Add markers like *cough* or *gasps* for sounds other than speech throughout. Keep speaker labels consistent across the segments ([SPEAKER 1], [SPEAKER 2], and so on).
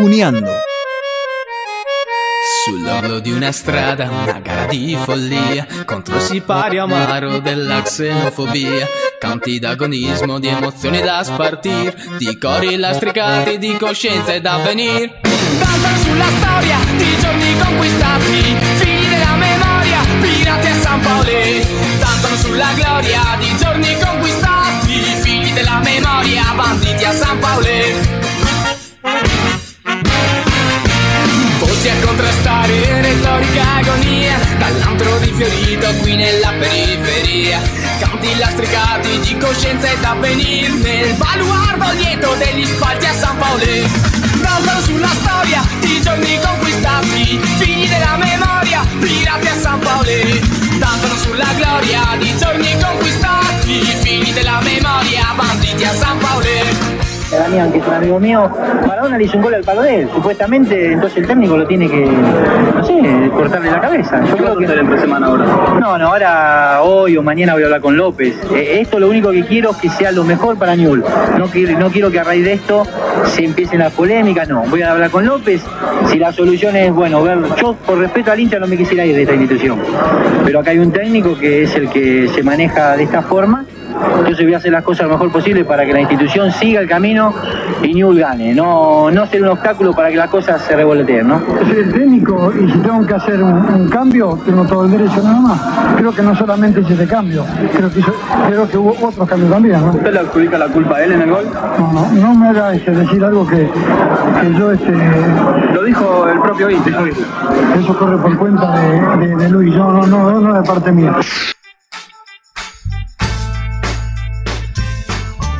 [SPEAKER 1] tibuneando.
[SPEAKER 2] Sull'orlo di una strada, una gara di follia contro il sipario amaro della xenofobia. Canti d'agonismo, di emozioni da spartir, di cori lastricati, di coscienze da venir. Danza sulla storia di giorni conquistati, figli della memoria, pirati a San Paolo. Danzano sulla gloria di giorni conquistati, figli della memoria, banditi a San Paolo. Voci a contrastare retorica agonia Dall'antro di Fiorito qui nella periferia Canti lastricati di coscienza e d'avvenir Nel baluardo lieto degli spalti a San Paolo Danzano sulla storia di giorni conquistati Figli della memoria, pirati a San Paolo Danzano sulla gloria di giorni conquistati Figli della memoria, banditi a San Paolo
[SPEAKER 3] de Damián, que es un amigo mío, Maradona le hizo un gol al Parodiel, supuestamente entonces el técnico lo tiene que, no sé, cortarle la cabeza. Yo creo que... semana ahora? No, no, ahora hoy o mañana voy a hablar con López. Eh, esto lo único que quiero es que sea lo mejor para Newell. No, quiero- no quiero que a raíz de esto se empiecen las polémicas, no. Voy a hablar con López, si la solución es, bueno, ver, yo por respeto al hincha no me quisiera ir de esta institución, pero acá hay un técnico que es el que se maneja de esta forma entonces voy a hacer las cosas lo mejor posible para que la institución siga el camino y Newell gane. No, no ser un obstáculo para que las cosas se revoloteen, ¿no?
[SPEAKER 4] soy el técnico y si tengo que hacer un, un cambio, tengo todo el derecho nada más. Creo que no solamente hice ese cambio, creo que, hizo- creo que hubo otros cambios también, ¿no?
[SPEAKER 3] ¿Usted le adjudica la culpa a él en el gol?
[SPEAKER 4] No, no, no me haga ese decir algo que, que yo, este,
[SPEAKER 3] Lo dijo el propio Isla.
[SPEAKER 4] eso corre por cuenta de, de- de Luis, yo no, no, no de parte mía.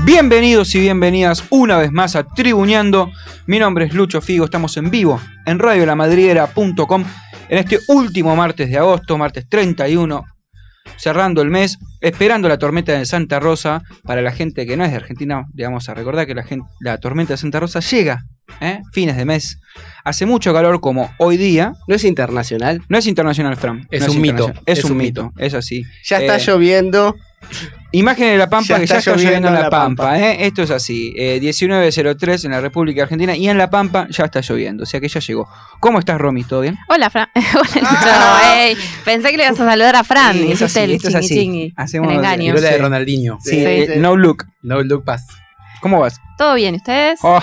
[SPEAKER 1] Bienvenidos y bienvenidas una vez más a Tribuneando. Mi nombre es Lucho Figo, estamos en vivo en radiolamadriera.com en este último martes de agosto, martes 31, cerrando el mes, esperando la tormenta de Santa Rosa. Para la gente que no es de Argentina, le vamos a recordar que la, gen- la tormenta de Santa Rosa llega, ¿eh? fines de mes. Hace mucho calor como hoy día.
[SPEAKER 5] ¿No es internacional?
[SPEAKER 1] No es internacional, Fran.
[SPEAKER 6] Es
[SPEAKER 1] no
[SPEAKER 6] un mito,
[SPEAKER 1] internacional. Es, un, mito. es así.
[SPEAKER 5] Ya está
[SPEAKER 1] Eh,
[SPEAKER 5] lloviendo.
[SPEAKER 1] Imágenes de la Pampa
[SPEAKER 5] Ya
[SPEAKER 1] que
[SPEAKER 5] está
[SPEAKER 1] ya está lloviendo, en la Pampa.
[SPEAKER 5] Pampa,
[SPEAKER 1] ¿eh? Esto es así. eh, 19.03 en la República Argentina y en la Pampa ya está lloviendo. O sea que ya llegó. ¿cómo estás, Romy? ¿Todo bien?
[SPEAKER 7] Hola, Fran. *laughs* Hola, Lucho. Ey, Pensé que le ibas a saludar a Fran.
[SPEAKER 1] Ah. Sí, es
[SPEAKER 7] Hiciste
[SPEAKER 1] así,
[SPEAKER 7] el
[SPEAKER 1] esto es
[SPEAKER 7] chingui
[SPEAKER 1] así.
[SPEAKER 7] chingui.
[SPEAKER 1] Hacemos-
[SPEAKER 7] el engaño.
[SPEAKER 6] Tiró la de
[SPEAKER 1] Sí.
[SPEAKER 6] Ronaldinho.
[SPEAKER 5] Sí,
[SPEAKER 1] Eh,
[SPEAKER 5] sí.
[SPEAKER 1] No look.
[SPEAKER 6] No look pass.
[SPEAKER 1] ¿Cómo vas?
[SPEAKER 7] ¿Todo bien? ¿Ustedes?
[SPEAKER 1] Oh,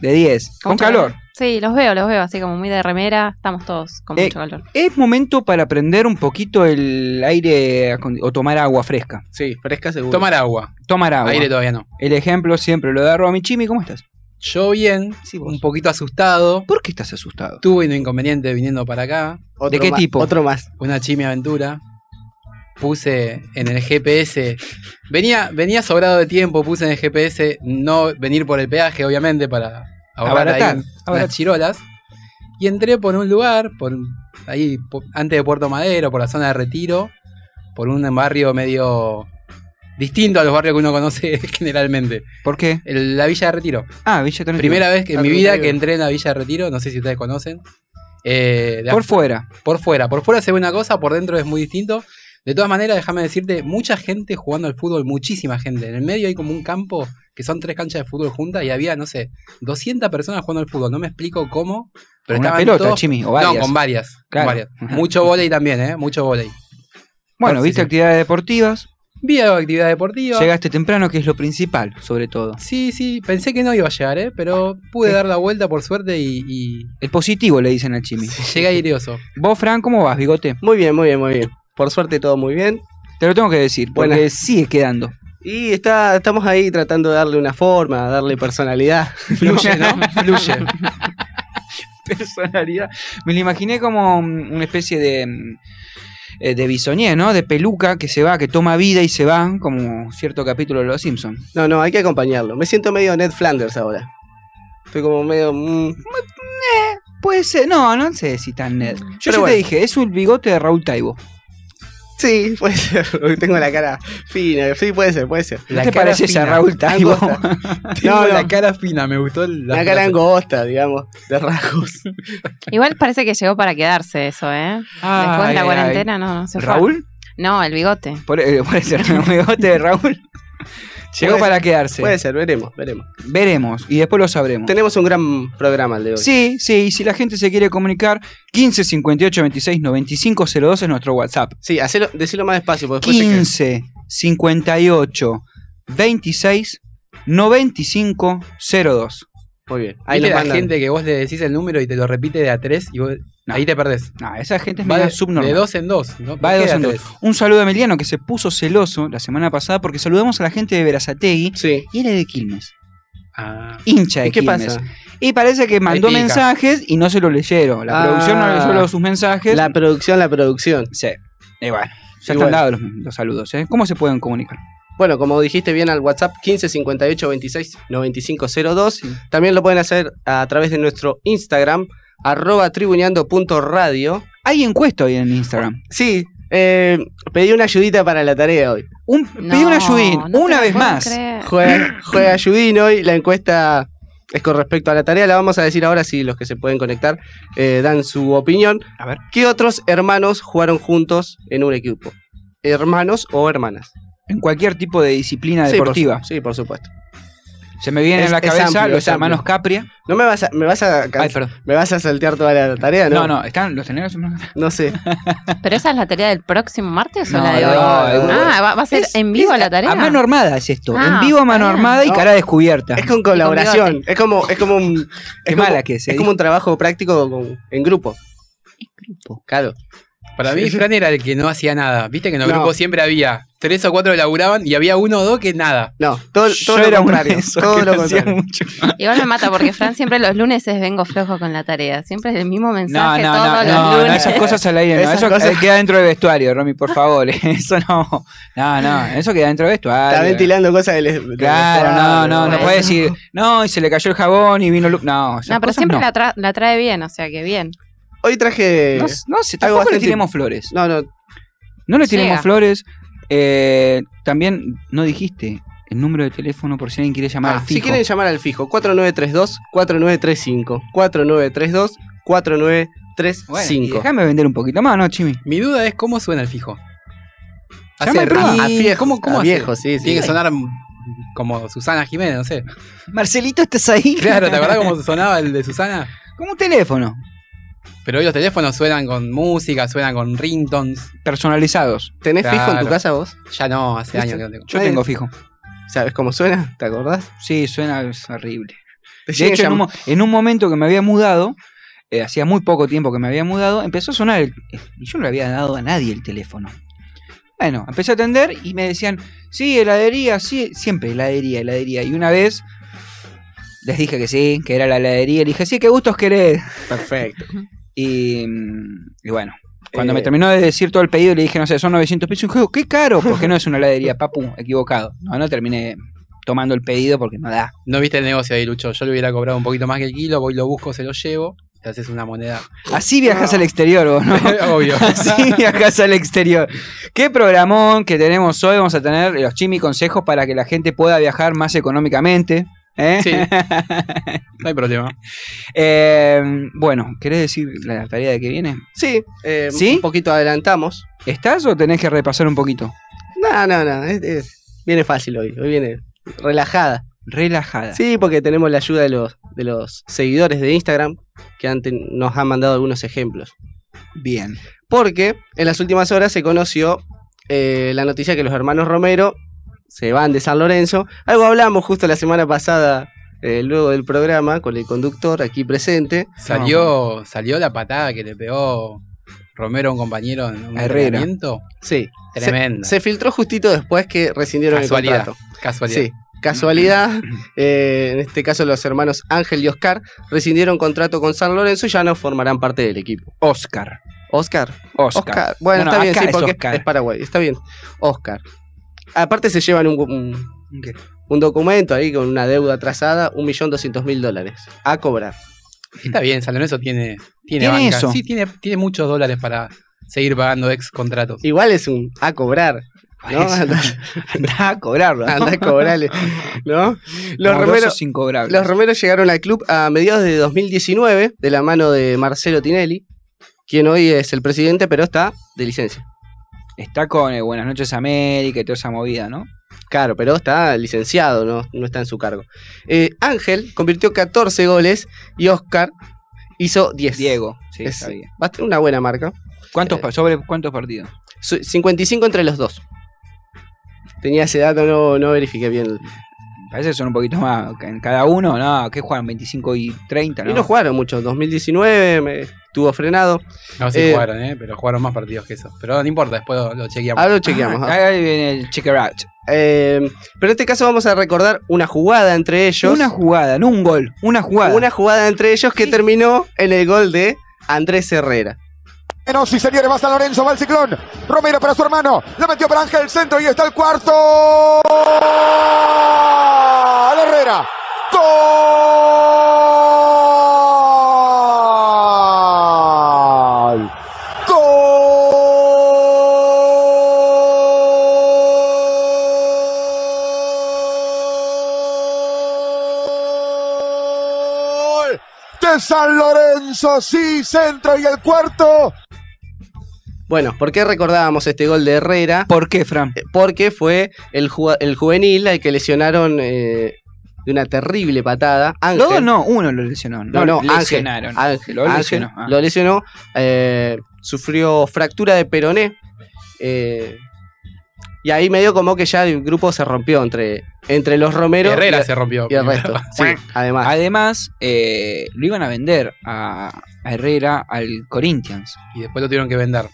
[SPEAKER 1] de 10. Con
[SPEAKER 7] Mucho
[SPEAKER 1] calor.
[SPEAKER 7] Sí, los veo, los veo así como muy de remera. Estamos todos con
[SPEAKER 1] Eh,
[SPEAKER 7] mucho calor.
[SPEAKER 1] Es momento para prender un poquito el aire acondi- o tomar agua fresca.
[SPEAKER 6] Sí.
[SPEAKER 5] Fresca seguro.
[SPEAKER 6] Tomar agua.
[SPEAKER 1] Tomar agua.
[SPEAKER 6] Aire todavía no.
[SPEAKER 1] El ejemplo siempre lo da Romy. Chimi, ¿cómo estás?
[SPEAKER 6] Yo bien,
[SPEAKER 1] Sí, vos.
[SPEAKER 6] un poquito asustado.
[SPEAKER 1] ¿Por qué estás asustado?
[SPEAKER 6] Tuve un inconveniente viniendo para acá.
[SPEAKER 5] Otro
[SPEAKER 1] ¿De qué
[SPEAKER 5] ma-
[SPEAKER 1] tipo?
[SPEAKER 5] Otro más.
[SPEAKER 6] Una chimi aventura. Puse en el GPS. Venía, venía sobrado de tiempo, puse en el GPS no venir por el peaje, obviamente, para ahorrar ahí
[SPEAKER 1] Abaratar,
[SPEAKER 6] un-
[SPEAKER 1] abaratar.
[SPEAKER 6] unas chirolas. Y entré por un lugar, por ahí, po- antes de Puerto Madero, por la zona de retiro, por un barrio medio distinto a los barrios que uno conoce *laughs* generalmente.
[SPEAKER 1] ¿Por qué?
[SPEAKER 6] El- la Villa de Retiro.
[SPEAKER 1] Ah, Villa Tren-
[SPEAKER 6] Primera vez que en
[SPEAKER 5] Ah,
[SPEAKER 6] mi
[SPEAKER 5] Retiro.
[SPEAKER 6] vida que entré en la Villa de Retiro, no sé si ustedes conocen. Eh, de
[SPEAKER 1] Por
[SPEAKER 6] af-
[SPEAKER 1] fuera.
[SPEAKER 6] por fuera. Por fuera se ve una cosa, por dentro es muy distinto. De todas maneras, déjame decirte, mucha gente jugando al fútbol, muchísima gente. En el medio hay como un campo que son tres canchas de fútbol juntas y había, no sé, 200 personas jugando al fútbol. No me explico cómo, pero
[SPEAKER 1] Con una
[SPEAKER 6] estaban
[SPEAKER 1] pelota,
[SPEAKER 6] todos-
[SPEAKER 1] Chimi, o varias.
[SPEAKER 6] No, con varias. con
[SPEAKER 1] Claro.
[SPEAKER 6] varias.
[SPEAKER 1] Ajá.
[SPEAKER 6] Mucho volei también, ¿eh? Mucho volei.
[SPEAKER 1] Bueno,
[SPEAKER 6] Sí,
[SPEAKER 1] viste
[SPEAKER 6] sí.
[SPEAKER 1] actividades deportivas.
[SPEAKER 6] Vi algo de actividad deportiva.
[SPEAKER 1] Llegaste temprano, que es lo principal, sobre todo.
[SPEAKER 6] Sí, sí, pensé que no iba a llegar, ¿eh? Pero pude
[SPEAKER 1] Sí.
[SPEAKER 6] dar la vuelta por suerte y, y
[SPEAKER 1] El positivo le dicen al Chimi.
[SPEAKER 6] llegué aireoso.
[SPEAKER 1] Vos, Fran, ¿cómo vas, bigote?
[SPEAKER 5] Muy bien, muy bien, muy bien. Por suerte todo muy bien.
[SPEAKER 1] Te lo tengo que decir, porque
[SPEAKER 5] Buenas.
[SPEAKER 1] sigue quedando.
[SPEAKER 5] Y está, estamos ahí tratando de darle una forma, darle
[SPEAKER 1] *laughs*
[SPEAKER 5] personalidad.
[SPEAKER 6] Fluye, ¿no?
[SPEAKER 5] *laughs*
[SPEAKER 6] Fluye.
[SPEAKER 1] Personalidad. Me lo imaginé como mm, una especie de. mm, eh, De bisoñé, ¿no? De peluca que se va, que toma vida y se va, como cierto capítulo de Los Simpsons.
[SPEAKER 5] No, no, hay que acompañarlo. Me siento medio Ned Flanders ahora. Estoy como medio. mm,
[SPEAKER 1] Eh, Puede ser, no, no sé si tan Ned. Yo ya
[SPEAKER 5] bueno.
[SPEAKER 1] te dije, es un bigote de Raúl Taibo.
[SPEAKER 5] sí, puede ser. *laughs* Hoy Tengo la cara fina. Sí, puede ser, puede ser.
[SPEAKER 1] ¿No
[SPEAKER 6] La
[SPEAKER 1] te
[SPEAKER 6] cara
[SPEAKER 1] pareces a
[SPEAKER 6] fina.
[SPEAKER 1] Raúl Taibo?
[SPEAKER 5] Angosta.
[SPEAKER 6] Tengo
[SPEAKER 5] *laughs* No,
[SPEAKER 6] la
[SPEAKER 5] no.
[SPEAKER 6] cara fina, me gustó la
[SPEAKER 5] Una cara
[SPEAKER 6] frase.
[SPEAKER 5] angosta, digamos, de rasgos.
[SPEAKER 7] Igual parece que llegó para quedarse eso, ¿eh? Después de
[SPEAKER 1] Ay,
[SPEAKER 7] la
[SPEAKER 1] ay,
[SPEAKER 7] cuarentena, no, no se fue.
[SPEAKER 1] ¿Raúl? e, *laughs*
[SPEAKER 7] No, el bigote.
[SPEAKER 5] *laughs*
[SPEAKER 1] Por, eh, por ese bigote de Raúl. Llegó
[SPEAKER 5] Puede-
[SPEAKER 1] para quedarse.
[SPEAKER 5] Puede ser, veremos, veremos.
[SPEAKER 1] Veremos y después lo sabremos.
[SPEAKER 5] Tenemos un gran programa el de hoy.
[SPEAKER 1] Sí, sí, y si la gente se quiere comunicar, 15 58 26 95 02 es nuestro WhatsApp.
[SPEAKER 5] Sí, hacelo, decilo más despacio. porque después se queda.
[SPEAKER 1] 15 58 26 95 02.
[SPEAKER 5] Muy bien.
[SPEAKER 6] Ahí
[SPEAKER 5] Ahí nos
[SPEAKER 6] la
[SPEAKER 5] mandan.
[SPEAKER 6] gente que vos le decís el número y te lo repite de a tres y vos-
[SPEAKER 1] No.
[SPEAKER 6] ahí te perdés.
[SPEAKER 1] Nah, esa gente es
[SPEAKER 6] Va
[SPEAKER 1] medio
[SPEAKER 6] de,
[SPEAKER 1] subnormal.
[SPEAKER 6] de dos en dos. ¿no?
[SPEAKER 1] Va
[SPEAKER 6] ¿Por
[SPEAKER 1] de dos
[SPEAKER 6] qué
[SPEAKER 1] en dos.
[SPEAKER 6] tres?
[SPEAKER 1] Un saludo a Emiliano que se puso celoso la semana pasada porque saludamos a la gente de Verazategui
[SPEAKER 5] Sí.
[SPEAKER 1] y él es de Quilmes.
[SPEAKER 6] Ah.
[SPEAKER 1] Hincha de
[SPEAKER 5] ¿Y qué
[SPEAKER 1] Quilmes.
[SPEAKER 5] pasa?
[SPEAKER 1] Y parece que mandó
[SPEAKER 6] pica.
[SPEAKER 1] mensajes y no se lo leyeron. La
[SPEAKER 5] Ah.
[SPEAKER 1] producción no leyó los- sus mensajes.
[SPEAKER 5] La producción, la producción.
[SPEAKER 1] Sí. Y bueno, ya
[SPEAKER 5] Y
[SPEAKER 1] están
[SPEAKER 5] bueno.
[SPEAKER 1] dados los, los saludos. ¿eh? ¿Cómo se pueden comunicar?
[SPEAKER 5] Bueno, como dijiste bien al WhatsApp 15 58 26 95 02. También lo pueden hacer a través de nuestro Instagram, arroba tribuñando.radio.
[SPEAKER 1] Hay encuesta hoy en Instagram.
[SPEAKER 5] Sí, eh, pedí una ayudita para la tarea hoy.
[SPEAKER 1] Un, pedí un ayudín,
[SPEAKER 7] no te
[SPEAKER 1] una
[SPEAKER 7] lo
[SPEAKER 1] vez
[SPEAKER 7] puedo
[SPEAKER 1] más.
[SPEAKER 7] creer. *coughs*
[SPEAKER 5] Juega, juega ayudín hoy. La encuesta es con respecto a la tarea. La vamos a decir ahora si los que se pueden conectar eh, dan su opinión.
[SPEAKER 1] A ver.
[SPEAKER 5] ¿Qué otros hermanos jugaron juntos en un equipo? ¿Hermanos o hermanas?
[SPEAKER 1] En cualquier tipo de disciplina
[SPEAKER 5] Sí, por su-
[SPEAKER 1] deportiva.
[SPEAKER 5] Sí, por supuesto.
[SPEAKER 1] Se me viene
[SPEAKER 5] Es-
[SPEAKER 1] en la
[SPEAKER 5] es
[SPEAKER 1] cabeza
[SPEAKER 5] amplio,
[SPEAKER 1] los
[SPEAKER 5] es amplio.
[SPEAKER 1] hermanos Capria.
[SPEAKER 5] No me vas a, me vas a,
[SPEAKER 1] Ay, perdón.
[SPEAKER 5] me vas a saltear toda la tarea,
[SPEAKER 1] No,
[SPEAKER 5] ¿no?
[SPEAKER 1] no, están los tenés los hermanos Capria?
[SPEAKER 5] No sé.
[SPEAKER 7] ¿Pero esa es la tarea del próximo martes o
[SPEAKER 1] No,
[SPEAKER 7] la de hoy?
[SPEAKER 1] no, no.
[SPEAKER 7] ah, va, va a ser
[SPEAKER 1] Es-
[SPEAKER 7] en vivo
[SPEAKER 1] es
[SPEAKER 7] la
[SPEAKER 1] a-
[SPEAKER 7] tarea.
[SPEAKER 1] A mano armada es esto.
[SPEAKER 7] Ah,
[SPEAKER 1] en vivo a mano
[SPEAKER 7] está bien.
[SPEAKER 1] armada y
[SPEAKER 5] No.
[SPEAKER 1] cara descubierta.
[SPEAKER 5] Es con colaboración. Es como, es como un.
[SPEAKER 1] Qué
[SPEAKER 5] es como-
[SPEAKER 1] mala que ¿eh? se
[SPEAKER 5] Es como un trabajo práctico con- en grupo. Claro.
[SPEAKER 6] Para mí,
[SPEAKER 5] Sí.
[SPEAKER 6] Fran era el que no hacía nada. Viste que en los
[SPEAKER 5] No.
[SPEAKER 6] grupos siempre había tres o cuatro que laburaban y había uno o dos que nada.
[SPEAKER 5] No, todo,
[SPEAKER 1] Yo
[SPEAKER 5] todo lo
[SPEAKER 1] era uno
[SPEAKER 5] *laughs*
[SPEAKER 1] de
[SPEAKER 5] contrario.
[SPEAKER 1] esos
[SPEAKER 5] todo
[SPEAKER 1] que
[SPEAKER 5] lo
[SPEAKER 1] lo hacía
[SPEAKER 5] contrario.
[SPEAKER 1] mucho.
[SPEAKER 7] Igual me mata
[SPEAKER 1] *laughs*
[SPEAKER 7] porque Fran siempre los lunes es vengo flojo con la tarea. Siempre es el mismo
[SPEAKER 1] No,
[SPEAKER 7] mensaje
[SPEAKER 1] no, no,
[SPEAKER 7] todos los
[SPEAKER 1] no, no,
[SPEAKER 7] lunes.
[SPEAKER 1] esas
[SPEAKER 7] *laughs*
[SPEAKER 1] cosas al aire, no.
[SPEAKER 5] Esas
[SPEAKER 1] Eso
[SPEAKER 5] cosas-
[SPEAKER 1] eh, queda dentro del vestuario, Romy, por favor. *laughs* Eso no. No, no, eso queda dentro del vestuario.
[SPEAKER 5] Está ventilando cosas del. del
[SPEAKER 1] Claro, no,
[SPEAKER 5] vestuario.
[SPEAKER 1] no, no
[SPEAKER 7] Bueno.
[SPEAKER 1] puede decir, no, y se le cayó el jabón y vino Lu-". No, esas
[SPEAKER 7] No, pero
[SPEAKER 1] cosas
[SPEAKER 7] siempre
[SPEAKER 1] no.
[SPEAKER 7] La, tra- la trae bien, o sea que bien.
[SPEAKER 5] Hoy traje.
[SPEAKER 1] No, no sé,
[SPEAKER 5] algo
[SPEAKER 1] tampoco le
[SPEAKER 5] bastante-
[SPEAKER 1] tiremos flores.
[SPEAKER 5] No, no.
[SPEAKER 1] No le tiremos
[SPEAKER 7] Llega.
[SPEAKER 1] flores. Eh, también no dijiste el número de teléfono por si alguien quiere llamar
[SPEAKER 5] Ah,
[SPEAKER 1] al
[SPEAKER 5] si
[SPEAKER 1] fijo.
[SPEAKER 5] quieren llamar al fijo, 4932-4935. 4932-4935.
[SPEAKER 1] Bueno, y déjame vender un poquito más, ¿no, Chimi?
[SPEAKER 6] Mi duda es cómo suena el fijo.
[SPEAKER 1] Llama
[SPEAKER 6] Hace
[SPEAKER 1] al programa.
[SPEAKER 6] ring,
[SPEAKER 5] A viejo,
[SPEAKER 6] ¿Cómo, cómo
[SPEAKER 5] a
[SPEAKER 6] hace?
[SPEAKER 5] viejo, sí, sí.
[SPEAKER 6] Tiene que sonar mm, como Susana Jiménez, no sé. *laughs*
[SPEAKER 1] Marcelito, ¿estás ahí?
[SPEAKER 6] Claro, ¿te acordás
[SPEAKER 1] *laughs*
[SPEAKER 6] cómo sonaba el de Susana?
[SPEAKER 1] Como un teléfono.
[SPEAKER 6] Pero hoy los teléfonos suenan con música, suenan con ringtons.
[SPEAKER 1] Personalizados.
[SPEAKER 5] ¿Tenés fijo en
[SPEAKER 6] Claro.
[SPEAKER 5] tu casa vos?
[SPEAKER 6] Ya no, hace
[SPEAKER 5] ¿Viste?
[SPEAKER 6] años que no tengo.
[SPEAKER 1] Yo
[SPEAKER 5] Nadie-
[SPEAKER 1] tengo fijo.
[SPEAKER 5] ¿Sabes cómo suena? ¿Te acordás?
[SPEAKER 1] Sí, suena es horrible.
[SPEAKER 5] Te
[SPEAKER 1] De
[SPEAKER 5] llegan
[SPEAKER 1] hecho, en un,
[SPEAKER 5] llam-
[SPEAKER 1] mo- en un momento que me había mudado, eh, hacía muy poco tiempo que me había mudado, empezó a sonar el- eh, y yo no le había dado a nadie el teléfono. Bueno, empecé a atender y me decían, sí, heladería, sí, siempre heladería, heladería. Y una vez les dije que sí, que era la heladería, le dije, sí, qué gustos querés.
[SPEAKER 5] Perfecto.
[SPEAKER 1] Y, mm, y bueno, cuando
[SPEAKER 5] Eh,
[SPEAKER 1] me terminó de decir todo el pedido, le dije, no sé, son 900 pesos. Y dijo, qué caro, porque no es una heladería, papu, equivocado. No, no terminé tomando el pedido porque no da.
[SPEAKER 6] No viste el negocio ahí, Lucho. Yo le hubiera cobrado un poquito más que el kilo, voy lo busco, se lo llevo, te haces una moneda.
[SPEAKER 1] Así viajas al exterior, vos, ¿no?
[SPEAKER 6] Obvio.
[SPEAKER 1] *laughs* Así viajas al exterior. ¿Qué programón que tenemos hoy? Vamos a tener los chimi consejos para que la gente pueda viajar más económicamente. ¿eh? *laughs*
[SPEAKER 6] Sí. No hay problema.
[SPEAKER 1] Eh, bueno, ¿querés decir la tarea de que viene?
[SPEAKER 5] Sí, eh,
[SPEAKER 1] ¿Sí?
[SPEAKER 5] un poquito adelantamos.
[SPEAKER 1] ¿Estás o tenés que repasar un poquito?
[SPEAKER 5] No, no, no. es- es- viene fácil hoy. Hoy viene relajada.
[SPEAKER 1] Relajada.
[SPEAKER 5] Sí, porque tenemos la ayuda de los, de los seguidores de Instagram que han ten- nos han mandado algunos ejemplos.
[SPEAKER 1] Bien.
[SPEAKER 5] Porque en las últimas horas se conoció eh, la noticia que los hermanos Romero se van de San Lorenzo. Algo hablamos justo la semana pasada, eh, luego del programa, con el conductor aquí presente.
[SPEAKER 6] Salió, salió la patada que le pegó Romero a un compañero en un
[SPEAKER 1] Herrera.
[SPEAKER 6] entrenamiento.
[SPEAKER 5] Sí. Se-
[SPEAKER 6] Tremenda.
[SPEAKER 5] Se, filtró justito después que rescindieron el
[SPEAKER 6] Casualidad.
[SPEAKER 5] contrato.
[SPEAKER 6] Casualidad.
[SPEAKER 5] Sí, casualidad. *clears throat* eh, en este caso, los hermanos Ángel y Oscar rescindieron contrato con San Lorenzo y ya no formarán parte del equipo.
[SPEAKER 1] Oscar.
[SPEAKER 5] Oscar.
[SPEAKER 1] Oscar.
[SPEAKER 5] Oscar. Bueno,
[SPEAKER 1] No, no,
[SPEAKER 5] está bien,
[SPEAKER 1] acá
[SPEAKER 5] sí,
[SPEAKER 1] es
[SPEAKER 5] porque
[SPEAKER 1] Oscar.
[SPEAKER 5] es Paraguay. Está bien. Oscar. Aparte, se llevan un, un,
[SPEAKER 1] ¿Qué?
[SPEAKER 5] un documento ahí con una deuda atrasada, 1.200.000 dólares a cobrar.
[SPEAKER 6] Está bien, San Lorenzo tiene, tiene,
[SPEAKER 1] Tiene
[SPEAKER 6] banca.
[SPEAKER 1] eso.
[SPEAKER 6] Sí, tiene, tiene muchos dólares para seguir pagando ex contratos.
[SPEAKER 5] Igual es un a cobrar. ¿no?
[SPEAKER 1] Eso.
[SPEAKER 5] *laughs* Andá,
[SPEAKER 1] Andá a cobrarlo. ¿no?
[SPEAKER 5] andá a cobrarle. *laughs* ¿no? Los
[SPEAKER 1] Mordosos
[SPEAKER 5] Romero-
[SPEAKER 1] incobrables.
[SPEAKER 5] Los Romeros llegaron al club a mediados de 2019 de la mano de Marcelo Tinelli, quien hoy es el presidente, pero está de licencia.
[SPEAKER 1] Está con eh, Buenas noches América y toda esa movida, ¿no?
[SPEAKER 5] Claro, pero está licenciado, no, no está en su cargo. Eh, Ángel convirtió 14 goles y Oscar hizo 10.
[SPEAKER 1] Diego. Sí,
[SPEAKER 5] Es-
[SPEAKER 1] está bien.
[SPEAKER 5] Va a tener una buena marca.
[SPEAKER 1] ¿Cuántos,
[SPEAKER 5] Eh.
[SPEAKER 1] pa- sobre cuántos partidos?
[SPEAKER 5] Su- 55 entre los dos. Tenía ese dato, no, no verifiqué bien.
[SPEAKER 1] Parece que son un poquito más en cada uno. No, ¿qué juegan? 25 y 30, ¿no?
[SPEAKER 5] Y no jugaron mucho. 2019 me estuvo frenado.
[SPEAKER 6] No, sí
[SPEAKER 5] Eh,
[SPEAKER 6] jugaron, ¿eh? Pero jugaron más partidos que eso. Pero no importa, después lo, lo chequeamos.
[SPEAKER 5] Ahora lo chequeamos.
[SPEAKER 6] *laughs*
[SPEAKER 5] ah.
[SPEAKER 1] Ahí viene el checker out.
[SPEAKER 5] Eh, pero en este caso vamos a recordar una jugada entre ellos.
[SPEAKER 1] Una jugada, no un gol. Una jugada.
[SPEAKER 5] Una jugada entre ellos que terminó en el gol de Andrés Herrera.
[SPEAKER 8] Menos y señores, va San Lorenzo, va el ciclón. Romero para su hermano, la metió para Ángel el centro y está el cuarto. ¡Gol! Herrera. ¡Gol! ¡Gol! De San Lorenzo, sí, centro y el cuarto.
[SPEAKER 5] Bueno, ¿por qué recordábamos este gol de Herrera?
[SPEAKER 1] ¿Por qué, Fran?
[SPEAKER 5] Eh, Porque fue el, ju- el juvenil al que lesionaron eh, de una terrible patada. Ángel.
[SPEAKER 1] Los dos no, uno lo lesionó.
[SPEAKER 5] No, no, Ángel.
[SPEAKER 1] lesionaron.
[SPEAKER 5] Ángel,
[SPEAKER 1] Lo
[SPEAKER 5] Ángel
[SPEAKER 1] lesionó. Ah.
[SPEAKER 5] lo lesionó, eh, sufrió fractura de peroné. eh, y ahí medio como que ya el grupo se rompió entre, entre los Romero
[SPEAKER 6] Herrera
[SPEAKER 5] y,
[SPEAKER 6] se rompió.
[SPEAKER 5] y
[SPEAKER 6] *laughs*
[SPEAKER 5] el resto. Sí, además.
[SPEAKER 1] Además, eh, lo iban a vender a, a Herrera al Corinthians.
[SPEAKER 6] Y después lo tuvieron que vender.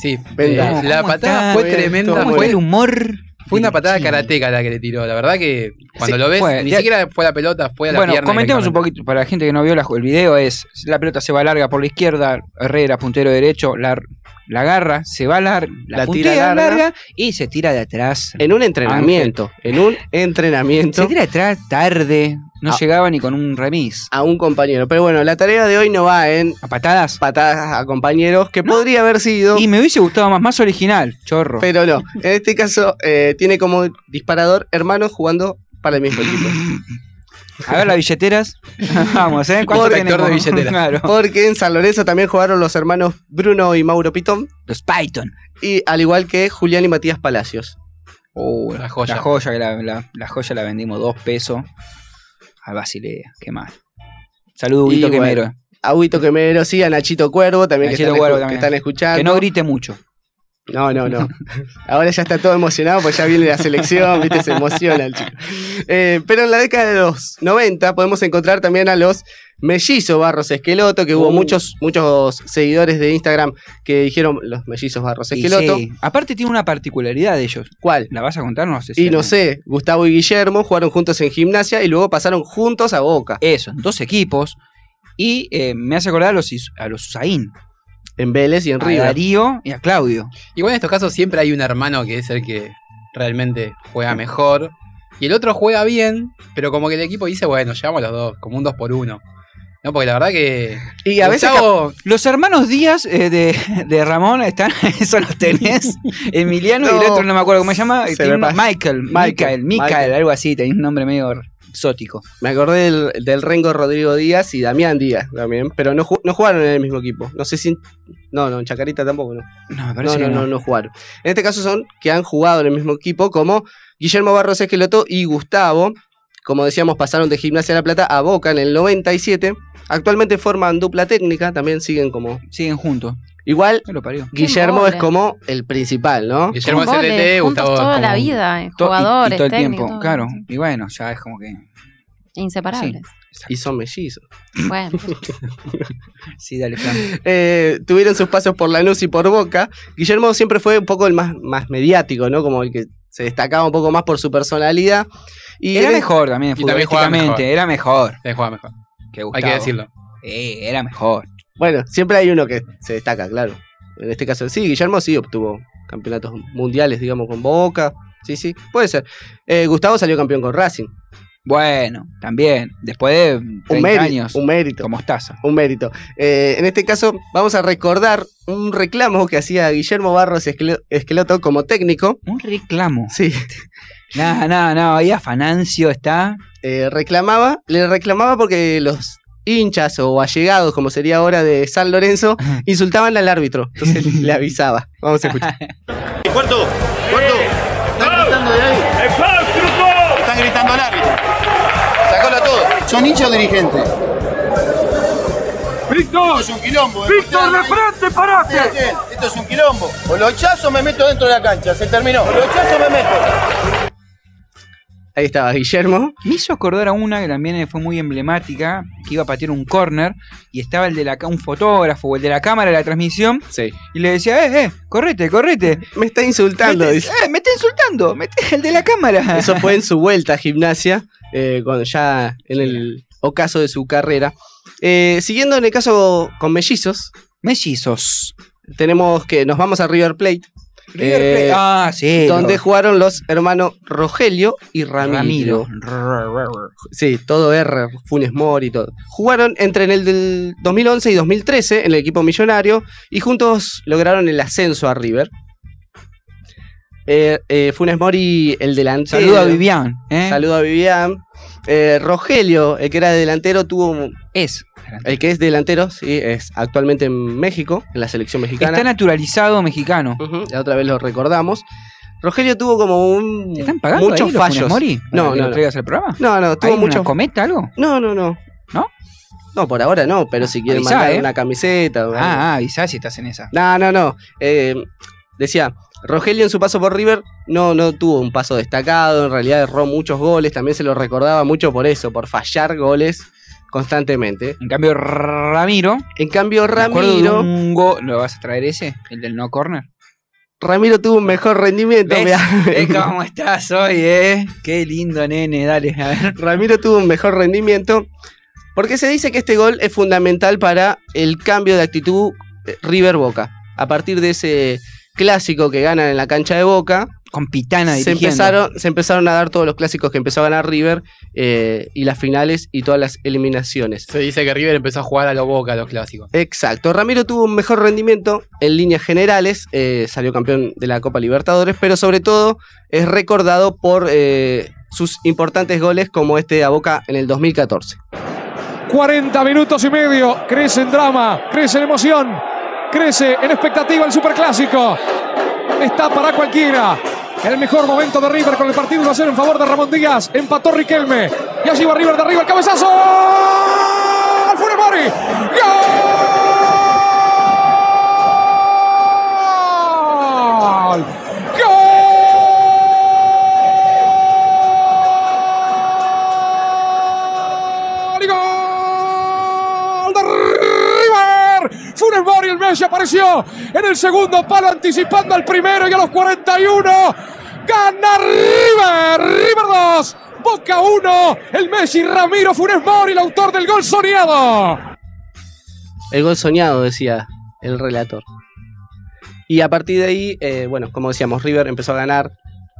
[SPEAKER 6] Sí,
[SPEAKER 5] Venda.
[SPEAKER 6] eh, la
[SPEAKER 1] ¿Cómo está
[SPEAKER 6] patada fue
[SPEAKER 5] esto?
[SPEAKER 6] tremenda.
[SPEAKER 5] ¿Cómo
[SPEAKER 1] ¿Cómo
[SPEAKER 6] porque
[SPEAKER 1] fue
[SPEAKER 6] Fue,
[SPEAKER 1] el humor?
[SPEAKER 6] una
[SPEAKER 1] del
[SPEAKER 6] patada
[SPEAKER 1] Chimi?
[SPEAKER 6] karateca la que le tiró. La verdad que cuando
[SPEAKER 1] Sí,
[SPEAKER 6] lo ves,
[SPEAKER 1] fue.
[SPEAKER 6] ni
[SPEAKER 1] Ya-
[SPEAKER 6] siquiera fue a la pelota, fue a la
[SPEAKER 1] Bueno,
[SPEAKER 6] pierna.
[SPEAKER 1] comentemos un
[SPEAKER 6] directamente.
[SPEAKER 1] poquito, para la gente que no vio la- el video, es la pelota se va larga por la izquierda, Herrera, puntero derecho, la, la agarra, se va larga, la,
[SPEAKER 5] La tira
[SPEAKER 1] puntea larga,
[SPEAKER 5] larga.
[SPEAKER 1] y se tira de atrás.
[SPEAKER 5] En un entrenamiento. En un
[SPEAKER 1] Se
[SPEAKER 5] entrenamiento
[SPEAKER 1] tira de atrás tarde, no
[SPEAKER 5] Ah.
[SPEAKER 1] llegaba ni con un remis.
[SPEAKER 5] a un compañero. Pero bueno, la tarea de hoy no va en
[SPEAKER 1] A patadas.
[SPEAKER 5] patadas a compañeros, que podría haber sido.
[SPEAKER 1] Y me hubiese gustado más, más original, chorro.
[SPEAKER 5] Pero no, en este caso eh, tiene como disparador hermanos jugando para el mismo
[SPEAKER 1] *laughs*
[SPEAKER 5] equipo.
[SPEAKER 1] A ver las billeteras. *laughs* Vamos, ¿eh? ¿Cuánto
[SPEAKER 6] Por
[SPEAKER 5] *laughs*
[SPEAKER 1] tienen
[SPEAKER 6] actor de
[SPEAKER 1] como-
[SPEAKER 6] billetera.
[SPEAKER 1] *laughs* Claro.
[SPEAKER 5] Porque en San Lorenzo también jugaron los hermanos Bruno y Mauro Pitón,
[SPEAKER 1] Los Python.
[SPEAKER 5] y al igual que Julián y Matías Palacios.
[SPEAKER 1] Uh,
[SPEAKER 6] La joya.
[SPEAKER 1] La joya, que la, la- la joya la vendimos dos pesos a Basilea. Qué mal. Saludos,
[SPEAKER 5] Y
[SPEAKER 1] Huguito
[SPEAKER 5] bueno,
[SPEAKER 1] Quemero.
[SPEAKER 5] A Huito Ah, Quemero, sí, a Nachito Cuervo también, que
[SPEAKER 1] Nachito
[SPEAKER 5] están,
[SPEAKER 1] Cuervo
[SPEAKER 5] escu- que
[SPEAKER 1] también.
[SPEAKER 5] están escuchando.
[SPEAKER 1] que no grite mucho.
[SPEAKER 5] No, no,
[SPEAKER 1] *laughs*
[SPEAKER 5] no. Ahora ya está todo emocionado porque ya viene la selección, ¿viste? Se emociona el chico. Eh, pero en la década de los 90 podemos encontrar también a los mellizos Barros Esqueloto, que hubo
[SPEAKER 1] Uh.
[SPEAKER 5] muchos, muchos seguidores de Instagram que dijeron los mellizos Barros
[SPEAKER 1] Y
[SPEAKER 5] Esqueloto.
[SPEAKER 1] sí. Aparte tiene una particularidad de ellos.
[SPEAKER 5] ¿Cuál?
[SPEAKER 1] ¿La vas a contar? No sé. si
[SPEAKER 5] Y no
[SPEAKER 1] la-
[SPEAKER 5] sé, Gustavo y Guillermo jugaron juntos en gimnasia y luego pasaron juntos a Boca,
[SPEAKER 1] Eso, en dos equipos. Y eh, me hace acordar a los, Is- a los Usain.
[SPEAKER 5] en Vélez y en
[SPEAKER 1] A
[SPEAKER 5] River.
[SPEAKER 1] Darío y a Claudio.
[SPEAKER 6] Igual en estos casos siempre hay un hermano que es el que realmente juega mejor. Y el otro juega bien, pero como que el equipo dice, bueno, llevamos los dos, como un 2 por 1 No, porque la verdad que.
[SPEAKER 5] Y a veces
[SPEAKER 6] Gustavo-
[SPEAKER 1] Los hermanos Díaz eh, de, de Ramón están, *laughs* eso los tenés. Emiliano y el
[SPEAKER 5] No.
[SPEAKER 1] otro no me acuerdo cómo se llama.
[SPEAKER 5] Se
[SPEAKER 1] tiene
[SPEAKER 5] me
[SPEAKER 1] un-
[SPEAKER 5] pasa.
[SPEAKER 1] Michael, Michael,
[SPEAKER 5] Michael,
[SPEAKER 1] Michael,
[SPEAKER 5] Michael.
[SPEAKER 1] algo así, tenía un nombre medio exótico.
[SPEAKER 5] Me acordé del, del Rengo Rodrigo Díaz y Damián Díaz también, pero no, ju- no jugaron en el mismo equipo. No sé si. en- No, no, en Chacarita tampoco, no.
[SPEAKER 1] No, me
[SPEAKER 5] No,
[SPEAKER 1] parece
[SPEAKER 5] no,
[SPEAKER 1] que
[SPEAKER 5] no,
[SPEAKER 1] no.
[SPEAKER 5] no jugaron. En este caso son que han jugado en el mismo equipo, como Guillermo Barros Esqueloto y Gustavo. Como decíamos, pasaron de Gimnasia de la Plata a Boca en el 97. Actualmente forman dupla técnica, también siguen como.
[SPEAKER 1] Siguen juntos.
[SPEAKER 5] Igual,
[SPEAKER 1] Me lo parió.
[SPEAKER 7] Qué
[SPEAKER 5] Guillermo es
[SPEAKER 7] embole.
[SPEAKER 5] como el principal, ¿no?
[SPEAKER 6] Guillermo es
[SPEAKER 7] Con goles,
[SPEAKER 6] LT,
[SPEAKER 7] juntos
[SPEAKER 6] Gustavo es
[SPEAKER 7] toda
[SPEAKER 6] como
[SPEAKER 7] la
[SPEAKER 6] un-
[SPEAKER 7] vida, eh,
[SPEAKER 1] To- y-
[SPEAKER 7] jugadores,
[SPEAKER 1] y, todo el
[SPEAKER 7] técnicos,
[SPEAKER 1] tiempo,
[SPEAKER 7] todo.
[SPEAKER 1] claro. Y bueno, ya es como que.
[SPEAKER 7] Inseparables.
[SPEAKER 5] Y son mellizos.
[SPEAKER 1] *clears throat*
[SPEAKER 7] Bueno,
[SPEAKER 1] *laughs* Sí, dale, Fran.
[SPEAKER 5] Eh, tuvieron sus pasos por Lanús y por Boca. Guillermo siempre fue un poco el más, más mediático, ¿no? Como el que se destacaba un poco más por su personalidad. Y
[SPEAKER 1] Era
[SPEAKER 5] en-
[SPEAKER 1] mejor también,
[SPEAKER 6] Y también jugaba
[SPEAKER 1] futbolísticamente. Era mejor
[SPEAKER 6] Sí, juega mejor.
[SPEAKER 1] que Gustavo.
[SPEAKER 6] Hay que decirlo.
[SPEAKER 1] Eh, era mejor.
[SPEAKER 5] Bueno, siempre hay uno que se destaca, claro. En este caso, sí, Guillermo sí obtuvo campeonatos mundiales, digamos, con Boca. Sí, sí, puede ser. Eh, Gustavo salió campeón con Racing.
[SPEAKER 1] Bueno, también. Después de 30
[SPEAKER 5] Un mérito.
[SPEAKER 1] años.
[SPEAKER 5] Un mérito.
[SPEAKER 1] Como Mostaza.
[SPEAKER 5] Un mérito. Eh, en este caso, vamos a recordar un reclamo que hacía Guillermo Barros Esquelo- Esqueloto como técnico.
[SPEAKER 1] Un reclamo. *laughs*
[SPEAKER 5] Sí,
[SPEAKER 1] Nada, nada, nada. Ahí Afanancio está.
[SPEAKER 5] eh, reclamaba, le reclamaba porque los hinchas o allegados, como sería ahora de San Lorenzo, insultaban al árbitro.
[SPEAKER 1] *laughs*
[SPEAKER 5] Entonces le avisaba. Vamos a escuchar.
[SPEAKER 9] Cuarto, cuarto. Están gritando de ahí. con árbitro. Sacalo a todo. ¿Son hinchas o dirigentes? Esto es un quilombo. ¡Víctor, de frente, parate! Esto es un quilombo. O lo echazo o me meto dentro de la cancha. Se terminó. O lo echazo o me meto.
[SPEAKER 5] Ahí estaba Guillermo.
[SPEAKER 1] Me hizo acordar a una que también fue muy emblemática, que iba a patear un corner y estaba el de la ca- un fotógrafo o el de la cámara de la transmisión
[SPEAKER 5] Sí.
[SPEAKER 1] y le decía, eh, eh, correte, correte.
[SPEAKER 5] Me está insultando.
[SPEAKER 1] Me,
[SPEAKER 5] dice.
[SPEAKER 1] está- eh, me está insultando, me está- el de la cámara.
[SPEAKER 5] *laughs* Eso fue en su vuelta a gimnasia, eh, cuando ya en el ocaso de su carrera. Eh, siguiendo en el caso con mellizos,
[SPEAKER 1] Mellizos.
[SPEAKER 5] tenemos que nos vamos a River Plate,
[SPEAKER 1] River
[SPEAKER 5] Eh,
[SPEAKER 1] Plate. ah, sí.
[SPEAKER 5] donde
[SPEAKER 1] Ro-
[SPEAKER 5] jugaron los hermanos Rogelio y Ramiro.
[SPEAKER 1] Ramiro. Rrr, rrr, rrr.
[SPEAKER 5] Sí, todo R, Funes Mori y todo. Jugaron entre en el del 2011 y 2013 en el equipo millonario y juntos lograron el ascenso a River. Eh, eh, Funes Mori, el delantero.
[SPEAKER 1] Saludo a Vivian. ¿eh?
[SPEAKER 5] Saludo a Vivian. Eh, Rogelio, el que era delantero, tuvo.
[SPEAKER 1] Es.
[SPEAKER 5] El que es delantero, sí, es actualmente en México, en la selección mexicana.
[SPEAKER 1] Está naturalizado mexicano.
[SPEAKER 5] Ujú, la otra vez lo recordamos. Rogelio tuvo como un.
[SPEAKER 1] ¿Te están pagando
[SPEAKER 5] muchos
[SPEAKER 1] ahí los Funes
[SPEAKER 5] fallos.
[SPEAKER 1] Mori?
[SPEAKER 5] No,
[SPEAKER 1] para que
[SPEAKER 5] no,
[SPEAKER 1] lo
[SPEAKER 5] no.
[SPEAKER 1] traigas al programa?
[SPEAKER 5] No, no,
[SPEAKER 1] ¿Hay
[SPEAKER 5] tuvo
[SPEAKER 1] una
[SPEAKER 5] muchos.
[SPEAKER 1] cometa algo?
[SPEAKER 5] No, no, no.
[SPEAKER 1] ¿No?
[SPEAKER 5] No, por ahora no, pero si quieren
[SPEAKER 1] Avisá,
[SPEAKER 5] mandar
[SPEAKER 1] eh.
[SPEAKER 5] una camiseta. o algo.
[SPEAKER 1] Ah, ah, avisá si estás en esa.
[SPEAKER 5] No, no, no. Eh, decía, Rogelio en su paso por River no, no tuvo un paso destacado, en realidad erró muchos goles, también se lo recordaba mucho por eso, por fallar goles constantemente.
[SPEAKER 1] En cambio, Ramiro.
[SPEAKER 5] En cambio,
[SPEAKER 1] me acuerdo de
[SPEAKER 5] Ramiro,
[SPEAKER 1] un go- ¿Lo vas a traer ese? ¿El del
[SPEAKER 5] *laughs*
[SPEAKER 1] no corner?
[SPEAKER 5] Ramiro tuvo un mejor rendimiento.
[SPEAKER 1] ¿Ves?
[SPEAKER 5] mirá.
[SPEAKER 1] ¿Ves cómo estás hoy, eh? Qué lindo, nene. Dale, a ver.
[SPEAKER 5] *laughs* Ramiro tuvo un mejor rendimiento. Porque se dice que este gol es fundamental para el cambio de actitud eh, River Boca. A partir de ese clásico que ganan en la cancha de Boca,
[SPEAKER 1] Con Pitana
[SPEAKER 5] se
[SPEAKER 1] dirigiendo.
[SPEAKER 5] empezaron, se empezaron a dar todos los clásicos que empezó a ganar River eh, y las finales y todas las eliminaciones.
[SPEAKER 6] Se dice que River empezó a jugar a lo boca, a los clásicos.
[SPEAKER 5] Exacto, Ramiro tuvo un mejor rendimiento en líneas generales, eh, salió campeón de la Copa Libertadores, pero sobre todo es recordado por eh, sus importantes goles como este a Boca en el 2014.
[SPEAKER 10] 40 minutos y medio. Crece en drama, crece en emoción, crece en expectativa el superclásico. Está para cualquiera. El mejor momento de River con el partido 1 a 0 en favor de Ramón Díaz. Empató Riquelme. Y allí va River de arriba. El cabezazo. ¡Gol! ¡Funes Mori! ¡Gol! ¡Gol! ¡Y ¡Gol! ¡De River! Funes Mori, el Messi apareció en el segundo palo, anticipando al primero y a los 41. ¡Gana River! ¡River 2! Boca 1, el Messi Ramiro Funes Mori, el autor del gol soñado.
[SPEAKER 5] El gol soñado, decía el relator. Y a partir de ahí, eh, bueno, como decíamos, River empezó a ganar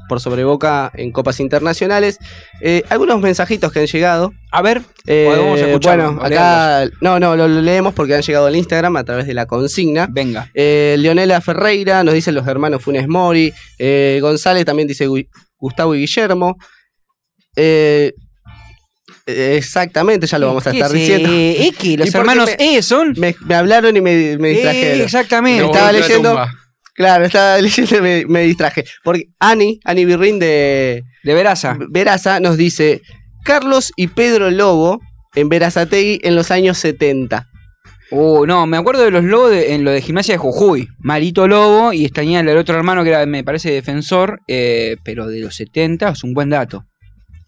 [SPEAKER 5] por sobre Boca en copas internacionales. Eh, algunos mensajitos que han llegado.
[SPEAKER 1] A ver,
[SPEAKER 5] Eh,
[SPEAKER 1] Podemos escucharlo,
[SPEAKER 5] bueno, acá no, no, lo, lo leemos porque han llegado al Instagram a través de la consigna.
[SPEAKER 1] venga.
[SPEAKER 5] Eh, Leonela Ferreira nos dicen los hermanos Funes Mori. Eh, González también dice Gui- Gustavo y Guillermo. Eh, eh, exactamente, ya lo vamos a
[SPEAKER 1] ¿Qué
[SPEAKER 5] estar
[SPEAKER 1] es,
[SPEAKER 5] diciendo.
[SPEAKER 1] eh, es que
[SPEAKER 5] ¿Y
[SPEAKER 1] los
[SPEAKER 5] por qué
[SPEAKER 1] hermanos
[SPEAKER 5] me-
[SPEAKER 1] E son.
[SPEAKER 5] Me, me hablaron y me, me
[SPEAKER 1] Eh,
[SPEAKER 5] distrajeron.
[SPEAKER 1] exactamente.
[SPEAKER 5] No,
[SPEAKER 1] Está-
[SPEAKER 5] estaba
[SPEAKER 6] Volvió a la
[SPEAKER 5] leyendo-
[SPEAKER 6] tumba.
[SPEAKER 5] Claro, estaba *laughs* leyendo y me, me distraje. Porque Ani, Ani Birrin de
[SPEAKER 1] De Veraza.
[SPEAKER 5] Veraza nos dice: Carlos y Pedro Lobo en Verazategui en los años 70.
[SPEAKER 1] Uh, no, me acuerdo de los lobos de- en lo de gimnasia de Jujuy. Marito Lobo y tenía el otro hermano que era, me parece, defensor, eh, pero de los 70 es un buen dato.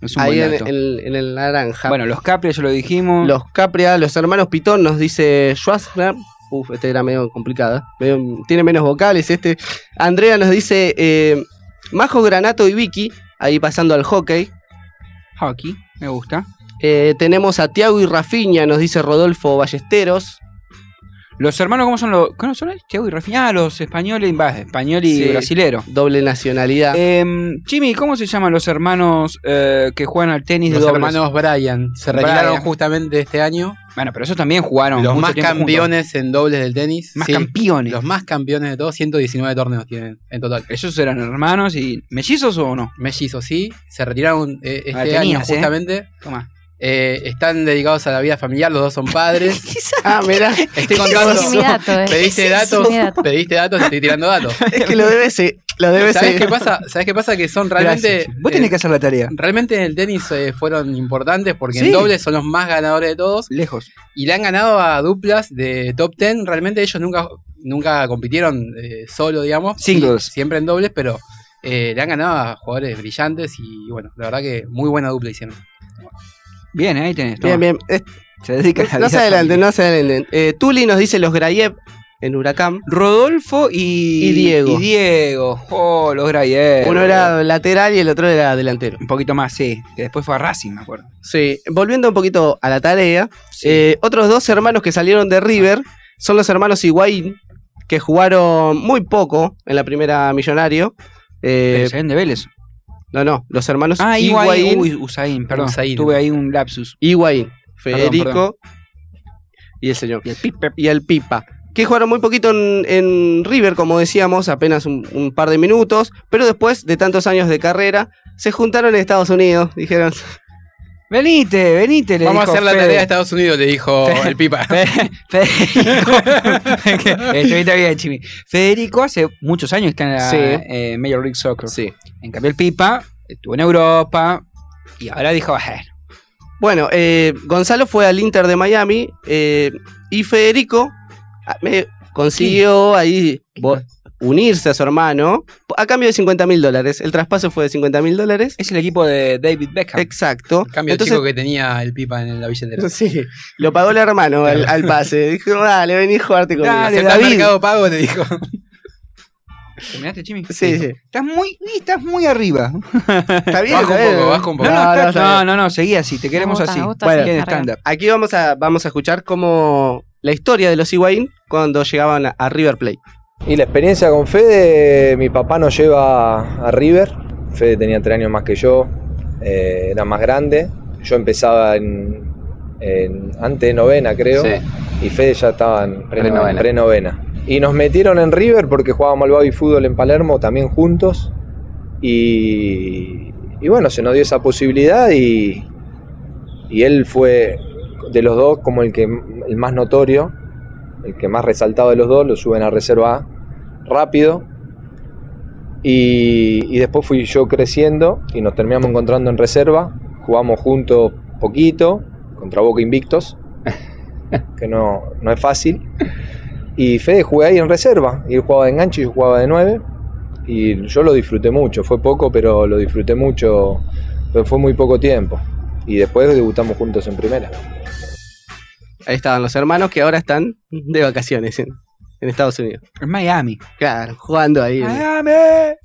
[SPEAKER 1] Es un
[SPEAKER 5] Ahí
[SPEAKER 1] buen
[SPEAKER 5] en,
[SPEAKER 1] dato.
[SPEAKER 5] en- en el naranja.
[SPEAKER 1] Bueno, los Capri ya lo dijimos.
[SPEAKER 5] Los Capria, los hermanos Pitón, nos dice Schwarzner. Uf, este era medio complicado. medio- tiene menos vocales este. Andrea nos dice eh, Majo Granato y Vicky, ahí pasando al hockey.
[SPEAKER 1] Hockey, me gusta.
[SPEAKER 5] Eh, tenemos a Tiago y Rafiña, nos dice Rodolfo Ballesteros.
[SPEAKER 1] Los hermanos, ¿cómo son los? ¿Cómo son? Tiago y Rafinha, ah, los españoles, va, español y
[SPEAKER 5] Sí.
[SPEAKER 1] brasilero.
[SPEAKER 5] Doble nacionalidad.
[SPEAKER 7] Eh, *laughs*
[SPEAKER 1] Em, Jimmy, ¿cómo se llaman los hermanos eh, que juegan al tenis de
[SPEAKER 6] Los
[SPEAKER 1] dobles?
[SPEAKER 6] hermanos Bryan se retiraron
[SPEAKER 1] Bryan.
[SPEAKER 6] justamente este año.
[SPEAKER 1] Bueno, pero esos también jugaron.
[SPEAKER 6] los
[SPEAKER 1] mucho
[SPEAKER 6] más
[SPEAKER 1] tiempo juntos.
[SPEAKER 6] campeones en dobles del tenis.
[SPEAKER 1] Más
[SPEAKER 6] Sí,
[SPEAKER 1] campeones.
[SPEAKER 6] Los más campeones de todos, 119 torneos tienen en total.
[SPEAKER 1] Esos eran hermanos y mellizos o no?
[SPEAKER 6] Mellizos, sí, se retiraron eh, este
[SPEAKER 1] Ah, tenías,
[SPEAKER 6] año
[SPEAKER 1] eh.
[SPEAKER 6] justamente.
[SPEAKER 1] Toma.
[SPEAKER 6] Eh, están dedicados a la vida familiar, los dos son padres.
[SPEAKER 5] *laughs* Ah,
[SPEAKER 7] *laughs*
[SPEAKER 5] mirá,
[SPEAKER 6] Estoy
[SPEAKER 7] Es mi
[SPEAKER 6] contando.
[SPEAKER 7] dato, eh.
[SPEAKER 6] Pediste
[SPEAKER 7] Es
[SPEAKER 6] datos,
[SPEAKER 7] mi dato.
[SPEAKER 6] pediste datos, te estoy tirando datos.
[SPEAKER 5] es que lo debe se- Lo debe
[SPEAKER 6] ¿Sabes
[SPEAKER 5] ser.
[SPEAKER 6] qué pasa? ¿Sabés qué pasa? Que son realmente. eh,
[SPEAKER 1] Vos tenés que hacer la tarea.
[SPEAKER 6] Realmente en el tenis eh, fueron importantes porque
[SPEAKER 1] Sí.
[SPEAKER 6] en dobles son los más ganadores de todos.
[SPEAKER 1] Lejos.
[SPEAKER 6] Y le han ganado a duplas de top 10. Realmente ellos nunca, nunca compitieron eh, solo, digamos.
[SPEAKER 1] Singles.
[SPEAKER 6] Sí, Siempre en dobles, pero eh, le han ganado a jugadores brillantes y bueno, la verdad que muy buena dupla hicieron.
[SPEAKER 1] Bien, ahí tenés.
[SPEAKER 5] Bien, bien. Eh,
[SPEAKER 1] Se dedica a la
[SPEAKER 5] no
[SPEAKER 1] vida
[SPEAKER 5] se adelanten,
[SPEAKER 1] familiar.
[SPEAKER 5] no se adelanten. Eh, Tuli nos dice los Grayev en Huracán.
[SPEAKER 1] Rodolfo y,
[SPEAKER 5] Y Diego.
[SPEAKER 1] Y Diego. Oh, los Grayer.
[SPEAKER 5] Uno era lateral y el otro era delantero.
[SPEAKER 1] Un poquito más, sí. Que después fue a Racing, me acuerdo.
[SPEAKER 5] Sí, volviendo un poquito a la tarea, eh, otros dos hermanos que salieron de River
[SPEAKER 1] Ah.
[SPEAKER 5] son los hermanos Higuaín, que jugaron muy poco en la primera Millonario. Eh,
[SPEAKER 1] Pero se ven de Vélez.
[SPEAKER 5] no, no, los hermanos
[SPEAKER 1] Ah, Higuaín.
[SPEAKER 5] Higuaín.
[SPEAKER 1] Uy, Usain, perdón.
[SPEAKER 6] Usain.
[SPEAKER 5] *laughs*
[SPEAKER 1] Tuve ahí *laughs* un lapsus.
[SPEAKER 5] Higuaín,
[SPEAKER 1] Perdón,
[SPEAKER 5] Federico
[SPEAKER 1] perdón.
[SPEAKER 5] y el señor.
[SPEAKER 1] Y el Pipe.
[SPEAKER 5] y el Pipa. Que jugaron muy poquito en, en River, como decíamos, apenas un, un par de minutos, pero después de tantos años de carrera, se juntaron en Estados Unidos. Dijeron,
[SPEAKER 1] Venite, venite, le
[SPEAKER 6] Vamos a
[SPEAKER 1] dijo
[SPEAKER 6] hacer la
[SPEAKER 1] Fede.
[SPEAKER 6] tarea de Estados Unidos, le dijo
[SPEAKER 1] Fede.
[SPEAKER 6] el Pipa. *laughs*
[SPEAKER 1] Fe- Federico. Que- Estuviste bien, Chimi. Federico hace muchos años está en la
[SPEAKER 5] Sí.
[SPEAKER 1] eh, Major League Soccer.
[SPEAKER 5] sí.
[SPEAKER 1] En cambio, el Pipa estuvo en Europa y ahora dijo, "Bueno,
[SPEAKER 5] Bueno, eh, Gonzalo fue al Inter de Miami eh, y Federico ah, me consiguió ahí bo- unirse a su hermano a cambio de 50 mil dólares. El traspaso fue de 50 mil dólares.
[SPEAKER 1] es el equipo de David Beckham.
[SPEAKER 5] Exacto.
[SPEAKER 6] El cambio
[SPEAKER 5] Entonces-
[SPEAKER 6] chico que tenía el Pipa en la billetera.
[SPEAKER 5] *laughs* Sí, lo pagó el hermano al, al pase. Dijo, dale, vení a jugarte conmigo.
[SPEAKER 1] Dale,
[SPEAKER 6] Aceptá
[SPEAKER 1] David.
[SPEAKER 6] mercado pago, le dijo.
[SPEAKER 1] ¿Terminaste, Chimi?
[SPEAKER 5] Sí, sí.
[SPEAKER 1] Estás muy, estás muy arriba.
[SPEAKER 5] Está bien,
[SPEAKER 6] Baja un
[SPEAKER 5] está bien.
[SPEAKER 6] poco, baja un
[SPEAKER 1] No,
[SPEAKER 6] poco.
[SPEAKER 1] no,
[SPEAKER 5] No,
[SPEAKER 1] está-
[SPEAKER 5] no, está
[SPEAKER 1] no,
[SPEAKER 5] bien.
[SPEAKER 1] no, no, seguí así, te queremos
[SPEAKER 7] gusta,
[SPEAKER 1] así.
[SPEAKER 7] me gusta
[SPEAKER 1] Bueno,
[SPEAKER 7] así,
[SPEAKER 1] en
[SPEAKER 7] carga.
[SPEAKER 1] stand-up.
[SPEAKER 5] Aquí vamos a, vamos a escuchar cómo la historia de los Higuaín cuando llegaban a, a River Plate.
[SPEAKER 11] Y la experiencia con Fede, mi papá nos lleva a River. Fede tenía tres años más que yo, eh, era más grande. Yo empezaba en, en- antes de novena, creo. Y Fede ya estaba en pre-novena. Y nos metieron en River porque jugábamos al baby fútbol en Palermo también juntos. Y, y bueno, se nos dio esa posibilidad y, y él fue de los dos como el, que, el más notorio, el que más resaltado de los dos, lo suben a reserva A rápido. Y, y después fui yo creciendo y nos terminamos encontrando en reserva. Jugamos juntos poquito, contra Boca Invictos, que no, no es fácil. Y Fede jugué ahí en reserva. Y él jugaba de enganche y yo jugaba de 9. Y yo lo disfruté mucho. Fue poco, pero lo disfruté mucho. Pero fue muy poco tiempo. Y después debutamos juntos en primera.
[SPEAKER 5] Ahí estaban los hermanos que ahora están de vacaciones en, en Estados Unidos.
[SPEAKER 1] En Miami.
[SPEAKER 5] Claro, jugando ahí. eh,
[SPEAKER 1] Miami.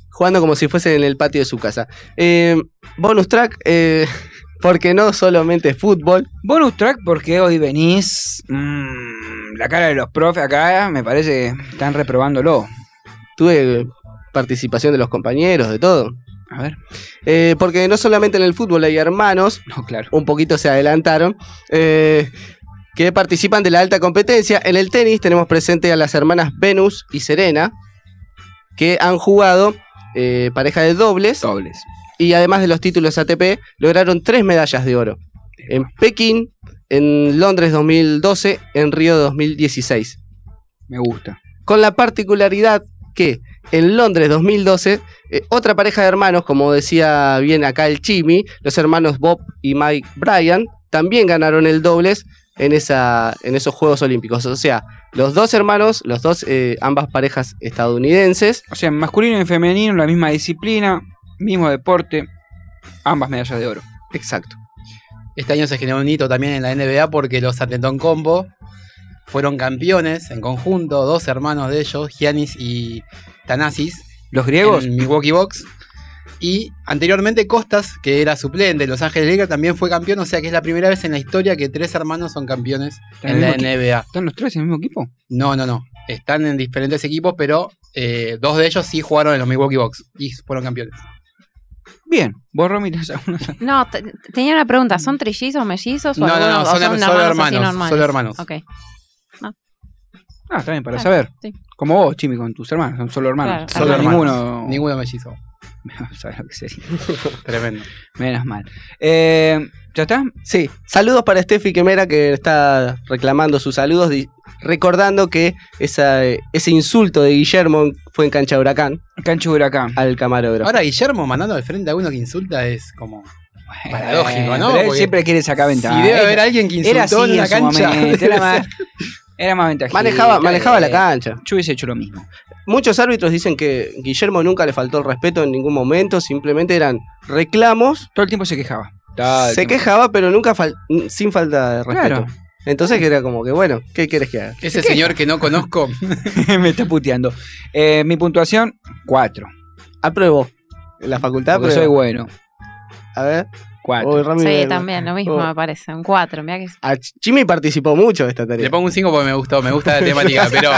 [SPEAKER 5] Jugando como si fuesen en el patio de su casa. Eh, bonus track, eh, *laughs* porque no solamente es fútbol.
[SPEAKER 1] Bonus track porque hoy venís. mm, la cara de los profes acá me parece que están reprobándolo.
[SPEAKER 5] Tuve participación de los compañeros, de todo.
[SPEAKER 1] A ver.
[SPEAKER 5] Eh, porque no solamente en el fútbol hay hermanos,
[SPEAKER 1] No, claro.
[SPEAKER 5] un poquito se adelantaron, eh, que participan de la alta competencia. En el tenis tenemos presente a las hermanas Venus y Serena, que han jugado eh, pareja de dobles
[SPEAKER 1] Dobles.
[SPEAKER 5] y además de los títulos ATP, lograron tres medallas de oro. En Pekín, en Londres 2012, en Río 2016
[SPEAKER 1] Me gusta.
[SPEAKER 5] con la particularidad que en Londres 2012, eh, otra pareja de hermanos, como decía bien acá el Chimi, los hermanos Bob y Mike Bryan, también ganaron el dobles en, esa, en esos Juegos Olímpicos. O sea, los dos hermanos, los dos, eh, ambas parejas estadounidenses,
[SPEAKER 1] O sea, masculino y femenino, la misma disciplina, mismo deporte, ambas medallas de oro.
[SPEAKER 5] exacto.
[SPEAKER 6] Este año se generó un hito también en la NBA porque los Atletón Combo fueron campeones en conjunto, dos hermanos de ellos, Giannis y Tanasis,
[SPEAKER 1] Los griegos,
[SPEAKER 6] en Milwaukee Bucks. Y anteriormente Costas, que era suplente en Los Ángeles Lakers, también fue campeón, o sea que es la primera vez en la historia que tres hermanos son campeones
[SPEAKER 1] ¿Están
[SPEAKER 6] en
[SPEAKER 1] en
[SPEAKER 6] la
[SPEAKER 1] el mismo
[SPEAKER 6] NBA.
[SPEAKER 1] ¿están los tres en el mismo equipo?
[SPEAKER 6] No, no, no. Están en diferentes equipos, pero eh, dos de ellos sí jugaron en los Milwaukee Bucks y fueron campeones.
[SPEAKER 1] Bien, vos Romírez, alguna-
[SPEAKER 7] No, te- tenía una pregunta. ¿Son trillizos, mellizos? o
[SPEAKER 6] No, no,
[SPEAKER 7] alguno-
[SPEAKER 6] no,
[SPEAKER 7] o
[SPEAKER 6] son
[SPEAKER 7] son
[SPEAKER 6] solo
[SPEAKER 7] así
[SPEAKER 6] hermanos,
[SPEAKER 7] normales?
[SPEAKER 6] solo hermanos.
[SPEAKER 7] Ok,
[SPEAKER 1] Ah, está bien, para
[SPEAKER 7] Ah,
[SPEAKER 1] saber.
[SPEAKER 7] sí.
[SPEAKER 1] Como vos, Chimi, con tus hermanos, son solo hermanos.
[SPEAKER 7] Claro,
[SPEAKER 6] Solo hermanos.
[SPEAKER 1] Ninguno.
[SPEAKER 6] Ninguno mellizo.
[SPEAKER 1] *laughs* Sabes lo que sería.
[SPEAKER 6] Tremendo.
[SPEAKER 1] Menos mal. Eh, ¿Ya está?
[SPEAKER 5] Sí, saludos para Steffi Quemera que está reclamando sus saludos. di- recordando que esa, eh, ese insulto de Guillermo fue en cancha de huracán.
[SPEAKER 1] Cancha de huracán.
[SPEAKER 5] Al camarógrafo.
[SPEAKER 6] Ahora Guillermo mandando al frente a uno que insulta es como paradójico, ¿no?
[SPEAKER 1] Pero él
[SPEAKER 6] Porque
[SPEAKER 1] siempre quiere sacar ventaja.
[SPEAKER 6] Si debe
[SPEAKER 1] Era-
[SPEAKER 6] haber alguien que insultó
[SPEAKER 1] era así
[SPEAKER 6] en la
[SPEAKER 1] su
[SPEAKER 6] cancha.
[SPEAKER 1] momento, era
[SPEAKER 6] *laughs*
[SPEAKER 1] más- Era más ventajista.
[SPEAKER 5] Manejaba, manejaba la
[SPEAKER 1] eh,
[SPEAKER 5] cancha.
[SPEAKER 1] Yo hubiese hecho lo mismo.
[SPEAKER 5] Muchos árbitros dicen que Guillermo nunca le faltó el respeto en ningún momento, simplemente eran reclamos.
[SPEAKER 1] Todo el tiempo se quejaba.
[SPEAKER 5] Se quejaba, pero nunca fal- sin falta de
[SPEAKER 6] Claro.
[SPEAKER 5] respeto. Entonces que era como que, bueno, ¿qué quieres que haga?
[SPEAKER 6] Ese señor que no conozco.
[SPEAKER 1] *laughs* Me está puteando. Eh, mi puntuación, 4.
[SPEAKER 5] Apruebo. La facultad
[SPEAKER 1] Porque soy
[SPEAKER 5] apruebo.
[SPEAKER 1] bueno.
[SPEAKER 5] A ver.
[SPEAKER 1] Cuatro.
[SPEAKER 5] Uy, Rami,
[SPEAKER 7] Sí,
[SPEAKER 5] me-
[SPEAKER 7] también, lo mismo
[SPEAKER 5] Oh.
[SPEAKER 7] me parece. Un 4, mirá que es-
[SPEAKER 5] A Jimmy participó mucho de esta tarea.
[SPEAKER 6] Le pongo un 5 porque me gustó, me gusta la
[SPEAKER 5] *laughs*
[SPEAKER 1] *laughs*
[SPEAKER 6] temática, pero.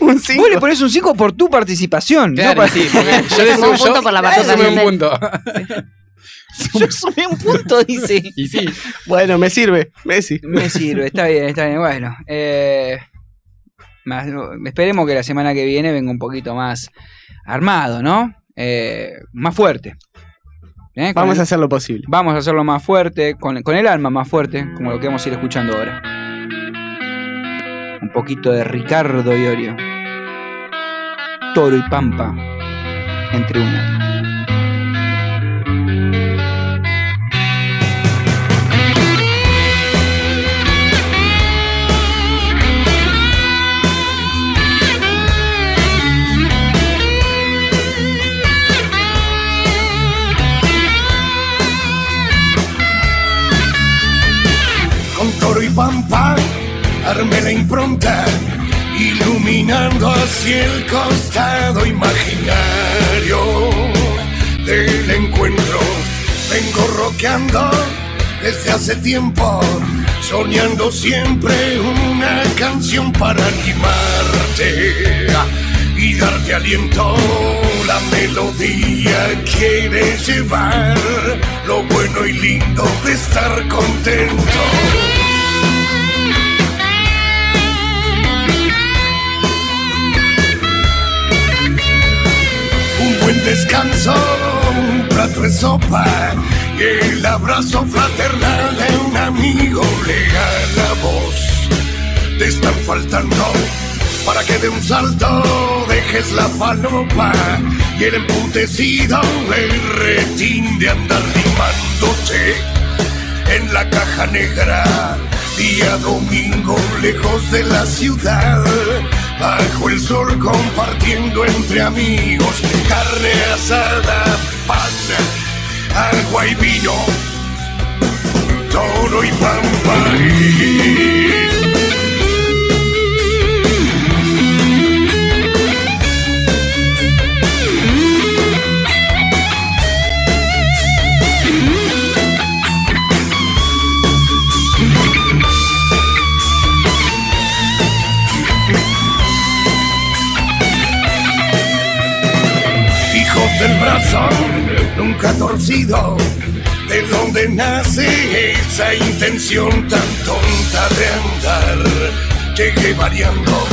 [SPEAKER 5] un
[SPEAKER 1] Vos le pones un *laughs* 5 por tu participación.
[SPEAKER 6] Claro,
[SPEAKER 1] no por-
[SPEAKER 6] sí,
[SPEAKER 1] *laughs*
[SPEAKER 6] porque yo le
[SPEAKER 1] Yo sumé
[SPEAKER 6] sumo
[SPEAKER 1] un punto por la
[SPEAKER 6] sumé un
[SPEAKER 1] participación
[SPEAKER 6] punto.
[SPEAKER 1] *laughs* Yo sumé un punto,
[SPEAKER 5] *laughs*
[SPEAKER 1] dice.
[SPEAKER 6] Y sí.
[SPEAKER 5] Bueno, me sirve, Messi.
[SPEAKER 1] Me *laughs* sirve, está bien, está bien. Bueno, eh, más- esperemos que la semana que viene venga un poquito más armado, ¿no? Eh, más fuerte. ¿Eh? Con
[SPEAKER 5] Vamos
[SPEAKER 1] el-
[SPEAKER 5] a hacer lo posible.
[SPEAKER 1] Vamos a hacerlo más fuerte, con, con el alma más fuerte, como lo que vamos a ir escuchando ahora. Un poquito de Ricardo Iorio. Toro y Pampa. Entre una.
[SPEAKER 12] con toro y pampa, armé la impronta, iluminando hacia el costado imaginario del encuentro. Vengo roqueando desde hace tiempo, soñando siempre una canción para animarte y darte aliento. La melodía quiere llevar lo bueno y lindo de estar contento. Un buen descanso, un plato de sopa y el abrazo fraternal de un amigo legal. La voz te están faltando para que de un salto dejes la falopa y el emputecido berretín de andar limándose en la caja negra. Día domingo, lejos de la ciudad, bajo el sol compartiendo entre amigos carne asada, pan, agua y vino, toro y pampa. hijos del brazo, nunca torcido, de donde nace esa intención tan tonta de andar, llegué variando,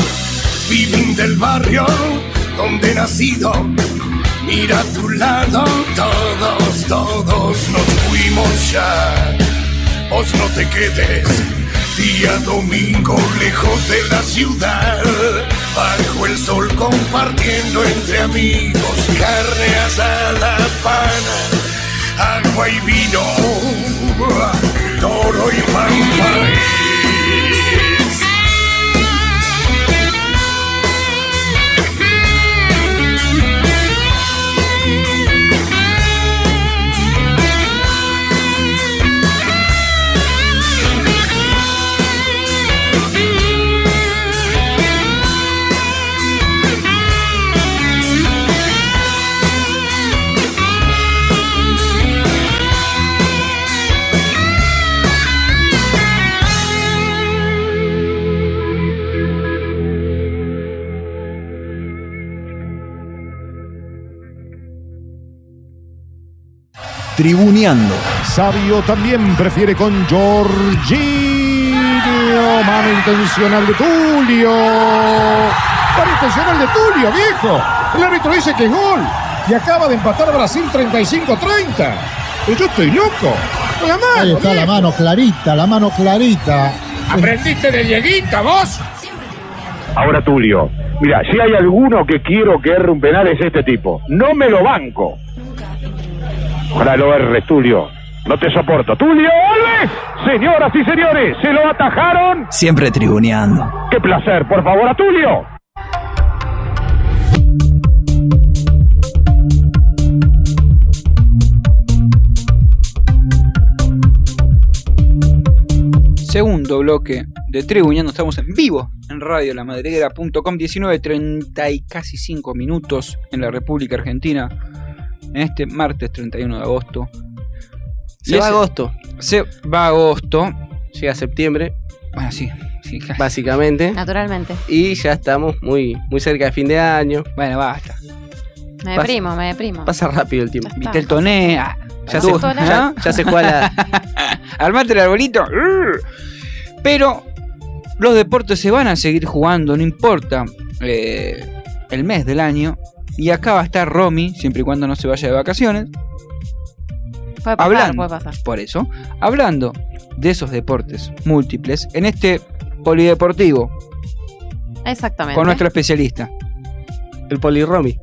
[SPEAKER 12] vivín del barrio donde he nacido, mira a tu lado, todos, todos nos fuimos ya, vos no te quedes. Día domingo lejos de la ciudad, bajo el sol compartiendo entre amigos carne asada, pan, agua y vino, toro y pampa.
[SPEAKER 13] Tribuneando. Sabio también prefiere con Jorginho. Mano intencional de Tulio. Mano intencional de Tulio, viejo. El árbitro dice que es gol. Y acaba de empatar Brasil 35-30. Pero yo estoy loco. La mano,
[SPEAKER 14] Ahí está la
[SPEAKER 13] viejo.
[SPEAKER 14] mano clarita, la mano clarita.
[SPEAKER 13] ¿Aprendiste de Dieguita vos?
[SPEAKER 14] Ahora Tulio. Mira, si hay alguno que quiero que erre un penal es este tipo. No me lo banco. Ojalá lo erres, Tulio. No te soporto. Tulio Alves. Señoras y señores, se lo atajaron.
[SPEAKER 15] Siempre tribuneando.
[SPEAKER 14] Qué placer, por favor, a Tulio.
[SPEAKER 1] Segundo bloque de Tribuñando, estamos en vivo en radiolamadriguera.com, 19.30 y casi 5 minutos en la República Argentina, en este martes 31 de agosto.
[SPEAKER 5] Se va agosto.
[SPEAKER 1] Se va agosto.
[SPEAKER 5] Llega septiembre.
[SPEAKER 1] Bueno, Ah, sí, sí, claro.
[SPEAKER 5] Básicamente.
[SPEAKER 7] Ah. Naturalmente.
[SPEAKER 5] Y ya estamos muy, muy cerca de fin de año.
[SPEAKER 1] Bueno, basta.
[SPEAKER 7] Me
[SPEAKER 5] Pasa-
[SPEAKER 7] deprimo, me deprimo.
[SPEAKER 5] Pasa rápido el tiempo.
[SPEAKER 7] Ya está.
[SPEAKER 1] Vitel Tonea.
[SPEAKER 5] Ya se- ya- ya se juega la-
[SPEAKER 1] *laughs* Armate el arbolito. Urr. Pero los deportes se van a seguir jugando, no importa eh, el mes del año. Y acá va a estar Romy, siempre y cuando no se vaya de vacaciones.
[SPEAKER 7] Puede pasar,
[SPEAKER 1] hablando,
[SPEAKER 7] puede pasar.
[SPEAKER 1] por eso, hablando de esos deportes múltiples en este polideportivo
[SPEAKER 7] Exactamente.
[SPEAKER 1] con nuestro especialista.
[SPEAKER 5] El polirromi.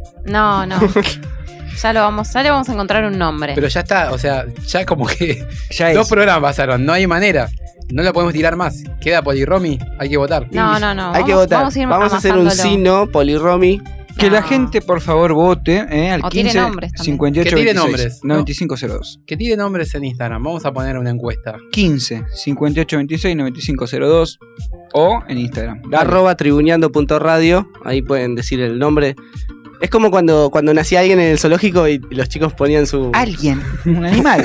[SPEAKER 1] *laughs*
[SPEAKER 7] No, no. ya lo vamos, ya le vamos a encontrar un nombre.
[SPEAKER 6] Pero ya está, o sea, ya como que
[SPEAKER 1] *laughs* ya
[SPEAKER 6] dos programas pasaron, no hay manera. No lo podemos tirar más. Queda Polirromi, hay que votar.
[SPEAKER 7] No, no, no.
[SPEAKER 5] Hay que
[SPEAKER 7] Vamos-
[SPEAKER 5] votar.
[SPEAKER 7] vamos a ir
[SPEAKER 5] hacer un
[SPEAKER 7] amasándolo.
[SPEAKER 5] sino, polirromi.
[SPEAKER 1] Que
[SPEAKER 7] Ah.
[SPEAKER 1] la gente, por favor, vote eh, al
[SPEAKER 6] O tire
[SPEAKER 1] 15
[SPEAKER 6] nombres también.
[SPEAKER 1] 58
[SPEAKER 6] Que tire
[SPEAKER 1] 26,
[SPEAKER 6] nombres, ¿no?
[SPEAKER 1] 9502.
[SPEAKER 6] Que tiene nombres en Instagram, vamos a poner una encuesta.
[SPEAKER 1] 15 58 26 9502 o en Instagram. Dale.
[SPEAKER 5] Arroba tribuneando.radio. Ahí pueden decir el nombre. Es como cuando, cuando nacía alguien en el zoológico y los chicos ponían su.
[SPEAKER 7] Ah,
[SPEAKER 1] Alguien, un animal.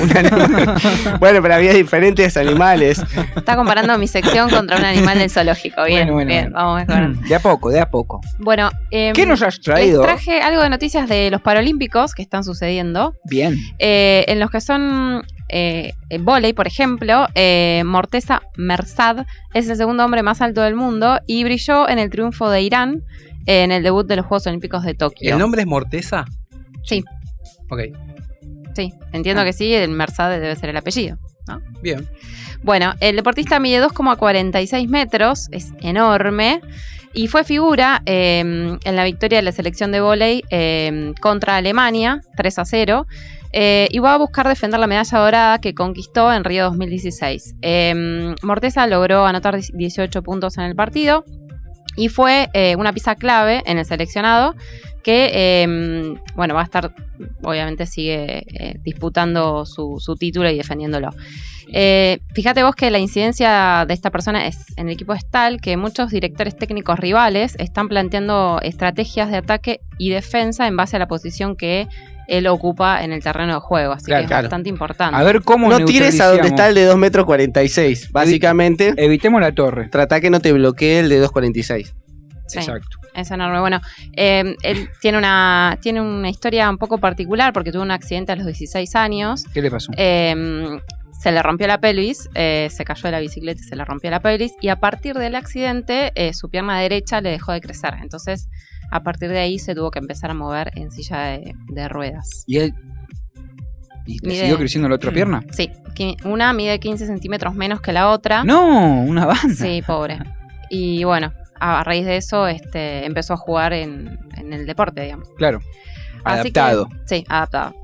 [SPEAKER 5] bueno, pero había diferentes animales.
[SPEAKER 7] Está comparando mi sección contra un animal del zoológico. Bien, bien, vamos a mejorar.
[SPEAKER 1] de a poco, de a poco.
[SPEAKER 7] Bueno, em,
[SPEAKER 1] ¿Qué nos has traído?
[SPEAKER 7] Les traje algo de noticias de los Paralímpicos que están sucediendo.
[SPEAKER 1] Bien.
[SPEAKER 7] eh, en los que son eh, el vóley, por ejemplo, eh, Morteza Mersad es el segundo hombre más alto del mundo y brilló en el triunfo de Irán eh, en el debut de los Juegos Olímpicos de Tokio.
[SPEAKER 6] ¿El nombre es Morteza?
[SPEAKER 7] Sí,
[SPEAKER 6] Ok,
[SPEAKER 7] sí.
[SPEAKER 6] Ah.
[SPEAKER 7] Entiendo que sí, el Mersad debe ser el apellido. ¿no?
[SPEAKER 6] bien.
[SPEAKER 7] Bueno, el deportista mide 2,46 metros, es enorme, y fue figura eh, en la victoria de la selección de vóley eh, contra Alemania, 3 a 0, eh, y va a buscar defender la medalla dorada que conquistó en Río 2016. Eh, Morteza logró anotar 18 puntos en el partido y fue eh, una pieza clave en el seleccionado que, eh, bueno, va a estar, obviamente sigue eh, disputando su, su título y defendiéndolo. Eh, fíjate vos que la incidencia de esta persona es, en el equipo es tal que muchos directores técnicos rivales están planteando estrategias de ataque y defensa en base a la posición que él ocupa en el terreno de juego, así
[SPEAKER 5] Claro,
[SPEAKER 7] que es
[SPEAKER 5] claro.
[SPEAKER 7] bastante importante.
[SPEAKER 5] No tires a donde está el de 2 metros 46. Básicamente.
[SPEAKER 1] Evitemos la torre.
[SPEAKER 5] Trata que no te bloquee el de 2.46.
[SPEAKER 7] Sí, Es enorme. Bueno, eh, él tiene una, tiene una historia un poco particular porque tuvo un accidente a los 16 años.
[SPEAKER 1] ¿Qué le pasó?
[SPEAKER 7] Eh, se le rompió la pelvis, eh, se cayó de la bicicleta y se le rompió la pelvis. Y a partir del accidente, eh, su pierna derecha le dejó de crecer. Entonces, a partir de ahí se tuvo que empezar a mover en silla de, de ruedas.
[SPEAKER 1] ¿Y él y le
[SPEAKER 7] Mide- Mm,
[SPEAKER 1] siguió creciendo la otra pierna?
[SPEAKER 7] Sí, qui- una mide 15 centímetros menos que la otra.
[SPEAKER 1] No, una banda.
[SPEAKER 7] Sí, pobre. Y bueno, a a raíz de eso este, empezó a jugar en, en el deporte, digamos.
[SPEAKER 1] Claro.
[SPEAKER 7] Así que-
[SPEAKER 1] Adaptado.
[SPEAKER 7] sí, adaptado.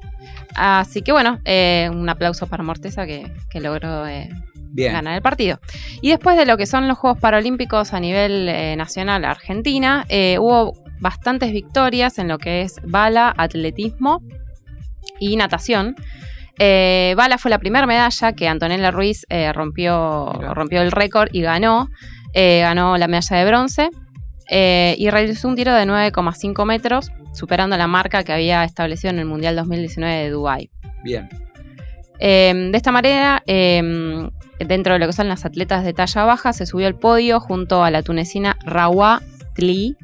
[SPEAKER 7] Así que bueno, eh, un aplauso para Morteza que, que logró eh,
[SPEAKER 1] Bien.
[SPEAKER 7] ganar el partido. Y después de lo que son los Juegos Paralímpicos a nivel eh, nacional argentina, eh, hubo bastantes victorias en lo que es bala, atletismo y natación. Eh, Bala fue la primera medalla que Antonella Ruiz eh, rompió, rompió el récord y ganó. Eh, ganó la medalla de bronce eh, y realizó un tiro de 9,5 metros, superando la marca que había establecido en el Mundial 2019 de Dubái.
[SPEAKER 1] Bien.
[SPEAKER 7] Eh, de esta manera, eh, dentro de lo que son las atletas de talla baja, se subió al podio junto a la tunecina Rawa Tli,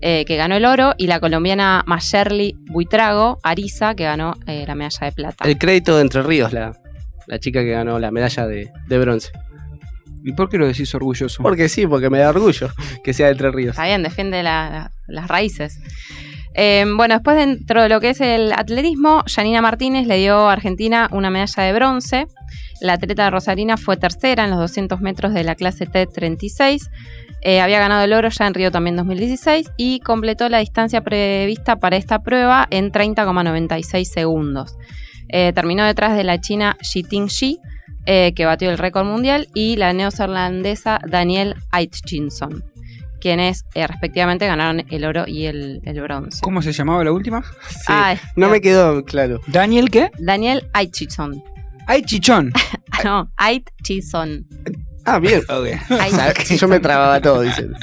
[SPEAKER 7] eh, que ganó el oro, y la colombiana Mayerly Buitrago Ariza, que ganó eh, la medalla de plata.
[SPEAKER 5] El crédito de Entre Ríos, la, la chica que ganó la medalla de, de bronce.
[SPEAKER 1] ¿Y por qué lo decís orgulloso?
[SPEAKER 5] Porque sí, porque me da orgullo que sea de Entre Ríos.
[SPEAKER 7] Está bien, defiende la- la- las raíces. Eh, bueno, después dentro de lo que es el atletismo, Janina Martínez le dio a Argentina una medalla de bronce. La atleta rosarina fue tercera en los 200 metros de la clase T36. Eh, había ganado el oro ya en Río también 2016 y completó la distancia prevista para esta prueba en 30,96 segundos. Eh, terminó detrás de la china Jiting Shi, eh, que batió el récord mundial, y la neozelandesa Daniel Aitchinson, quienes eh, respectivamente ganaron el oro y el, el bronce.
[SPEAKER 1] ¿Cómo se llamaba
[SPEAKER 5] *laughs*
[SPEAKER 1] la última?
[SPEAKER 7] Ay,
[SPEAKER 5] No me quedó claro.
[SPEAKER 1] ¿Daniel qué?
[SPEAKER 7] Daniel Aitchison.
[SPEAKER 1] ¡Ay,
[SPEAKER 7] *laughs*
[SPEAKER 1] chichón!
[SPEAKER 7] no, Aitchison.
[SPEAKER 5] Ah,
[SPEAKER 1] *laughs*
[SPEAKER 5] bien.
[SPEAKER 7] Ay,
[SPEAKER 5] O sea, yo me trababa todo, dicen.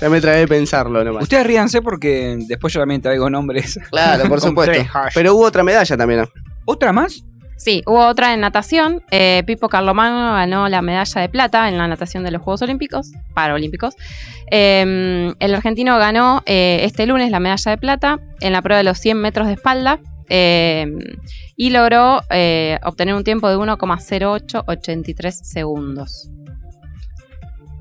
[SPEAKER 5] Ya me trabé de pensarlo nomás.
[SPEAKER 1] Ustedes ríanse porque después yo también traigo nombres.
[SPEAKER 5] Claro, por
[SPEAKER 1] *laughs* Con
[SPEAKER 5] supuesto.
[SPEAKER 1] tres hash.
[SPEAKER 5] Pero hubo otra medalla también. ¿no?
[SPEAKER 1] ¿Otra más?
[SPEAKER 7] Sí, hubo otra en natación. Eh, Pipo Carlomagno ganó la medalla de plata en la natación de los Juegos Olímpicos, Paralímpicos. Eh, el argentino ganó eh, este lunes la medalla de plata en la prueba de los 100 metros de espalda eh, y logró eh, obtener un tiempo de 1,0883 segundos.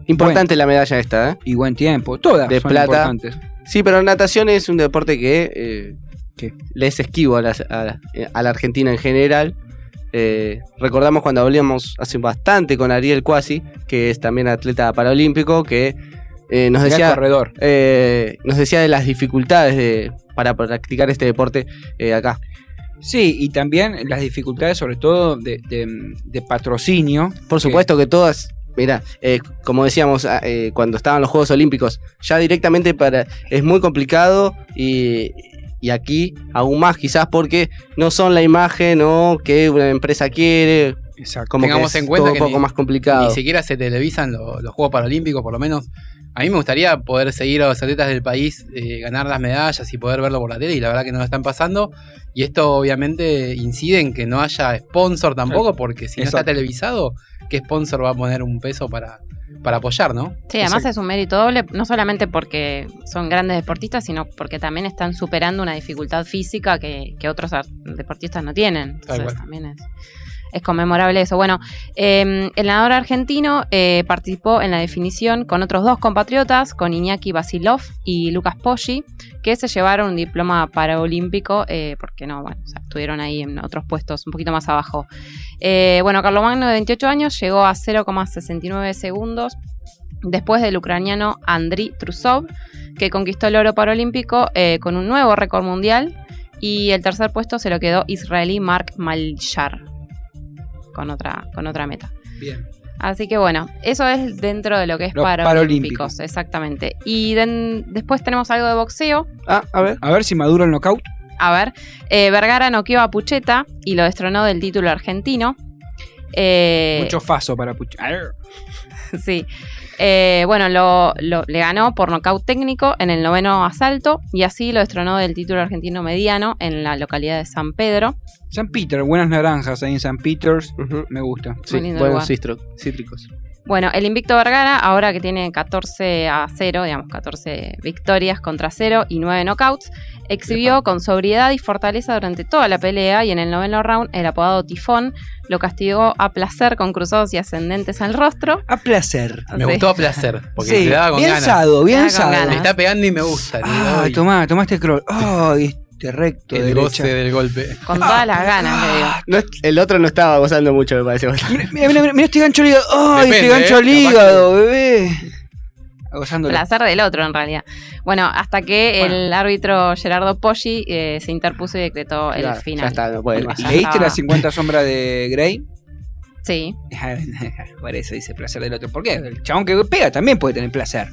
[SPEAKER 5] Importante la medalla esta, ¿eh?
[SPEAKER 1] Y buen tiempo. Todas
[SPEAKER 5] de
[SPEAKER 1] son
[SPEAKER 5] plata.
[SPEAKER 1] importantes.
[SPEAKER 5] Sí, pero natación es un deporte que eh, les esquivo a, las- a la, a la Argentina en general. Eh, recordamos cuando hablamos hace bastante con Ariel Cuasi, que es también atleta paraolímpico, que eh, nos
[SPEAKER 1] Era
[SPEAKER 5] decía
[SPEAKER 1] corredor.
[SPEAKER 5] eh, nos decía de las dificultades de- para practicar este deporte eh, acá.
[SPEAKER 1] Sí, y también las dificultades, sobre todo de, de- de patrocinio.
[SPEAKER 5] Por supuesto que todas, mira, como decíamos ah, eh, cuando estaban los Juegos Olímpicos, ya directamente para es muy complicado y, y aquí aún más quizás porque no son la imagen o que una empresa quiere. Como
[SPEAKER 6] Tengamos
[SPEAKER 5] que es
[SPEAKER 6] en cuenta
[SPEAKER 5] todo
[SPEAKER 6] que
[SPEAKER 5] un poco
[SPEAKER 6] ni-
[SPEAKER 5] más complicado.
[SPEAKER 6] Ni siquiera se televisan lo- los Juegos Paralímpicos, por lo menos. A mí me gustaría poder seguir a los atletas del país, eh, ganar las medallas y poder verlo por la tele, y la verdad que no lo están pasando. Y esto obviamente incide en que no haya sponsor tampoco, porque si no
[SPEAKER 1] Exacto.
[SPEAKER 6] está televisado, ¿qué sponsor va a poner un peso para, para apoyar, no?
[SPEAKER 7] Sí, además es un mérito doble, no solamente porque son grandes deportistas, sino porque también están superando una dificultad física que, que otros ar- deportistas no tienen.
[SPEAKER 15] Tal
[SPEAKER 7] Entonces,
[SPEAKER 15] cual.
[SPEAKER 7] también es, es conmemorable eso. Bueno, eh, el nadador argentino eh, participó en la definición con otros dos compatriotas, con Iñaki Basilov y Lucas Poggi, que se llevaron un diploma paraolímpico, eh, porque no, bueno, o sea, estuvieron ahí en otros puestos un poquito más abajo. Eh, bueno, Carlomagno, de 28 años, llegó a 0,69 segundos después del ucraniano Andriy Trusov, que conquistó el oro paralímpico eh, con un nuevo récord mundial. Y el tercer puesto se lo quedó israelí Mark Malchar, con otra, con otra meta.
[SPEAKER 1] Bien.
[SPEAKER 7] Así que bueno, eso es dentro de lo que es
[SPEAKER 1] Los
[SPEAKER 7] paralímpicos, exactamente. Y den- después tenemos algo de boxeo.
[SPEAKER 5] Ah, a ver.
[SPEAKER 1] A ver si madura el knockout.
[SPEAKER 7] A ver, eh, Vergara noqueó a Pucheta y lo destronó del título argentino. Eh,
[SPEAKER 1] Mucho faso para puchar.
[SPEAKER 7] *laughs* Sí. Eh, bueno, lo, lo- le ganó por nocaut técnico en el noveno asalto y así lo destronó del título argentino mediano en la localidad de San Pedro.
[SPEAKER 1] San Peter, buenas naranjas ahí en San Peters. Me gusta.
[SPEAKER 7] Sí, Muy lindo buenos lugar.
[SPEAKER 5] cítricos.
[SPEAKER 7] Bueno, el invicto Vergara, ahora que tiene 14 a 0, digamos 14 victorias contra 0 y 9 knockouts, exhibió con sobriedad y fortaleza durante toda la pelea y en el noveno round el apodado Tifón lo castigó a placer con cruzados y ascendentes al rostro.
[SPEAKER 1] A placer.
[SPEAKER 6] Me
[SPEAKER 7] Sí.
[SPEAKER 6] gustó a placer, porque
[SPEAKER 1] Sí,
[SPEAKER 6] le daba con
[SPEAKER 1] bien
[SPEAKER 6] ganas.
[SPEAKER 1] sado, bien Te daba con sado. ganas.
[SPEAKER 6] Le está pegando y me gusta. le
[SPEAKER 1] Ah,
[SPEAKER 6] doy
[SPEAKER 1] tomá, tomaste crawl. Ay, este recto.
[SPEAKER 6] el
[SPEAKER 1] derecha.
[SPEAKER 6] goce del golpe.
[SPEAKER 7] Con todas las ganas, le digo.
[SPEAKER 5] No es- el otro no estaba gozando mucho, me parece.
[SPEAKER 1] Mira, mira, mira, mira este gancho al hígado. Ay, este
[SPEAKER 5] Depende,
[SPEAKER 1] gancho al
[SPEAKER 5] ¿eh? Capaz
[SPEAKER 1] hígado, bebé. Gozándolo.
[SPEAKER 7] placer del otro en realidad. Bueno, hasta que el árbitro Gerardo Poggi eh, se interpuso y decretó
[SPEAKER 1] Claro,
[SPEAKER 7] el
[SPEAKER 1] ya
[SPEAKER 7] final.
[SPEAKER 5] está, no puede
[SPEAKER 7] Porque ya
[SPEAKER 1] ¿Leíste
[SPEAKER 7] estaba-
[SPEAKER 1] las 50 sombras de Grey? *laughs*
[SPEAKER 7] Sí.
[SPEAKER 1] Por eso dice placer del otro. ¿Por qué? El chabón que pega también puede tener placer.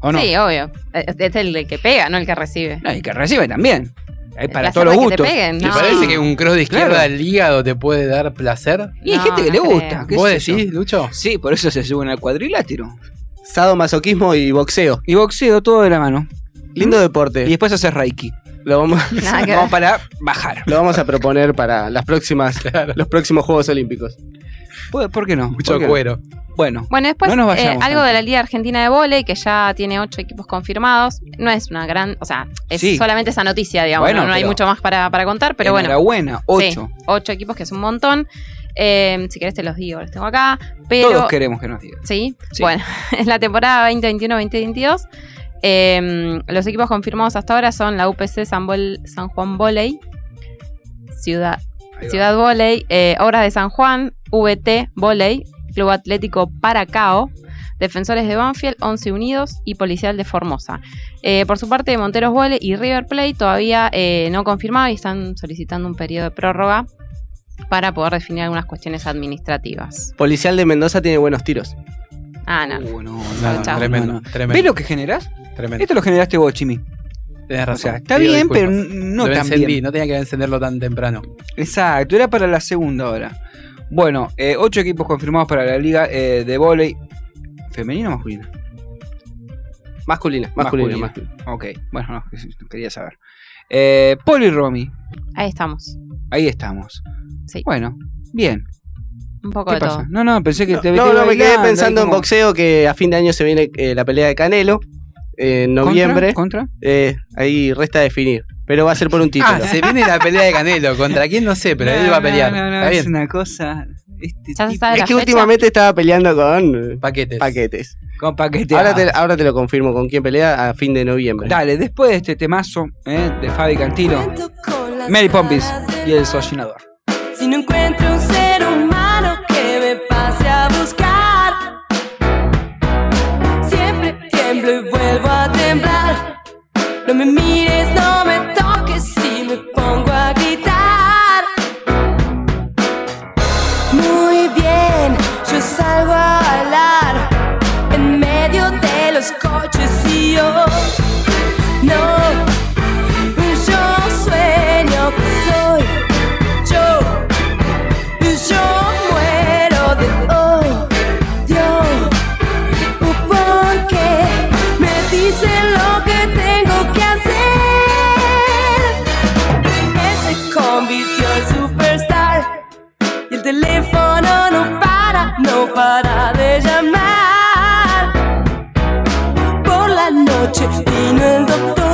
[SPEAKER 1] ¿O no?
[SPEAKER 7] Sí, obvio. Es es el, que pega, no el que recibe.
[SPEAKER 1] No, y que recibe también. Hay para
[SPEAKER 7] placer
[SPEAKER 1] todos los
[SPEAKER 7] de que te
[SPEAKER 1] gustos.
[SPEAKER 7] peguen,
[SPEAKER 6] ¿Te
[SPEAKER 7] No.
[SPEAKER 6] parece que un cross de izquierda
[SPEAKER 1] Claro.
[SPEAKER 6] al hígado te puede dar placer?
[SPEAKER 1] Y hay gente que le gusta. ¿qué
[SPEAKER 6] ¿Vos
[SPEAKER 1] sé
[SPEAKER 6] decís,
[SPEAKER 1] yo?
[SPEAKER 6] Lucho?
[SPEAKER 1] Sí, por eso se suben al cuadrilátero.
[SPEAKER 5] Sadomasoquismo y boxeo.
[SPEAKER 1] Y boxeo, todo de la mano.
[SPEAKER 5] Lindo deporte. Y
[SPEAKER 1] después haces Reiki.
[SPEAKER 5] Lo vamos, *laughs*
[SPEAKER 1] Nada que Vamos ver. para bajar.
[SPEAKER 5] Lo vamos a proponer para las próximas, los próximos Juegos Olímpicos.
[SPEAKER 1] ¿Por por qué no?
[SPEAKER 5] Mucho
[SPEAKER 1] ¿Por qué no?
[SPEAKER 5] cuero.
[SPEAKER 1] Bueno.
[SPEAKER 7] Bueno, después
[SPEAKER 1] No nos
[SPEAKER 7] eh,
[SPEAKER 1] vayamos
[SPEAKER 7] algo
[SPEAKER 1] tanto.
[SPEAKER 7] de la Liga Argentina de Volei, que ya tiene ocho equipos confirmados. No es una gran, o sea, es
[SPEAKER 1] Sí.
[SPEAKER 7] solamente esa noticia, digamos,
[SPEAKER 1] Bueno,
[SPEAKER 7] no, no hay
[SPEAKER 1] pero-
[SPEAKER 7] mucho más para, para contar, pero bueno.
[SPEAKER 1] Enhorabuena, ocho.
[SPEAKER 7] Sí, ocho equipos, que es un montón. Eh, si querés te los digo, los tengo acá. Pero,
[SPEAKER 1] Todos queremos que nos digan.
[SPEAKER 7] ¿Sí? Bueno, *laughs* en la temporada 2021-2022, eh, los equipos confirmados hasta ahora son la UPC San, Bol- San Juan Voley, Ciudad, Ciudad Voley, eh, Obras de San Juan, VT Voley, Club Atlético Paracao, Defensores de Banfield, Once Unidos y Policial de Formosa. Eh, por su parte, Monteros Vole y River Plate todavía eh, no confirmado y están solicitando un periodo de prórroga para poder definir algunas cuestiones administrativas.
[SPEAKER 5] Policial de Mendoza tiene buenos tiros.
[SPEAKER 7] Ah, no.
[SPEAKER 6] No, no,
[SPEAKER 7] Chao.
[SPEAKER 6] tremendo, tremendo.
[SPEAKER 1] ¿Ves lo que generás?
[SPEAKER 6] Tremendo.
[SPEAKER 1] Esto lo generaste vos, Chimi.
[SPEAKER 6] Tenés razón.
[SPEAKER 1] sea, está
[SPEAKER 6] Pido
[SPEAKER 1] bien,
[SPEAKER 6] disculpas.
[SPEAKER 1] pero no
[SPEAKER 6] Lo
[SPEAKER 1] tan
[SPEAKER 6] encendí,
[SPEAKER 1] bien.
[SPEAKER 6] No tenía que encenderlo tan temprano.
[SPEAKER 1] Exacto, era para la segunda hora. Bueno, eh, ocho equipos confirmados para la liga eh, de vóley femenina o masculina.
[SPEAKER 5] Masculina, masculina,
[SPEAKER 1] Ok, bueno, no, que- quería saber. Eh, Poli Romy,
[SPEAKER 7] Ahí estamos.
[SPEAKER 1] ahí estamos.
[SPEAKER 7] Sí.
[SPEAKER 1] Bueno, bien.
[SPEAKER 7] Un poco
[SPEAKER 1] ¿Qué
[SPEAKER 7] de
[SPEAKER 1] pasa?
[SPEAKER 7] todo.
[SPEAKER 1] No, no, pensé que te
[SPEAKER 5] No,
[SPEAKER 1] te
[SPEAKER 5] no, me quedé
[SPEAKER 1] bailando, ahí
[SPEAKER 5] pensando en
[SPEAKER 1] como-
[SPEAKER 5] boxeo que a fin de año se viene eh, la pelea de Canelo. eh, en noviembre.
[SPEAKER 1] ¿Contra?
[SPEAKER 5] Eh, ahí resta definir. Pero va a ser por un título.
[SPEAKER 6] Ah, se viene la pelea
[SPEAKER 7] *laughs*
[SPEAKER 6] de Canelo. ¿Contra quién? No sé, pero él va a pelear.
[SPEAKER 1] No, no, no,
[SPEAKER 6] Está
[SPEAKER 1] es
[SPEAKER 6] bien.
[SPEAKER 1] una cosa. Este
[SPEAKER 7] Ya se
[SPEAKER 1] tipo-
[SPEAKER 7] sabe
[SPEAKER 5] Es
[SPEAKER 7] la
[SPEAKER 5] que
[SPEAKER 7] fecha.
[SPEAKER 5] últimamente estaba peleando con eh,
[SPEAKER 6] paquetes.
[SPEAKER 5] paquetes.
[SPEAKER 1] Con paquete.
[SPEAKER 5] Ahora te, ahora te lo confirmo con quién pelea a fin de noviembre.
[SPEAKER 1] Dale, después de este temazo eh, de Fabi Cantilo, Mary Pompis y el Sollinador.
[SPEAKER 15] Si no encuentro un ser humano que me pase a buscar, siempre tiemblo y vuelvo a temblar. No me mires, no me toques si me pongo a gritar. Muy bien, yo salgo a bailar en medio de los coches y yo no. Yo sueño que soy yo. Yo muero de odio. Porque me dicen lo que tengo que hacer. Él se convirtió en superstar. Y el teléfono no para, no para de llamar. Por la noche vino el doctor.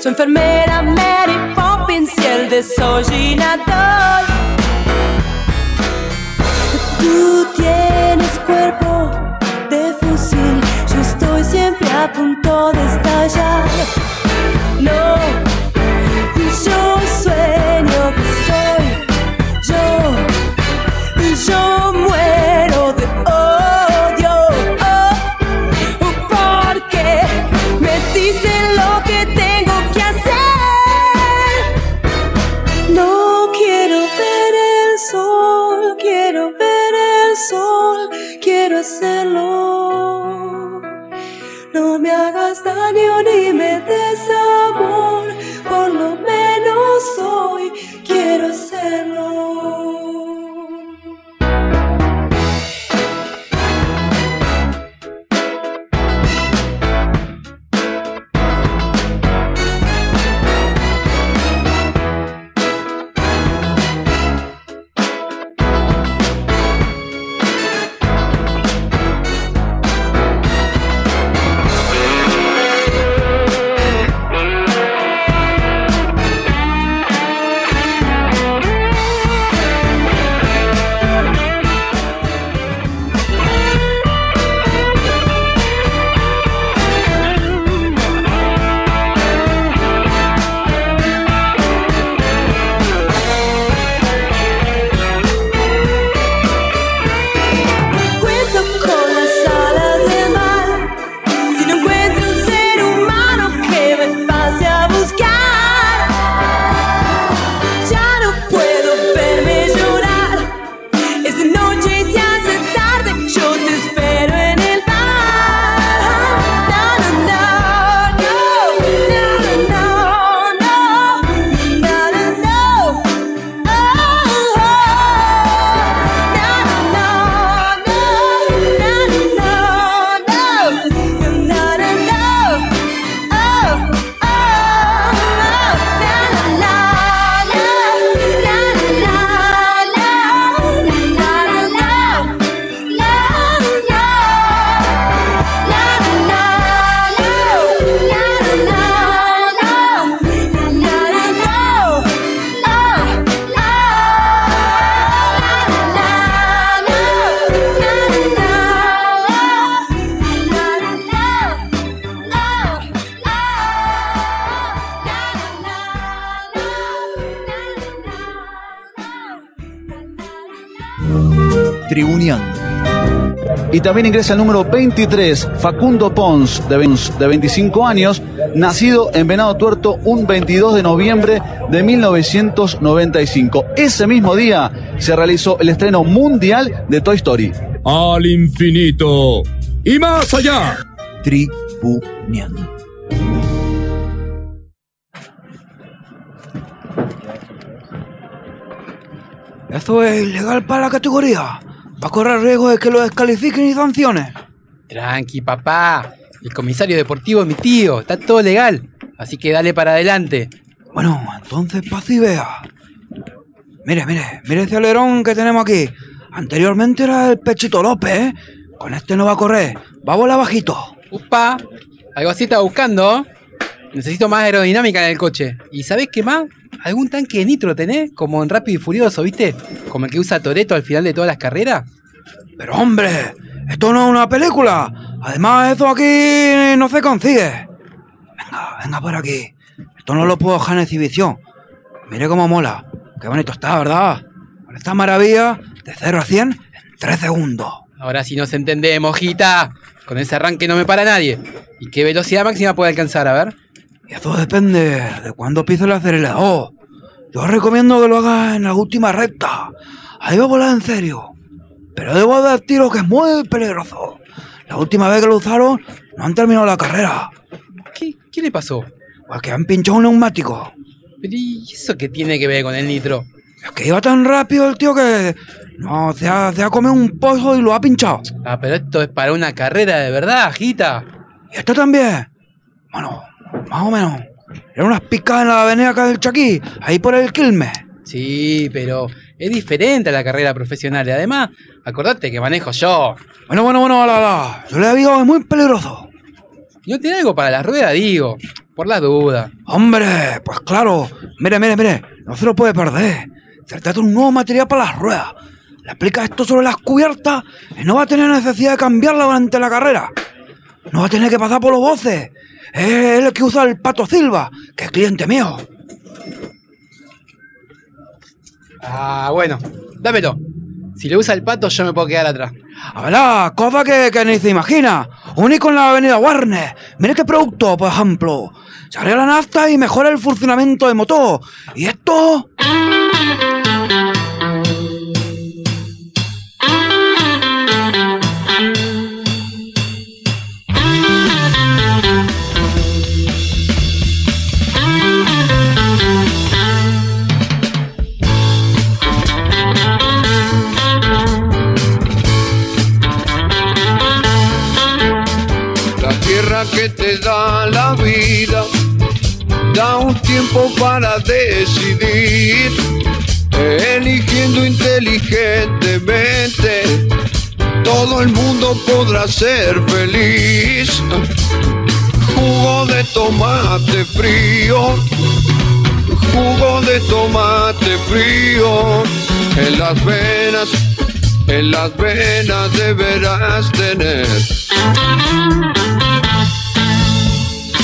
[SPEAKER 15] Su enfermera Mary Poppins y el desollinador. Tú tienes cuerpo de fusil, yo estoy siempre a punto de estallar. No, yo sueño que soy yo. Yo muero de odio. oh porque me dicen lo que tengo que hacer. No quiero ver el sol, quiero ver el sol, quiero hacerlo. No me hagas daño ni me des amor, por lo menos hoy quiero hacerlo. Cuento con las alas del mar. Si no encuentro un ser humano que me pase a buscar, ya no puedo verme llorar. Es de noche y se hace tarde. Yo te espero en el bar. No, no, no,
[SPEAKER 16] Oh,
[SPEAKER 15] no, no, no, no, no, no, no. Oh,
[SPEAKER 17] Tribuneando. Y también ingresa el número 23, Facundo Pons, de, 20 de 25 años, nacido en Venado Tuerto un 22 de noviembre de 1995. Ese mismo día se realizó el estreno mundial de Toy Story.
[SPEAKER 18] Al infinito y más allá.
[SPEAKER 17] Tribuneando.
[SPEAKER 19] Esto es ilegal para la categoría. Va a correr riesgo de que lo descalifiquen y sanciones.
[SPEAKER 6] Tranqui, papá. El comisario deportivo es mi tío. Está todo legal. Así que dale para adelante.
[SPEAKER 19] Bueno, entonces paz y vea. Mire, mire, mire ese este alerón que tenemos aquí. Anteriormente era el Pechito López, ¿eh? Con este no va a correr. Va a volar bajito.
[SPEAKER 6] Upa, algo así estaba buscando. Necesito más aerodinámica en el coche. ¿Y sabés qué más? ¿Algún tanque de nitro tenés? Como en Rápido y Furioso, ¿viste? Como el que usa Toreto al final de todas las carreras.
[SPEAKER 19] Pero hombre, esto no es una película. Además, esto aquí no se consigue. Venga, venga por aquí. Esto no lo puedo dejar en exhibición. Mire cómo mola. Qué bonito está, ¿verdad? Con esta maravilla, de 0 a 100 en 3 segundos.
[SPEAKER 6] Ahora sí nos entendemos, hojita. Con ese arranque no me para nadie. ¿Y qué velocidad máxima puede alcanzar? A ver.
[SPEAKER 19] Y eso depende de cuándo pise el acelerador. Yo recomiendo que lo hagas en la última recta. Ahí va a volar en serio. Pero debo advertiros que es muy peligroso. La última vez que lo usaron, no han terminado la carrera.
[SPEAKER 6] ¿Qué, qué le pasó?
[SPEAKER 19] Porque han pinchado un neumático.
[SPEAKER 6] Pero ¿y eso qué tiene que ver con el nitro?
[SPEAKER 19] Es que iba tan rápido el tío que... No, se ha, se ha comido un pozo y lo ha pinchado.
[SPEAKER 6] Ah, pero esto es para una carrera de verdad, hojita.
[SPEAKER 19] Y esto también. Bueno, más o menos. Eran unas picadas en la avenida acá del Chaquí, ahí por el Quilmes.
[SPEAKER 6] Sí, pero es diferente a la carrera profesional. Y además, acordate que manejo yo.
[SPEAKER 19] Bueno, bueno, bueno, la, la. Yo le digo, es muy peligroso.
[SPEAKER 6] ¿No tiene algo para las ruedas, digo? Por las dudas.
[SPEAKER 19] Hombre, pues claro. Mire, mire, mire. No se lo puede perder. Se trata de un nuevo material para las ruedas. Le aplica esto sobre las cubiertas y no va a tener necesidad de cambiarla durante la carrera. No va a tener que pasar por los voces. Es el que usa el Pato Silva, que es cliente mío.
[SPEAKER 6] Ah, bueno, dámelo. Si le usa el pato, yo me puedo quedar atrás.
[SPEAKER 19] Habrá cosa que, que ni se imagina. Único en la avenida Warner. Mira qué producto, por ejemplo. Se arregla la nafta y mejora el funcionamiento del motor. Y esto...
[SPEAKER 20] La tierra que te da la vida da un tiempo para decidir, eligiendo inteligentemente. Todo el mundo podrá ser feliz. Jugo de tomate frío, jugo de tomate frío. En las venas, en las venas deberás tener.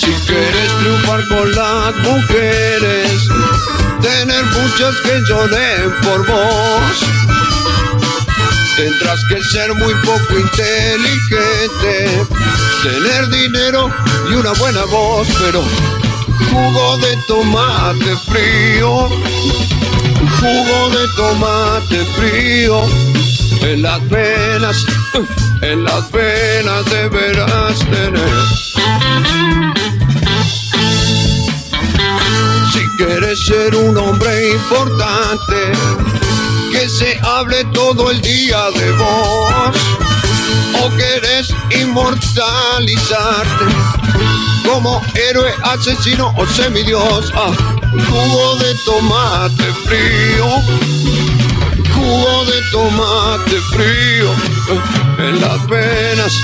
[SPEAKER 20] Si quieres triunfar con las mujeres, tener muchas que lloren por vos, tendrás que ser muy poco inteligente, tener dinero y una buena voz, pero jugo de tomate frío, jugo de tomate frío. En las venas, en las venas deberás tener. Si quieres ser un hombre importante, que se hable todo el día de vos. O querés inmortalizarte como héroe, asesino o semidios. Ah, jugo de tomate frío jugo de tomate frío en las venas,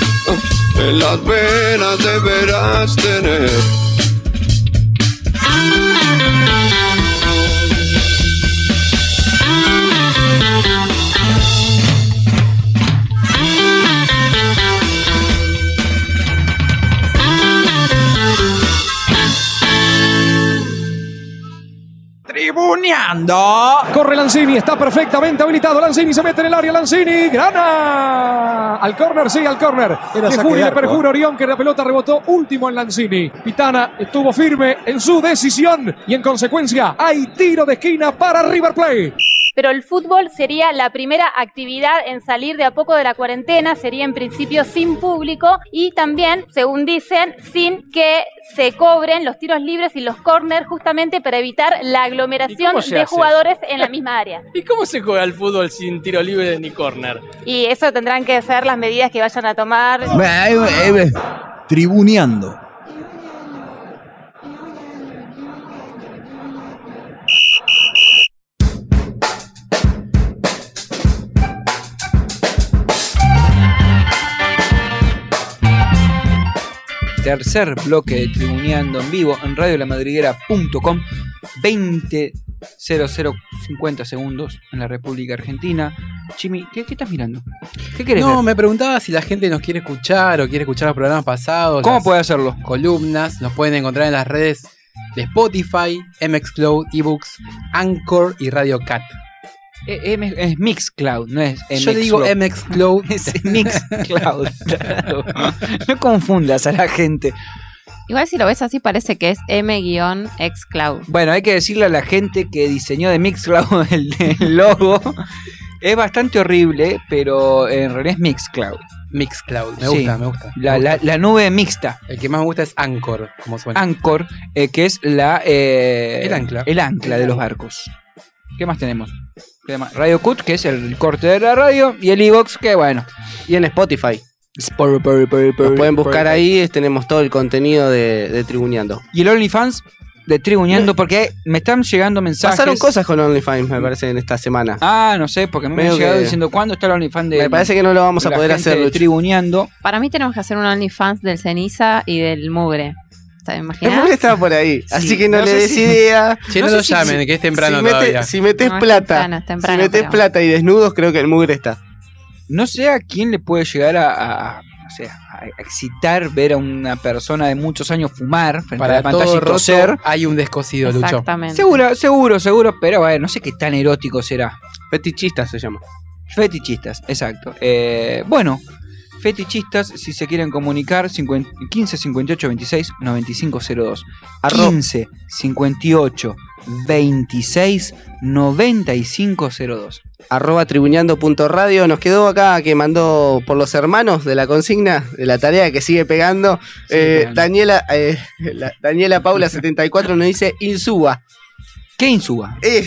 [SPEAKER 20] en las venas deberás tener.
[SPEAKER 10] Tribuneando. Corre Lanzini, está perfectamente habilitado. Lanzini se mete en el área. Lanzini, grana. Al córner, sí, al córner.
[SPEAKER 16] Era
[SPEAKER 10] Le
[SPEAKER 16] saque ¿eh?
[SPEAKER 10] jura
[SPEAKER 16] de
[SPEAKER 10] y le
[SPEAKER 16] arco,
[SPEAKER 10] perjura Orión que la pelota rebotó último en Lanzini. Pitana estuvo firme en su decisión y en consecuencia hay tiro de esquina para River Plate.
[SPEAKER 21] Pero el fútbol sería la primera actividad en salir de a poco de la cuarentena, sería en principio sin público y también, según dicen, sin que se cobren los tiros libres y los corners justamente para evitar la aglomeración
[SPEAKER 2] cómo se
[SPEAKER 21] de
[SPEAKER 2] hace
[SPEAKER 21] jugadores en la misma área.
[SPEAKER 2] ¿Y cómo se juega el fútbol sin tiro libre ni córner?
[SPEAKER 21] Y eso tendrán que ser las medidas que vayan a tomar.
[SPEAKER 16] Tribuneando.
[SPEAKER 1] tercer bloque de Tribuneando en vivo en radiolamadriguera.com 20 00 50 segundos en la República Argentina. Chimi, ¿qué, qué estás mirando? ¿Qué querés
[SPEAKER 6] No,
[SPEAKER 1] ver?
[SPEAKER 6] me preguntaba si la gente nos quiere escuchar o quiere escuchar los programas pasados.
[SPEAKER 1] ¿Cómo
[SPEAKER 6] las
[SPEAKER 1] puede hacerlo?
[SPEAKER 6] Columnas, nos pueden encontrar en las redes de Spotify, MXCloud, eBooks, Anchor y Radio Cat.
[SPEAKER 1] Eh, M- es Mixcloud, no es
[SPEAKER 6] Yo le digo
[SPEAKER 1] *laughs* MXCloud. es Mixcloud. claro. No confundas a la gente.
[SPEAKER 7] Igual si lo ves así parece que es M-Xcloud.
[SPEAKER 1] Bueno, hay que decirle a la gente que diseñó de Mixcloud *laughs* el, el logo. Es bastante horrible, pero en realidad es Mixcloud.
[SPEAKER 6] Mixcloud, me
[SPEAKER 1] Sí.
[SPEAKER 6] gusta, me gusta.
[SPEAKER 1] La, la- la nube mixta.
[SPEAKER 6] El que más me gusta es Anchor, como suena.
[SPEAKER 1] Anchor, eh, que es la eh,
[SPEAKER 6] El ancla.
[SPEAKER 1] el ancla de los barcos. ¿Qué más tenemos? ¿Qué más? Radio Cut, que es el corte de la radio, y el Evox, que bueno.
[SPEAKER 5] Y en Spotify. Lo pueden buscar ahí, es- tenemos todo el contenido de, de Tribuneando.
[SPEAKER 1] Y el OnlyFans de Tribuñando, porque me están llegando mensajes.
[SPEAKER 5] Pasaron cosas con OnlyFans, me parece, en esta semana.
[SPEAKER 1] Ah, no sé, porque me han
[SPEAKER 5] Medio
[SPEAKER 1] llegado
[SPEAKER 5] que-
[SPEAKER 1] diciendo cuándo está el OnlyFans de.
[SPEAKER 5] Me parece que no lo vamos a
[SPEAKER 1] la
[SPEAKER 5] poder
[SPEAKER 1] gente
[SPEAKER 5] hacer,
[SPEAKER 1] de
[SPEAKER 5] Lucho.
[SPEAKER 1] Tribuñando.
[SPEAKER 7] Para mí tenemos que hacer un OnlyFans del ceniza y del mugre. ¿Te imaginas?
[SPEAKER 5] El mugre estaba por ahí, así que no, le des idea.
[SPEAKER 6] Che, no lo llamen, que es temprano
[SPEAKER 5] si mete-
[SPEAKER 6] todavía.
[SPEAKER 5] si metes
[SPEAKER 7] No, es
[SPEAKER 5] plata,
[SPEAKER 7] temprano, es temprano,
[SPEAKER 5] si metes
[SPEAKER 7] pero-
[SPEAKER 5] plata y desnudos, creo que el mugre está.
[SPEAKER 1] No sé a quién le puede llegar a, a- a- no sé, a excitar ver a una persona de muchos años fumar frente a
[SPEAKER 6] Para
[SPEAKER 1] la pantalla
[SPEAKER 6] todo
[SPEAKER 1] y
[SPEAKER 6] roto
[SPEAKER 1] toser.
[SPEAKER 6] hay un descosido, Lucho.
[SPEAKER 1] Seguro, seguro, seguro, pero bueno, no sé qué tan erótico será.
[SPEAKER 5] Fetichistas se llama.
[SPEAKER 1] Fetichistas, exacto. Eh, bueno, fetichistas, si se quieren comunicar, 50 15 58 26 95 02. 15 58 26 95 02.
[SPEAKER 5] Arroba tribuñando.radio. Nos quedó acá que mandó por los hermanos de la consigna, de la tarea que sigue pegando. Eh, Daniela, eh, *laughs* la- Daniela Paula74 nos dice Insuba.
[SPEAKER 1] ¿Qué Insuba?
[SPEAKER 6] Eh,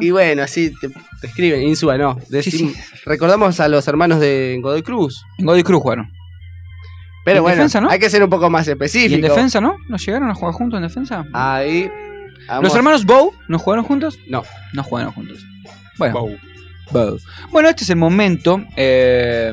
[SPEAKER 5] y bueno, así te, te escriben, Insuba no. Decim-
[SPEAKER 1] sí.
[SPEAKER 5] Recordamos a los hermanos de Godoy Cruz.
[SPEAKER 1] En Godoy Cruz jugaron.
[SPEAKER 5] Pero
[SPEAKER 1] En
[SPEAKER 5] bueno,
[SPEAKER 1] defensa, ¿no?
[SPEAKER 5] hay que ser un poco más específico.
[SPEAKER 1] ¿Y en defensa no? ¿Nos llegaron a jugar juntos en defensa?
[SPEAKER 5] Ahí.
[SPEAKER 1] ¿Los hermanos Bow nos jugaron juntos?
[SPEAKER 5] No.
[SPEAKER 1] No jugaron juntos. Bueno. Bow. Bueno, este es el momento. eh,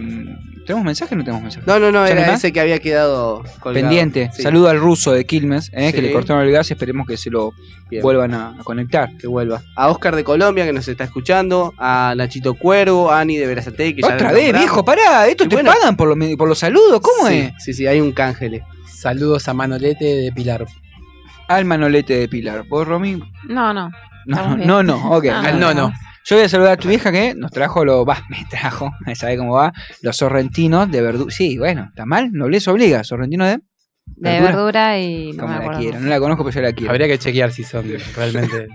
[SPEAKER 1] ¿Tenemos mensaje o no tenemos mensaje?
[SPEAKER 5] No, no, no,
[SPEAKER 1] ¿Ya
[SPEAKER 5] era
[SPEAKER 1] más?
[SPEAKER 5] ese que había quedado colgado.
[SPEAKER 1] Pendiente.
[SPEAKER 5] Sí.
[SPEAKER 1] Saludo al ruso de Quilmes, eh, que
[SPEAKER 5] Sí.
[SPEAKER 1] le cortaron el gas y esperemos que se lo
[SPEAKER 5] Bien.
[SPEAKER 1] vuelvan a, a conectar.
[SPEAKER 5] Que vuelva. A Oscar de Colombia que nos está escuchando, a Nachito Cuervo, a Ani de Verazatei que ya
[SPEAKER 1] Otra
[SPEAKER 5] la
[SPEAKER 1] vez,
[SPEAKER 5] nombramos.
[SPEAKER 1] viejo, pará. Esto
[SPEAKER 5] Y
[SPEAKER 1] te
[SPEAKER 5] bueno.
[SPEAKER 1] pagan por, los me- por los saludos. ¿Cómo
[SPEAKER 5] Sí,
[SPEAKER 1] es?
[SPEAKER 5] Sí, sí, hay un cángel. eh.
[SPEAKER 6] Saludos a Manolete de Pilar.
[SPEAKER 1] Al manolete de Pilar. ¿Vos, Romy?
[SPEAKER 7] No, no.
[SPEAKER 1] No,
[SPEAKER 7] Estamos bien.
[SPEAKER 1] no, no, ok.
[SPEAKER 7] Ah, Al no, no.
[SPEAKER 1] Yo voy a saludar a tu vieja que nos trajo los. Va, me trajo, *laughs* sabe cómo va. Los sorrentinos de verdura. Sí, bueno, está mal, nobleza obliga. Sorrentino de.
[SPEAKER 7] De verdura y no
[SPEAKER 1] Como
[SPEAKER 7] me
[SPEAKER 1] la
[SPEAKER 7] acuerdo.
[SPEAKER 1] quiero, no la conozco, pero yo la quiero.
[SPEAKER 6] Habría que chequear si son realmente.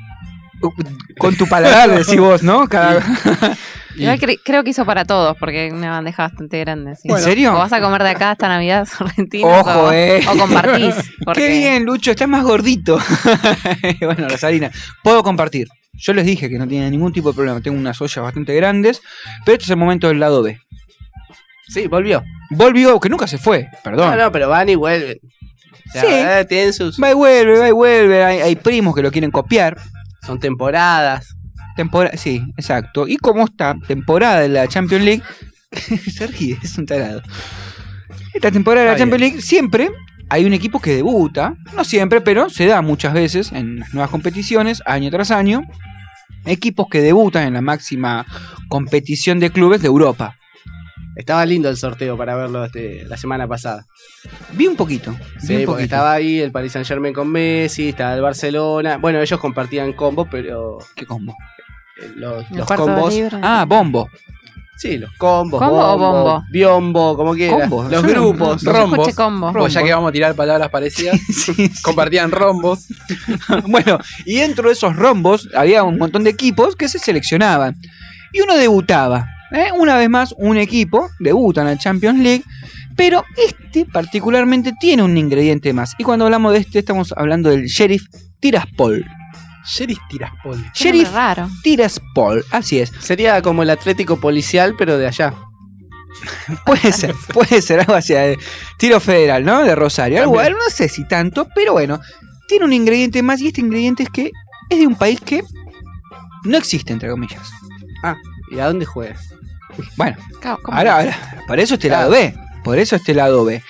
[SPEAKER 1] Con tu paladar, decís vos, ¿no? Cada- *laughs*
[SPEAKER 7] Igual cre- creo que hizo para todos, porque una bandeja bastante grande. así.
[SPEAKER 1] ¿En serio?
[SPEAKER 7] O vas a comer de acá hasta Navidad *laughs* sorrentino.
[SPEAKER 1] Ojo,
[SPEAKER 7] o,
[SPEAKER 1] eh.
[SPEAKER 7] o compartís.
[SPEAKER 1] *laughs*
[SPEAKER 7] porque-
[SPEAKER 1] Qué bien, Lucho, estás más gordito. *laughs* bueno, Rosalina, puedo compartir. Yo les dije que no tiene ningún tipo de problema. Tengo unas ollas bastante grandes, pero este es el momento del lado B.
[SPEAKER 5] Sí, volvió.
[SPEAKER 1] Volvió, que nunca se fue, perdón.
[SPEAKER 5] No, no, pero van y vuelven. O sea,
[SPEAKER 1] Sí.
[SPEAKER 5] eh, tienen sus.
[SPEAKER 1] Va y vuelve, va y vuelve. Hay, hay primos que lo quieren copiar.
[SPEAKER 5] Son temporadas.
[SPEAKER 1] temporada, sí, exacto. Y como esta temporada de la Champions League, *laughs* se ríe, es un tarado. Esta temporada de la
[SPEAKER 22] Está
[SPEAKER 1] Champions League siempre hay un equipo que debuta, no siempre, pero se da muchas veces en las nuevas competiciones, año tras año, equipos que debutan en la máxima competición de clubes de Europa.
[SPEAKER 5] Estaba lindo el sorteo para verlo este, la semana pasada.
[SPEAKER 1] Vi un poquito. vi
[SPEAKER 5] Sí,
[SPEAKER 1] un
[SPEAKER 5] porque
[SPEAKER 1] poquito.
[SPEAKER 5] estaba ahí el Paris Saint Germain con Messi, estaba el Barcelona. Bueno, ellos compartían combos, pero.
[SPEAKER 1] ¿Qué combo?
[SPEAKER 5] Los,
[SPEAKER 1] El
[SPEAKER 5] los
[SPEAKER 1] cuarto de
[SPEAKER 5] combos.
[SPEAKER 1] libre. Ah, bombo.
[SPEAKER 5] Sí, los combos.
[SPEAKER 1] *laughs* ¿Combo o
[SPEAKER 5] bombo,
[SPEAKER 1] bombo?
[SPEAKER 5] Biombo, como quieras.
[SPEAKER 6] Combo,
[SPEAKER 5] Los
[SPEAKER 6] yo no-
[SPEAKER 5] grupos.
[SPEAKER 6] no Rombos. escuché combo. Pues ya que vamos
[SPEAKER 1] a tirar palabras parecidas, *laughs* compartían rombos. *laughs* bueno, y dentro de esos rombos había un montón de equipos que se seleccionaban. Y uno debutaba. ¿eh? Una vez más, un equipo debuta en la Champions League, pero este particularmente tiene un ingrediente más. Y cuando hablamos de este, estamos hablando del Sheriff Tiraspol.
[SPEAKER 6] Sheriff Tiraspol.
[SPEAKER 1] Sheriff
[SPEAKER 7] raro.
[SPEAKER 1] Tiraspol, así es.
[SPEAKER 5] Sería como el Atlético Policial, pero de allá.
[SPEAKER 1] *laughs* Puede ser, puede ser algo hacia el tiro federal, ¿no? De Rosario. Algo, no sé si tanto, pero bueno, tiene un ingrediente más y este ingrediente es que es de un país que no existe, entre comillas.
[SPEAKER 5] Ah, ¿y a dónde juega?
[SPEAKER 1] Bueno,
[SPEAKER 7] Claro, ¿cómo?
[SPEAKER 1] ahora, ahora, por eso este lado B, por eso este lado B.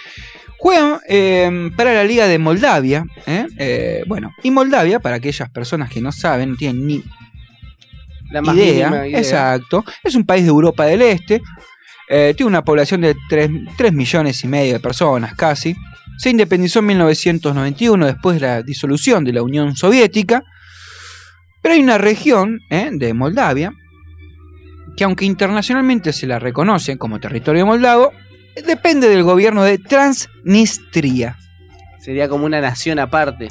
[SPEAKER 1] Juegan eh, para la Liga de Moldavia, ¿eh? Eh, bueno, y Moldavia, para aquellas personas que no saben, no tienen ni
[SPEAKER 5] La más mínima idea.
[SPEAKER 1] Exacto. Es un país de Europa del Este. eh, tiene una población de 3, millones y medio de personas casi. Se independizó en 1991 después de la disolución de la Unión Soviética. Pero hay una región eh, de Moldavia que aunque internacionalmente se la reconoce como territorio moldavo, depende del gobierno de Transnistria.
[SPEAKER 5] Sería como una nación aparte.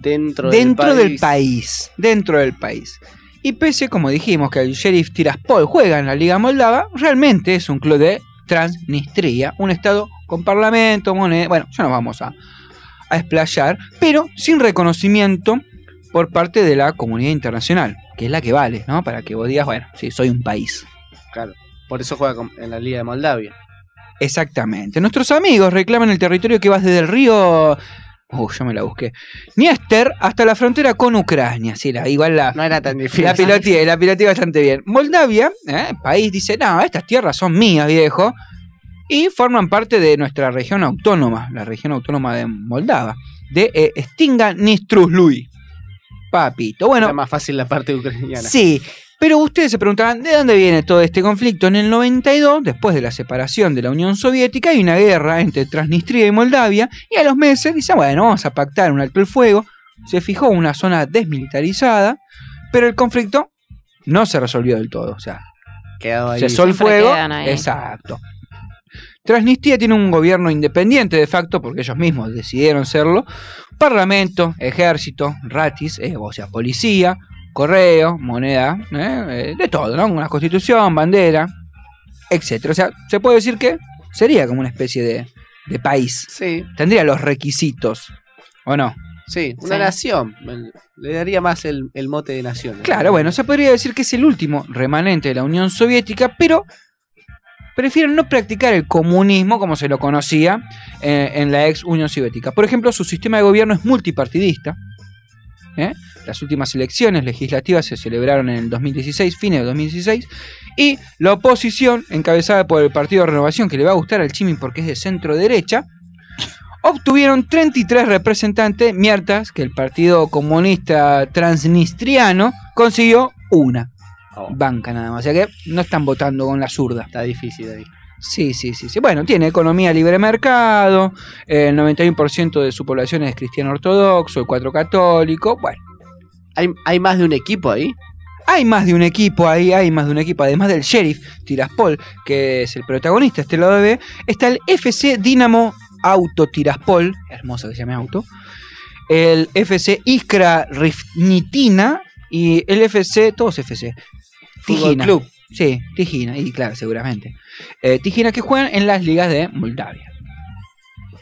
[SPEAKER 5] Dentro,
[SPEAKER 1] dentro
[SPEAKER 5] del
[SPEAKER 1] del país. Dentro del país. Y pese, como dijimos, que el Sheriff Tiraspol juega en la Liga Moldava, realmente es un club de Transnistria, un estado con parlamento, moneda. Bueno, ya nos vamos a, a explayar, pero sin reconocimiento por parte de la comunidad internacional, que es la que vale, ¿no? Para que vos digas, bueno, sí, soy un país.
[SPEAKER 5] Claro. Por eso juega con- en la Liga de Moldavia.
[SPEAKER 1] Exactamente. Nuestros amigos reclaman el territorio que va desde el río. Uh, yo me la busqué. Niester hasta la frontera con Ucrania. Sí, la, igual la.
[SPEAKER 5] No era tan difícil.
[SPEAKER 1] La piloteé, la piloteé bastante bien. Moldavia, eh, país, dice: No, estas tierras son mías, viejo. Y forman parte de nuestra región autónoma, la región autónoma de Moldava, de eh, Stinga Nistruslui. Papito. Bueno.
[SPEAKER 5] Era más fácil la parte ucraniana.
[SPEAKER 1] Sí, pero ustedes se preguntarán de dónde viene todo este conflicto. En el 92, después de la separación de la Unión Soviética, hay una guerra entre Transnistria y Moldavia, y a los meses dicen, bueno, vamos a pactar un alto el fuego. Se fijó una zona desmilitarizada, pero el conflicto no se resolvió del todo. O sea,
[SPEAKER 5] Quedó ahí.
[SPEAKER 1] cesó el
[SPEAKER 5] Siempre
[SPEAKER 1] fuego.
[SPEAKER 5] quedan ahí.
[SPEAKER 1] Exacto. Transnistria tiene un gobierno independiente de facto, porque ellos mismos decidieron serlo. Parlamento, ejército, ratis, eh, o sea, policía, correo, moneda, eh, eh, de todo, ¿no? Una constitución, bandera, etc. O sea, se puede decir que sería como una especie de, de país.
[SPEAKER 5] Sí.
[SPEAKER 1] Tendría los requisitos, ¿o no?
[SPEAKER 5] Sí, una
[SPEAKER 1] Sí.
[SPEAKER 5] nación. Me- Le daría más el, el mote de nación. ¿no?
[SPEAKER 1] Claro, bueno, se podría decir que es el último remanente de la Unión Soviética, pero prefieren no practicar el comunismo como se lo conocía eh, en la ex Unión Soviética. Por ejemplo, su sistema de gobierno es multipartidista. ¿eh? Las últimas elecciones legislativas se celebraron en el 2016, fines de 2016, y la oposición, encabezada por el Partido de Renovación, que le va a gustar al Chimin porque es de centro derecha, obtuvieron 33 representantes, mientras que el Partido Comunista Transnistriano consiguió una banca nada más. O sea que no están votando con la zurda.
[SPEAKER 5] Oh. Está difícil ahí.
[SPEAKER 1] Sí, sí, sí, sí. Bueno, tiene economía libre mercado, el 91% de su población es cristiano ortodoxo, el 4 católico, bueno.
[SPEAKER 5] ¿Hay, ¿Hay más de un equipo ahí?
[SPEAKER 1] Hay más de un equipo ahí, hay más de un equipo. Además del sheriff Tiraspol, que es el protagonista de este lado B, está el FC Dinamo Auto Tiraspol, hermoso que se llame auto, el FC Iskra Rifnitina y el FC, todos FC,
[SPEAKER 5] Fútbol
[SPEAKER 1] Tijina.
[SPEAKER 5] Club.
[SPEAKER 1] Sí, Tijina, y claro, seguramente. Eh, Tijina que juegan en las ligas de Moldavia.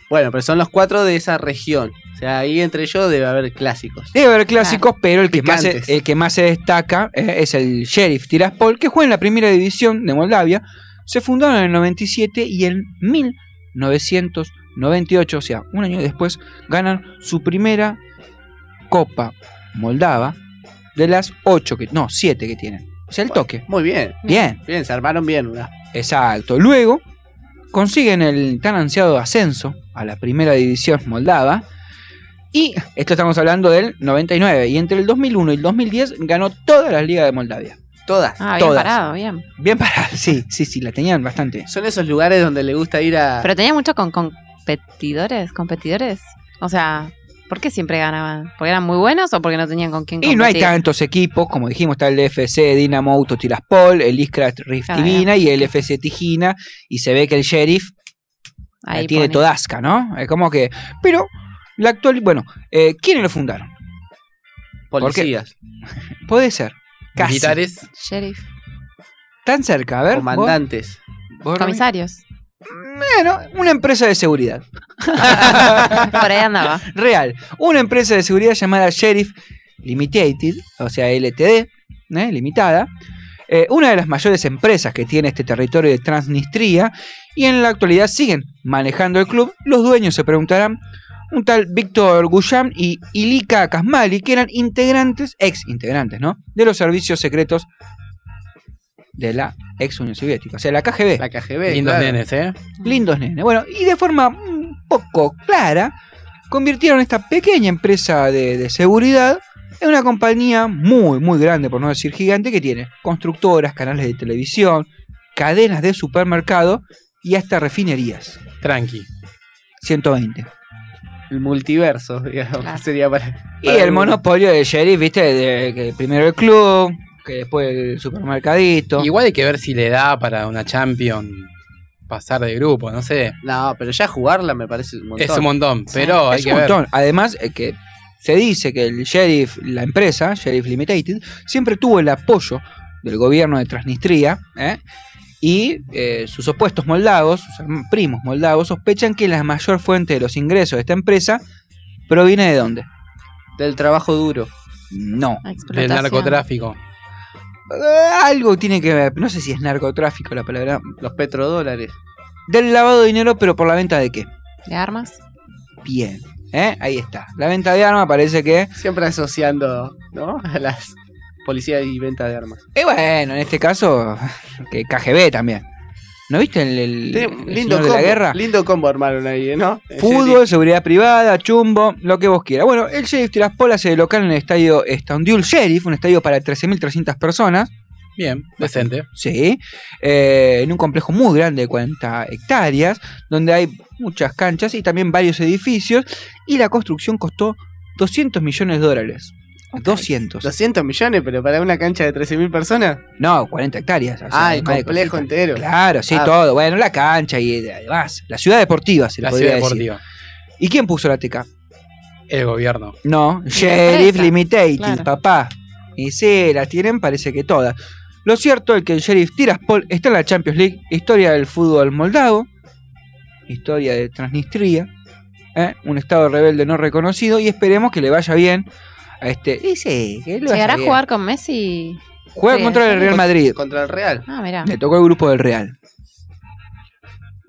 [SPEAKER 5] Bueno, pero son los cuatro de esa región. O sea, ahí entre ellos debe haber clásicos.
[SPEAKER 1] Debe haber clásicos, pero el que, más
[SPEAKER 5] Picantes.
[SPEAKER 1] se, el que más se destaca eh, es el Sheriff Tiraspol, que juega en la primera división de Moldavia. Se fundaron en el 97 y en 1998, o sea, un año después, ganan su primera Copa Moldava de las ocho que. No, siete que tienen. O sea, el toque.
[SPEAKER 5] Muy bien.
[SPEAKER 1] Bien.
[SPEAKER 5] Bien, se armaron bien. una.
[SPEAKER 1] Exacto. Luego consiguen el tan ansiado ascenso a la primera división moldava. Y esto estamos hablando del 99. Y entre el 2001 y el 2010 ganó todas las ligas de Moldavia.
[SPEAKER 5] Todas.
[SPEAKER 7] Ah, bien
[SPEAKER 1] todas.
[SPEAKER 7] parado, bien.
[SPEAKER 1] Bien parado, sí, sí, sí, la tenían bastante.
[SPEAKER 5] Son esos *laughs* lugares donde le gusta ir a.
[SPEAKER 7] Pero tenía mucho con competidores, competidores. O sea, ¿por qué siempre ganaban? ¿Porque eran muy buenos o porque no tenían con quién
[SPEAKER 1] Y no hay
[SPEAKER 7] competir?
[SPEAKER 1] tantos equipos, como dijimos, está el FC Dinamo Auto Tiraspol, el Iskra Riftivina y el FC Tijina, y se ve que el Sheriff la
[SPEAKER 7] Ahí
[SPEAKER 1] tiene
[SPEAKER 7] pone.
[SPEAKER 1] todasca, ¿no? Es como que... Pero, la actual... Bueno, eh, ¿quiénes lo fundaron? Porque-
[SPEAKER 5] Policías.
[SPEAKER 1] *laughs* Puede ser. Casi.
[SPEAKER 5] Militares.
[SPEAKER 7] Sheriff.
[SPEAKER 1] Tan cerca, a ver.
[SPEAKER 5] Comandantes.
[SPEAKER 1] *laughs*
[SPEAKER 7] Comisarios.
[SPEAKER 1] Bueno, una empresa de seguridad.
[SPEAKER 7] Por ahí andaba.
[SPEAKER 1] *laughs* Real. Una empresa de seguridad llamada Sheriff Limited, o sea, LTD, ¿eh? limitada. eh, una de las mayores empresas que tiene este territorio de Transnistria. Y en la actualidad siguen manejando el club. Los dueños se preguntarán. Un tal Víctor Guyam y Ilika Kasmali, que eran integrantes, ex integrantes, ¿no? De los servicios secretos de la ex Unión Soviética, o sea, la KGB. La
[SPEAKER 5] KGB.
[SPEAKER 6] Lindos nenes, ¿eh?
[SPEAKER 1] Lindos nenes. Bueno, y de forma un poco clara, convirtieron esta pequeña empresa de, de seguridad en una compañía muy, muy grande, por no decir gigante, que tiene constructoras, canales de televisión, cadenas de supermercado y hasta refinerías.
[SPEAKER 6] Tranqui.
[SPEAKER 1] 120.
[SPEAKER 5] El multiverso, digamos. Sería para.
[SPEAKER 1] Y el monopolio de Sheriff, viste, de, que primero el club, que después el supermercadito.
[SPEAKER 6] Igual hay que ver si le da para una champion pasar de grupo, no sé.
[SPEAKER 5] No, pero ya jugarla me parece un montón.
[SPEAKER 6] Es un montón, pero hay
[SPEAKER 1] Es
[SPEAKER 6] que
[SPEAKER 1] un
[SPEAKER 6] ver.
[SPEAKER 1] montón. Además, eh, que se dice que el sheriff, la empresa, Sheriff Limited, siempre tuvo el apoyo del gobierno de Transnistria ¿eh? y eh, sus opuestos moldavos, sus herma- primos moldavos, sospechan que la mayor fuente de los ingresos de esta empresa proviene de dónde?
[SPEAKER 5] Del trabajo duro.
[SPEAKER 1] No.
[SPEAKER 6] Del narcotráfico.
[SPEAKER 1] Eh, algo tiene que ver, no sé si es narcotráfico la palabra.
[SPEAKER 5] Los petrodólares.
[SPEAKER 1] Del lavado de dinero, pero por la venta de qué?
[SPEAKER 7] De armas.
[SPEAKER 1] Bien. ¿eh? Ahí está. La venta de armas parece que...
[SPEAKER 5] Siempre asociando, ¿no? A las policías y venta de armas.
[SPEAKER 1] Y bueno, en este caso, que KGB también. ¿No viste el, el-
[SPEAKER 5] Tiene
[SPEAKER 1] el
[SPEAKER 5] un
[SPEAKER 1] señor de la guerra?
[SPEAKER 5] Lindo combo armaron ahí, ¿eh? ¿no?
[SPEAKER 1] Fútbol, seguridad privada, chumbo, lo que vos quieras. Bueno, el Sheriff Tiraspol hace de local en el estadio Estandiul Sheriff, un estadio para 13.300 personas.
[SPEAKER 6] Bien, decente.
[SPEAKER 1] Sí, eh, en un complejo muy grande de 40 hectáreas, donde hay muchas canchas y también varios edificios, y la construcción costó 200 millones de dólares. 200.
[SPEAKER 5] 200 millones, pero para una cancha de 13.000 personas.
[SPEAKER 1] No, 40 hectáreas. o sea,
[SPEAKER 5] ah, el
[SPEAKER 1] más de
[SPEAKER 5] complejo
[SPEAKER 1] cositas.
[SPEAKER 5] entero.
[SPEAKER 1] Claro, sí,
[SPEAKER 5] Ah,
[SPEAKER 1] todo. Bueno, la cancha y demás. La ciudad deportiva, se le
[SPEAKER 6] La
[SPEAKER 1] podría
[SPEAKER 6] ciudad
[SPEAKER 1] decir.
[SPEAKER 6] deportiva.
[SPEAKER 1] ¿Y quién puso la teca?
[SPEAKER 6] El gobierno.
[SPEAKER 1] No, Sheriff
[SPEAKER 6] empresa.
[SPEAKER 1] Limited,
[SPEAKER 6] Claro.
[SPEAKER 1] papá. Y sí, la tienen, parece que todas. Lo cierto es que el Sheriff Tiraspol está en la Champions League, historia del fútbol moldavo, historia de Transnistria, ¿eh? un estado rebelde no reconocido, y esperemos que le vaya bien a este. Y sí, que le vaya
[SPEAKER 7] ¿Llegará a
[SPEAKER 1] bien.
[SPEAKER 7] jugar con Messi?
[SPEAKER 1] Juega
[SPEAKER 7] Sí,
[SPEAKER 1] contra el
[SPEAKER 7] sí.
[SPEAKER 1] Real Madrid.
[SPEAKER 5] Contra el Real.
[SPEAKER 7] Ah, mira.
[SPEAKER 1] Le tocó el grupo del Real.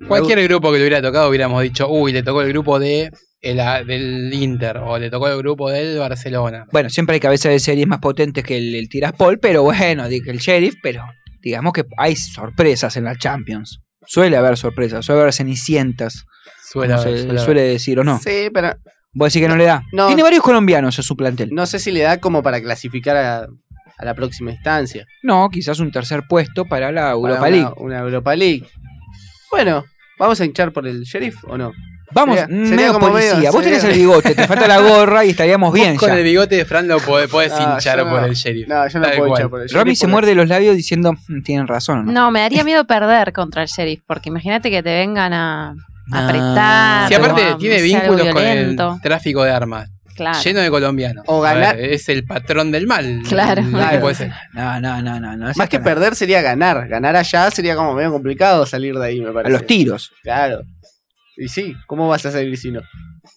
[SPEAKER 6] Cualquier grupo que le hubiera tocado hubiéramos dicho, uy, le tocó el grupo de el, a- del Inter o le tocó el grupo del Barcelona.
[SPEAKER 1] Bueno, siempre hay cabezas de series más potentes que el, el Tiraspol, pero bueno, di- el Sheriff, pero digamos que hay sorpresas en la Champions. Suele haber sorpresas, suele haber cenicientas.
[SPEAKER 6] Suele
[SPEAKER 1] como
[SPEAKER 6] haber,
[SPEAKER 1] se
[SPEAKER 6] suele haber.
[SPEAKER 1] suele decir, ¿o no?
[SPEAKER 5] Sí, pero
[SPEAKER 1] Vos decís que no le da.
[SPEAKER 5] No.
[SPEAKER 1] Tiene varios colombianos en su plantel.
[SPEAKER 5] no sé si le da como para clasificar a, a la próxima instancia.
[SPEAKER 1] No, quizás un tercer puesto para la Europa
[SPEAKER 5] Para una-
[SPEAKER 1] League.
[SPEAKER 5] Una, Europa League. Bueno, ¿vamos a hinchar por el sheriff o no?
[SPEAKER 1] Vamos, mm,
[SPEAKER 5] Sería-
[SPEAKER 1] medio
[SPEAKER 5] sería como
[SPEAKER 1] policía.
[SPEAKER 5] medio-
[SPEAKER 1] Vos
[SPEAKER 5] sería-
[SPEAKER 1] tenés el bigote, te falta la gorra y estaríamos bien
[SPEAKER 6] Con
[SPEAKER 1] ya.
[SPEAKER 6] el bigote de Fran lo podés, podés
[SPEAKER 5] Ah,
[SPEAKER 6] hinchar
[SPEAKER 5] yo no-
[SPEAKER 6] por el sheriff.
[SPEAKER 5] no, yo no
[SPEAKER 6] Tal
[SPEAKER 5] puedo
[SPEAKER 6] cual.
[SPEAKER 5] hinchar por el
[SPEAKER 1] Romy se muerde los labios diciendo, "Mm, tienen razón, ¿no?
[SPEAKER 7] No, me daría miedo perder contra el sheriff, porque imagínate que te vengan a
[SPEAKER 1] Ah.
[SPEAKER 7] apretar.
[SPEAKER 6] Sí, aparte
[SPEAKER 7] o a-
[SPEAKER 6] tiene
[SPEAKER 7] sea
[SPEAKER 6] vínculos
[SPEAKER 7] algo
[SPEAKER 6] con el
[SPEAKER 7] violento.
[SPEAKER 6] tráfico de armas.
[SPEAKER 7] Claro.
[SPEAKER 6] Lleno de colombianos.
[SPEAKER 5] O
[SPEAKER 6] A
[SPEAKER 5] ganar-
[SPEAKER 6] ver, Es el patrón del mal.
[SPEAKER 7] Claro.
[SPEAKER 6] No,
[SPEAKER 5] Claro.
[SPEAKER 6] puede ser.
[SPEAKER 1] No, no, no, no. no
[SPEAKER 5] Más que perder sería ganar. Ganar allá sería como medio complicado salir de ahí, me
[SPEAKER 1] A
[SPEAKER 5] parece.
[SPEAKER 1] los tiros.
[SPEAKER 5] Claro. Y sí, ¿cómo vas a salir si no?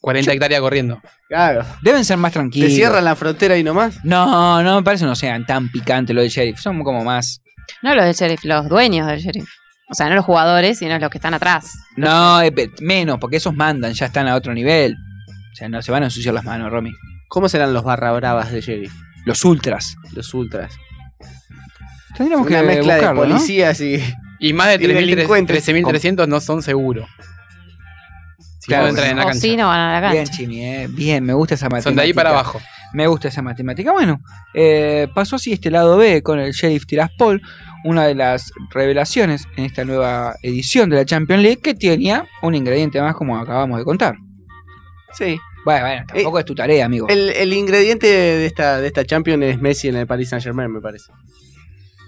[SPEAKER 6] 40 hectáreas corriendo.
[SPEAKER 5] Claro.
[SPEAKER 1] Deben ser más
[SPEAKER 5] Te
[SPEAKER 1] tranquilos.
[SPEAKER 5] cierran la frontera y nomás.
[SPEAKER 1] No, no me parece que no sean tan picantes los del sheriff. Son como más.
[SPEAKER 7] No los del sheriff, los dueños del sheriff. O sea, no los jugadores, sino los que están atrás.
[SPEAKER 1] No, eh, pe- menos, porque esos mandan, ya están a otro nivel. O sea, no se van a ensuciar las manos, Romy.
[SPEAKER 5] ¿Cómo serán los barra bravas de sheriff?
[SPEAKER 1] Los ultras.
[SPEAKER 5] Los ultras.
[SPEAKER 1] Tendríamos
[SPEAKER 5] Una
[SPEAKER 1] que
[SPEAKER 5] mezcla de
[SPEAKER 1] buscarlo, ¿no?
[SPEAKER 5] policías y.
[SPEAKER 6] Y más de
[SPEAKER 5] Y delincuentes.
[SPEAKER 6] 13.300 no son seguros. Si
[SPEAKER 1] Claro,
[SPEAKER 6] no entran en la
[SPEAKER 1] o
[SPEAKER 6] cancha.
[SPEAKER 1] sí, no
[SPEAKER 7] van a la
[SPEAKER 1] Bien, Chimi, eh, bien, me gusta esa matemática.
[SPEAKER 6] Son de ahí para abajo.
[SPEAKER 1] Me gusta esa matemática. Bueno, eh, pasó así este lado B con el Sheriff Tiraspol, una de las revelaciones en esta nueva edición de la Champions League que tenía un ingrediente más como acabamos de contar.
[SPEAKER 5] Sí.
[SPEAKER 1] Bueno, bueno, tampoco es tu tarea, amigo.
[SPEAKER 5] Eh, El, el ingrediente de esta, de esta Champions es Messi en el Paris Saint Germain, me parece.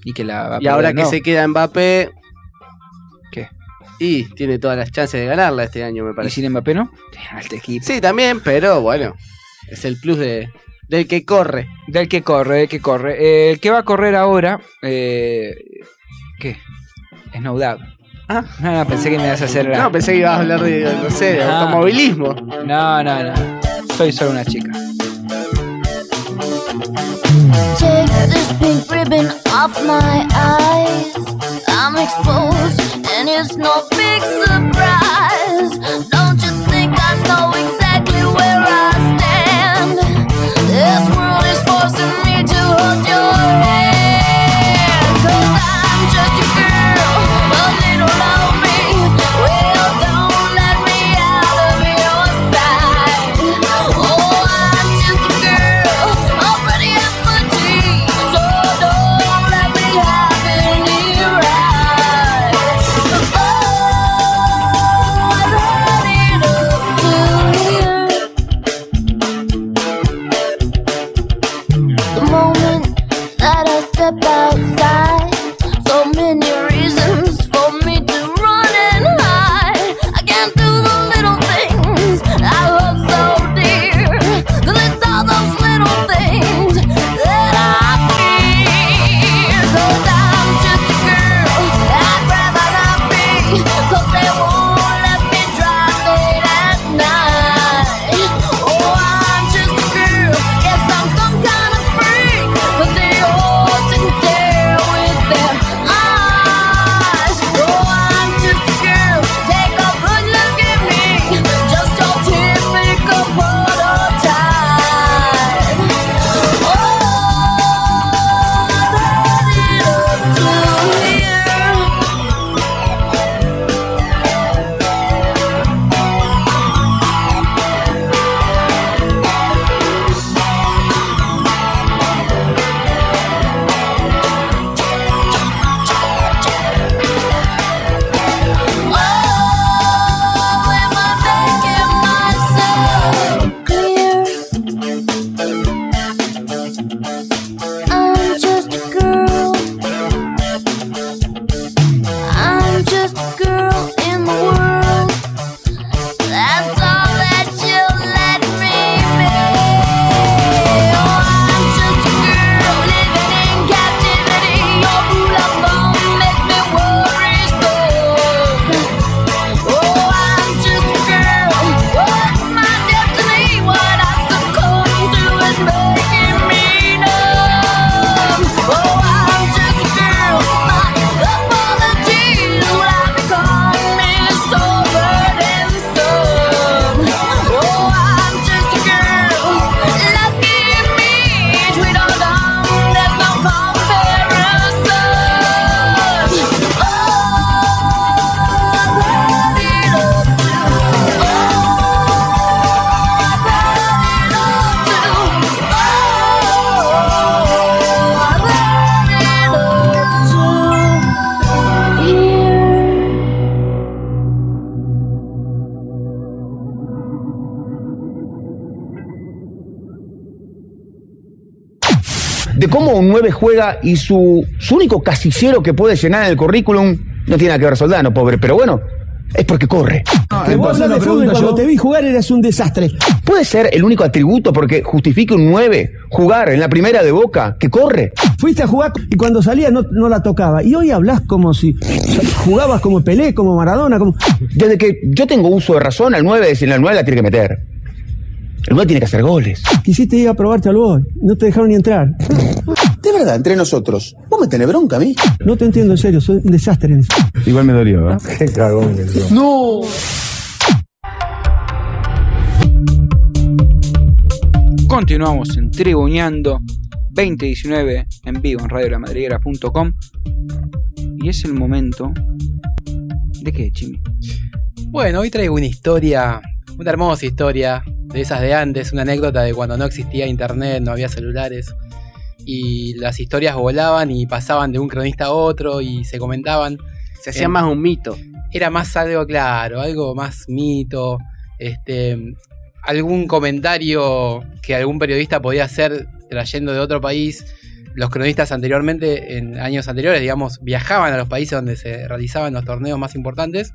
[SPEAKER 1] Y que la va a
[SPEAKER 5] Y ahora
[SPEAKER 1] perder,
[SPEAKER 5] que
[SPEAKER 1] ¿no?
[SPEAKER 5] se queda Mbappé.
[SPEAKER 1] ¿Qué?
[SPEAKER 5] Y tiene todas las chances de ganarla este año, me parece.
[SPEAKER 1] ¿Y sin Mbappé no?
[SPEAKER 5] Sí, también, pero bueno. Es el plus de, del que corre.
[SPEAKER 1] Del que corre, del que corre. Eh, el que va a correr ahora. Eh, ¿Qué? Snow Dog.
[SPEAKER 5] Ah.
[SPEAKER 1] No, no, pensé que me ibas a hacer. la-
[SPEAKER 5] No, pensé que ibas a hablar de, no sé, de
[SPEAKER 1] Ah.
[SPEAKER 5] automovilismo.
[SPEAKER 1] No, no, no. Soy solo una chica.
[SPEAKER 16] Take this pink ribbon off my eyes. I'm exposed, and it's no big surprise. Don't you think I know exactly where I stand? This world is forcing me to hold your hand. Cause I'm just a girl, a little lonely. Well, don't let me out of your sight. Oh, I'm just a girl, already a fatigue. So don't let me have any rights. Oh, I've had enough to hear. The moment that I step outside. So many reasons for me to run and hide. I can't do the little things I love so dear. 'Cause it's all those little things that I fear. 'Cause I'm just a girl. I'd rather not be. 'Cause they won't let me drive late at night. Oh, I'm just a girl. Guess I'm some kind of freak. But they all sit there with their eyes. Oh, I'm just a girl. Take a good look at me. Just your typical prototype. I'm just a girl. I'm just a girl in the world. That's all that you let me be. Oh, I'm just a girl living in captivity. Your rule of thumb make me worrisome. Oh, I'm just a girl. What's my destiny? What I succumb to is making me numb. Oh, I'm just a girl. My apologies will I become is so burdensome. Oh, I'm just a girl. Lucky me, we don't know there's no comparison.
[SPEAKER 4] de cómo un 9 juega y su, su único casillero que puede llenar en el currículum no tiene nada que ver Soldano, pobre, pero bueno, es porque corre.
[SPEAKER 19] Que vos hablas de fútbol cuando te vi jugar eras un desastre.
[SPEAKER 4] Puede ser el único atributo porque justifique un 9 jugar en la primera de Boca que corre.
[SPEAKER 19] Fuiste a jugar y cuando salías no, no la tocaba. Y hoy hablas como si jugabas como Pelé, como Maradona, como.
[SPEAKER 4] Desde que yo tengo uso de razón, al 9 es en el 9 la tiene que meter. El 9 tiene que hacer goles.
[SPEAKER 19] Quisiste ir a probarte al boy, no te dejaron ni entrar.
[SPEAKER 4] De verdad, entre nosotros. Vos me tenés bronca a mí.
[SPEAKER 19] No te entiendo en serio, soy un desastre en eso.
[SPEAKER 4] Igual me dolió, ¿eh?
[SPEAKER 19] No.
[SPEAKER 1] Continuamos en Tribuñando. 2019 en vivo en radiolamadriguera.com. Y es el momento. ¿De qué, Chimi?
[SPEAKER 6] Bueno, hoy traigo una historia, una hermosa historia, de esas de antes, una anécdota de cuando no existía internet, no había celulares, y las historias volaban y pasaban de un cronista a otro y se comentaban.
[SPEAKER 5] Se hacía más un mito.
[SPEAKER 6] Era más algo claro, algo más mito, este, algún comentario que algún periodista podía hacer trayendo de otro país. Los cronistas anteriormente, en años anteriores, digamos, viajaban a los países donde se realizaban los torneos más importantes.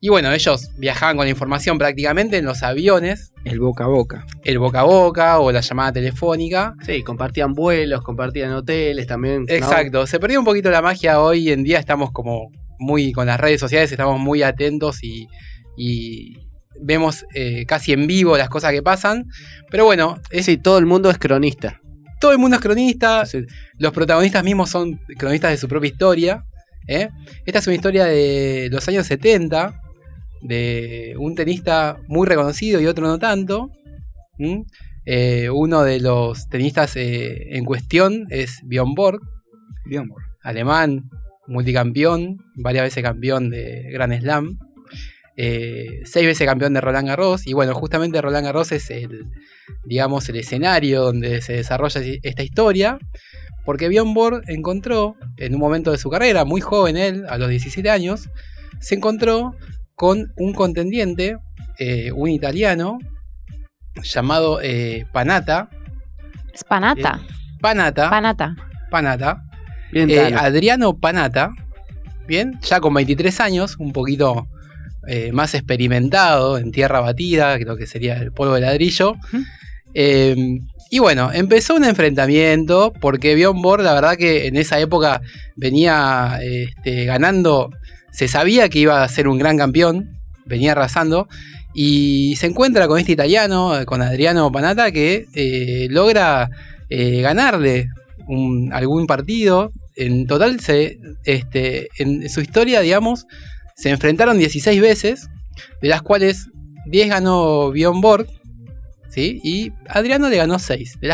[SPEAKER 6] Y bueno, ellos viajaban con la información prácticamente en los aviones,
[SPEAKER 1] El boca a boca.
[SPEAKER 6] el boca a boca o la llamada telefónica.
[SPEAKER 5] Sí, compartían vuelos, compartían hoteles también. ¿no?
[SPEAKER 6] Exacto, se perdió un poquito la magia hoy en día, estamos como muy con las redes sociales, estamos muy atentos y, y vemos eh, casi en vivo las cosas que pasan, pero bueno,
[SPEAKER 5] Sí, todo el mundo es cronista.
[SPEAKER 6] todo el mundo es cronista, los protagonistas mismos son cronistas de su propia historia. ¿eh? Esta es una historia de los años 70, de un tenista muy reconocido y otro no tanto. ¿m? Eh, uno de los tenistas eh, en cuestión es Bjorn Borg, alemán, multicampeón, varias veces campeón de Grand Slam, eh, seis veces campeón de Roland Garros, y bueno, justamente Roland Garros es el, digamos, el escenario donde se desarrolla si- esta historia, porque Bjorn Borg encontró, en un momento de su carrera, muy joven él, a los 17 años, se encontró con un contendiente, eh, un italiano, llamado eh, Panata. Eh,
[SPEAKER 7] Es Panata.
[SPEAKER 6] Panata.
[SPEAKER 7] Panata.
[SPEAKER 6] Panata.
[SPEAKER 5] Bien,
[SPEAKER 6] Eh,
[SPEAKER 5] Tano.
[SPEAKER 6] Adriano Panata, bien, ya con 23 años, un poquito eh, más experimentado en tierra batida, que lo que sería el polvo de ladrillo. Eh, y bueno, empezó un enfrentamiento porque Bjorn Borg, la verdad que en esa época venía este, ganando, se sabía que iba a ser un gran campeón, venía arrasando. Y se encuentra con este italiano, eh, con Adriano Panata, que eh, logra eh, ganarle un- algún partido. En total, se, este, en su historia, digamos, se enfrentaron 16 veces, de las cuales 10 ganó Bjorn Borg, ¿sí? Y Adriano le ganó 6. pero,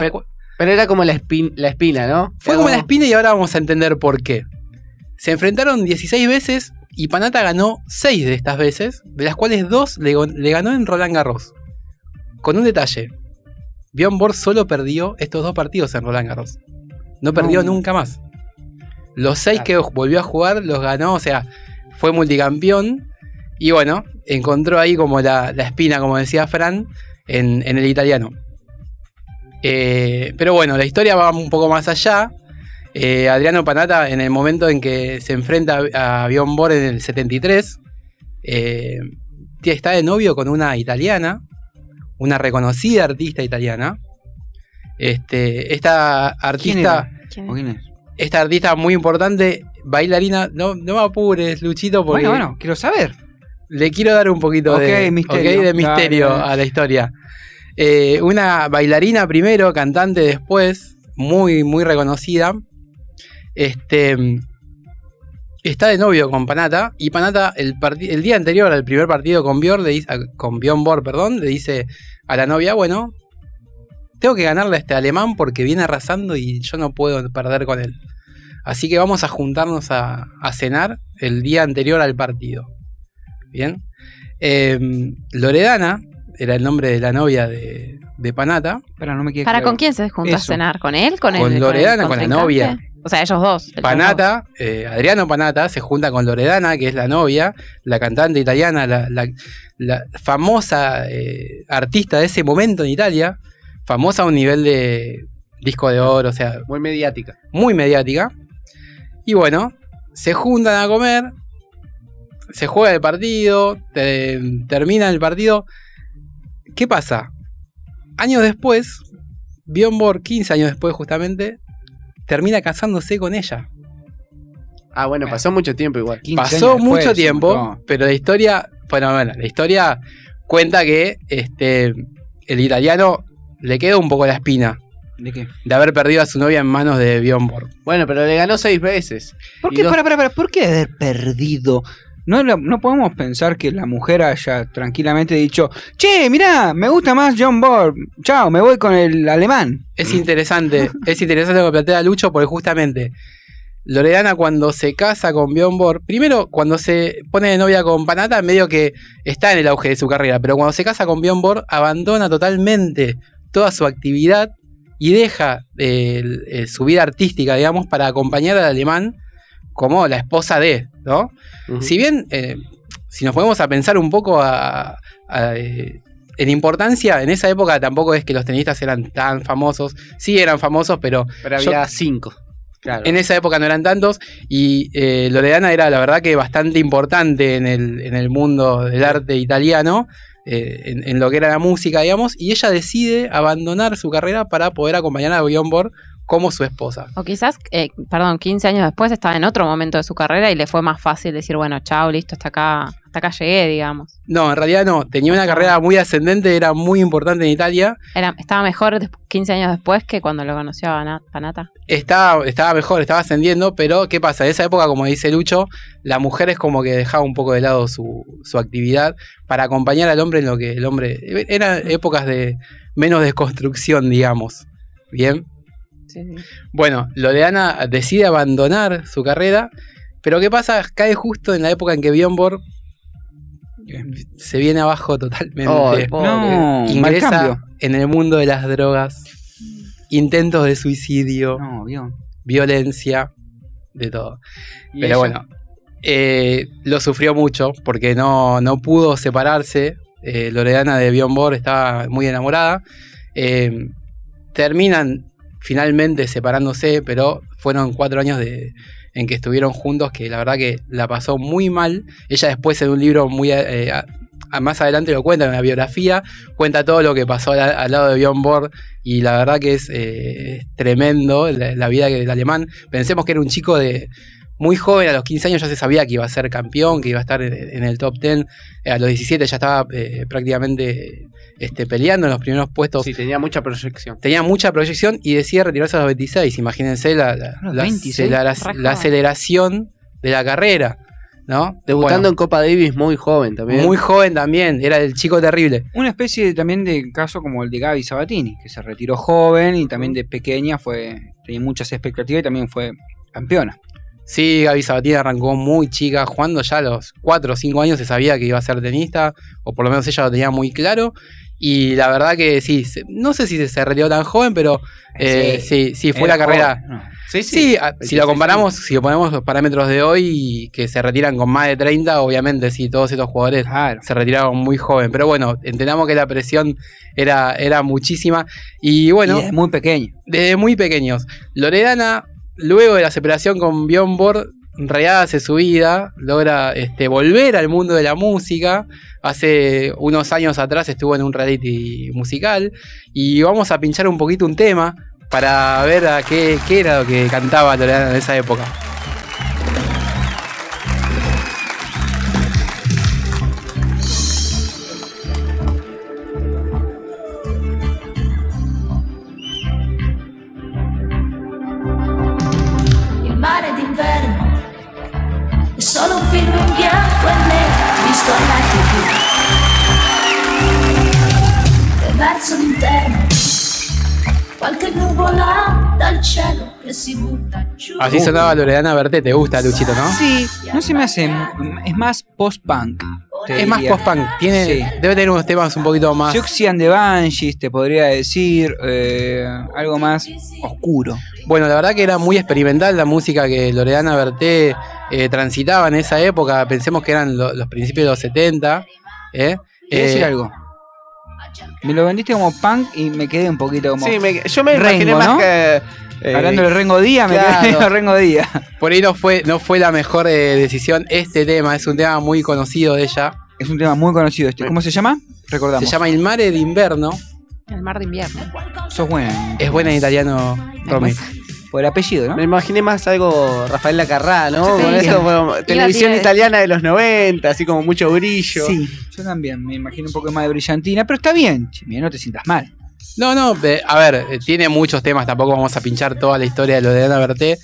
[SPEAKER 5] era como la, la espina, ¿no?
[SPEAKER 6] Fue como la espina y ahora vamos a entender por qué. Se enfrentaron 16 veces y Panata ganó 6 de estas veces, de las cuales 2 le, gon- le ganó en Roland Garros. Con un detalle, Bjorn Borg solo perdió estos dos partidos en Roland Garros. No perdió
[SPEAKER 5] No.
[SPEAKER 6] nunca más. Los 6 que volvió a jugar los ganó, o sea, fue multicampeón. Y bueno, encontró ahí como la, la espina, como decía Fran, en, en el italiano. Eh, pero bueno, la historia va un poco más allá. Eh, Adriano Panata, en el momento en que se enfrenta a Bjorn Borg en el 73, eh, tía, está de novio con una italiana, una reconocida artista italiana. Este, esta
[SPEAKER 1] ¿Quién
[SPEAKER 6] artista,
[SPEAKER 1] era? ¿O quién es?
[SPEAKER 6] esta artista muy importante, bailarina, no, no me apures, Luchito, porque
[SPEAKER 1] Bueno, bueno, quiero saber.
[SPEAKER 6] le quiero dar un poquito
[SPEAKER 1] Ok,
[SPEAKER 6] de,
[SPEAKER 1] misterio.
[SPEAKER 6] ok, de misterio
[SPEAKER 1] Dale, dale.
[SPEAKER 6] a la historia. Eh, una bailarina primero, cantante después, muy, muy reconocida. Este. Está de novio con Panata y Panata el, parti- el día anterior al primer partido con Bjorn, le dice, a- con Bjorn Borg, perdón, le dice a la novia, bueno, tengo que ganarle a este alemán porque viene arrasando y yo no puedo perder con él. Así que vamos a juntarnos a, a cenar el día anterior al partido. Bien. Eh, Loredana era el nombre de la novia de, de Panata.
[SPEAKER 1] Para, no me
[SPEAKER 7] ¿Para con quién se juntó a cenar? ¿Con él? ¿Con,
[SPEAKER 6] Con
[SPEAKER 7] el,
[SPEAKER 6] Loredana, con la
[SPEAKER 7] contrincante?
[SPEAKER 6] novia.
[SPEAKER 7] O sea, ellos dos. ellos dos.
[SPEAKER 6] Panata, eh, Adriano Panata, se junta con Loredana, que es la novia, la cantante italiana, la, la- la famosa eh, artista de ese momento en Italia, famosa a un nivel de disco de oro, o sea,
[SPEAKER 5] Muy mediática.
[SPEAKER 6] muy mediática. Y bueno, se juntan a comer, se juega el partido, te- termina el partido. ¿Qué pasa? Años después, Bjorn Borg, 15 años después justamente, termina casándose con ella.
[SPEAKER 5] Ah,
[SPEAKER 1] Eh.
[SPEAKER 5] bueno, pasó mucho tiempo igual.
[SPEAKER 6] Pasó mucho tiempo, pero la historia, bueno, bueno, la historia cuenta que este, el italiano le quedó un poco la espina
[SPEAKER 1] ¿De qué?
[SPEAKER 6] de haber perdido a su novia en manos de Bjorn Borg.
[SPEAKER 5] Bueno, pero le ganó seis veces.
[SPEAKER 1] ¿Por
[SPEAKER 5] Y
[SPEAKER 1] qué,
[SPEAKER 5] dos-
[SPEAKER 1] para, para, para, ¿por qué haber perdido No, la- no podemos pensar que la mujer haya tranquilamente dicho, che, mirá, me gusta más John Borg, chao, me voy con el alemán.
[SPEAKER 6] Es interesante, es interesante lo que plantea Lucho porque justamente Loredana cuando se casa con Bjorn Borg, primero cuando se pone de novia con Panata, medio que está en el auge de su carrera, pero cuando se casa con Bjorn Borg abandona totalmente toda su actividad y deja eh, el- eh, su vida artística, digamos, para acompañar al alemán como la esposa de, ¿no? Si bien, eh, si nos ponemos a pensar un poco a- a, eh, en importancia, en esa época tampoco es que los tenistas eran tan famosos. Sí, eran famosos, pero.
[SPEAKER 5] Pero
[SPEAKER 6] yo-
[SPEAKER 5] había cinco. Claro.
[SPEAKER 6] en esa época no eran tantos y eh, Loredana era la verdad que bastante importante en el, en el mundo del arte italiano, eh, en, en lo que era la música, digamos, y ella decide abandonar su carrera para poder acompañar a Bjorn Borg como su esposa.
[SPEAKER 7] O quizás, eh, perdón, 15 años después estaba en otro momento de su carrera y le fue más fácil decir, bueno, chao, listo, hasta acá, hasta acá llegué, digamos.
[SPEAKER 6] No, en realidad no, tenía una carrera muy ascendente, era muy importante en Italia,
[SPEAKER 7] Era, estaba mejor des- 15 años después que cuando lo conoció a Bana- Panata.
[SPEAKER 6] estaba, estaba mejor, estaba ascendiendo, pero ¿qué pasa? En esa época, como dice Lucho, la mujer es como que dejaba un poco de lado su, su actividad para acompañar al hombre en lo que el hombre... Eran épocas de menos desconstrucción, digamos. ¿Bien? Bueno, Loredana decide abandonar su carrera, pero ¿qué pasa? Cae justo en la época en que Bjorn Borg se viene abajo totalmente.
[SPEAKER 1] Oh, no, mal
[SPEAKER 6] Ingresa
[SPEAKER 1] cambio.
[SPEAKER 6] en el mundo de las drogas, intentos de suicidio, violencia, de todo.
[SPEAKER 1] ¿Y
[SPEAKER 6] Pero
[SPEAKER 1] ella?
[SPEAKER 6] bueno, eh, lo sufrió mucho porque no, no pudo separarse. Eh, Loredana de Bjorn Borg estaba muy enamorada. Eh, terminan finalmente separándose, pero fueron cuatro años de, en que estuvieron juntos, que la verdad que la pasó muy mal. Ella después en un libro muy... eh, a- a- más adelante lo cuenta en la biografía, cuenta todo lo que pasó al, al lado de Bjorn Borg y la verdad que es, eh, es tremendo la, la vida que- del alemán. Pensemos que era un chico de muy joven, a los 15 años ya se sabía que iba a ser campeón, que iba a estar en, en el top 10, Eh, a los 17 ya estaba eh, prácticamente este, peleando en los primeros puestos. Sí,
[SPEAKER 5] tenía mucha proyección.
[SPEAKER 6] Tenía mucha proyección y decía retirarse a los 26, imagínense la, la-
[SPEAKER 5] los
[SPEAKER 6] la
[SPEAKER 5] 26,
[SPEAKER 6] acelera-
[SPEAKER 5] rajaba.
[SPEAKER 6] la aceleración de la carrera, ¿no?
[SPEAKER 5] Debutando
[SPEAKER 6] Bueno,
[SPEAKER 5] en Copa Davis muy joven también.
[SPEAKER 6] muy joven también, era el chico terrible.
[SPEAKER 1] Una especie de- también de caso como el de Gaby Sabatini, que se retiró joven y también de pequeña fue tenía muchas expectativas y también fue campeona.
[SPEAKER 6] Sí, Gaby Sabatini arrancó muy chica, jugando ya a los 4 o 5 años se sabía que iba a ser tenista, o por lo menos ella lo tenía muy claro. Y la verdad que sí, se- no sé si se retiró tan joven, pero eh, sí, sí, fue
[SPEAKER 1] Era
[SPEAKER 6] la carrera.
[SPEAKER 1] joven, ¿no?
[SPEAKER 6] Sí, a- si lo comparamos, si lo ponemos los parámetros de hoy, que se retiran con más de 30, obviamente sí, todos estos jugadores se retiraron muy joven. Pero bueno, entendamos que la presión era, era muchísima. Y bueno.
[SPEAKER 1] Y desde muy pequeño.
[SPEAKER 6] Desde muy pequeños. Loredana, luego de la separación con Bjorn Borg, rehace su vida, logra este, volver al mundo de la música. Hace unos años atrás estuvo en un reality musical. Y vamos a pinchar un poquito un tema para ver a qué, qué era lo que cantaba Loredana en esa época.
[SPEAKER 16] Il mare d'inverno è solo un film in bianco e nero visto alla tv. E verso l'interno qualche nuvola dal cielo che si butta giù.
[SPEAKER 6] Así sonaba Loredana Berté, te gusta, Luchito, ¿no?
[SPEAKER 1] Uh. Sí, no se me hace. Es más post-punk. te
[SPEAKER 6] Es más
[SPEAKER 1] diría.
[SPEAKER 6] post-punk, tiene-
[SPEAKER 1] Sí.
[SPEAKER 6] debe tener unos temas un poquito más.
[SPEAKER 1] Siouxsie and the Banshees, te podría decir. eh, algo más oscuro.
[SPEAKER 6] Bueno, la verdad que era muy experimental la música que Loredana Berté eh, transitaba en esa época. Pensemos que eran lo- los principios de los 70. ¿eh?
[SPEAKER 1] Te voy a decir
[SPEAKER 6] Eh,
[SPEAKER 1] algo. Me lo vendiste como punk y me quedé un poquito como.
[SPEAKER 5] Sí, me- yo me imaginé
[SPEAKER 1] Rengo,
[SPEAKER 5] más
[SPEAKER 1] ¿no?
[SPEAKER 5] que. eh,
[SPEAKER 1] Hablando de Rengo Díaz, me quedé medio Rengo Díaz.
[SPEAKER 6] *laughs* Por ahí no fue, no fue la mejor eh, decisión este tema. Es un tema muy conocido de ella.
[SPEAKER 1] Es un tema muy conocido este. ¿Cómo se llama? Recordamos.
[SPEAKER 6] Se llama Il mare de invierno.
[SPEAKER 7] El mar de invierno.
[SPEAKER 1] Sos buena.
[SPEAKER 6] Es buena en italiano, Romy.
[SPEAKER 1] Por el apellido, ¿no?
[SPEAKER 5] Me imaginé más algo Rafael Lacarrá, ¿no?
[SPEAKER 1] Sí.
[SPEAKER 5] Con eso, bueno,
[SPEAKER 1] Iba a
[SPEAKER 5] televisión
[SPEAKER 1] tirar-
[SPEAKER 5] italiana de los 90, así como mucho brillo.
[SPEAKER 1] Sí, yo también. Me imagino un poco más de brillantina, pero está bien. Chimi, no te sientas mal.
[SPEAKER 6] No, no, eh, a ver, eh, tiene muchos temas, tampoco vamos a pinchar toda la historia de lo de Ana Berté,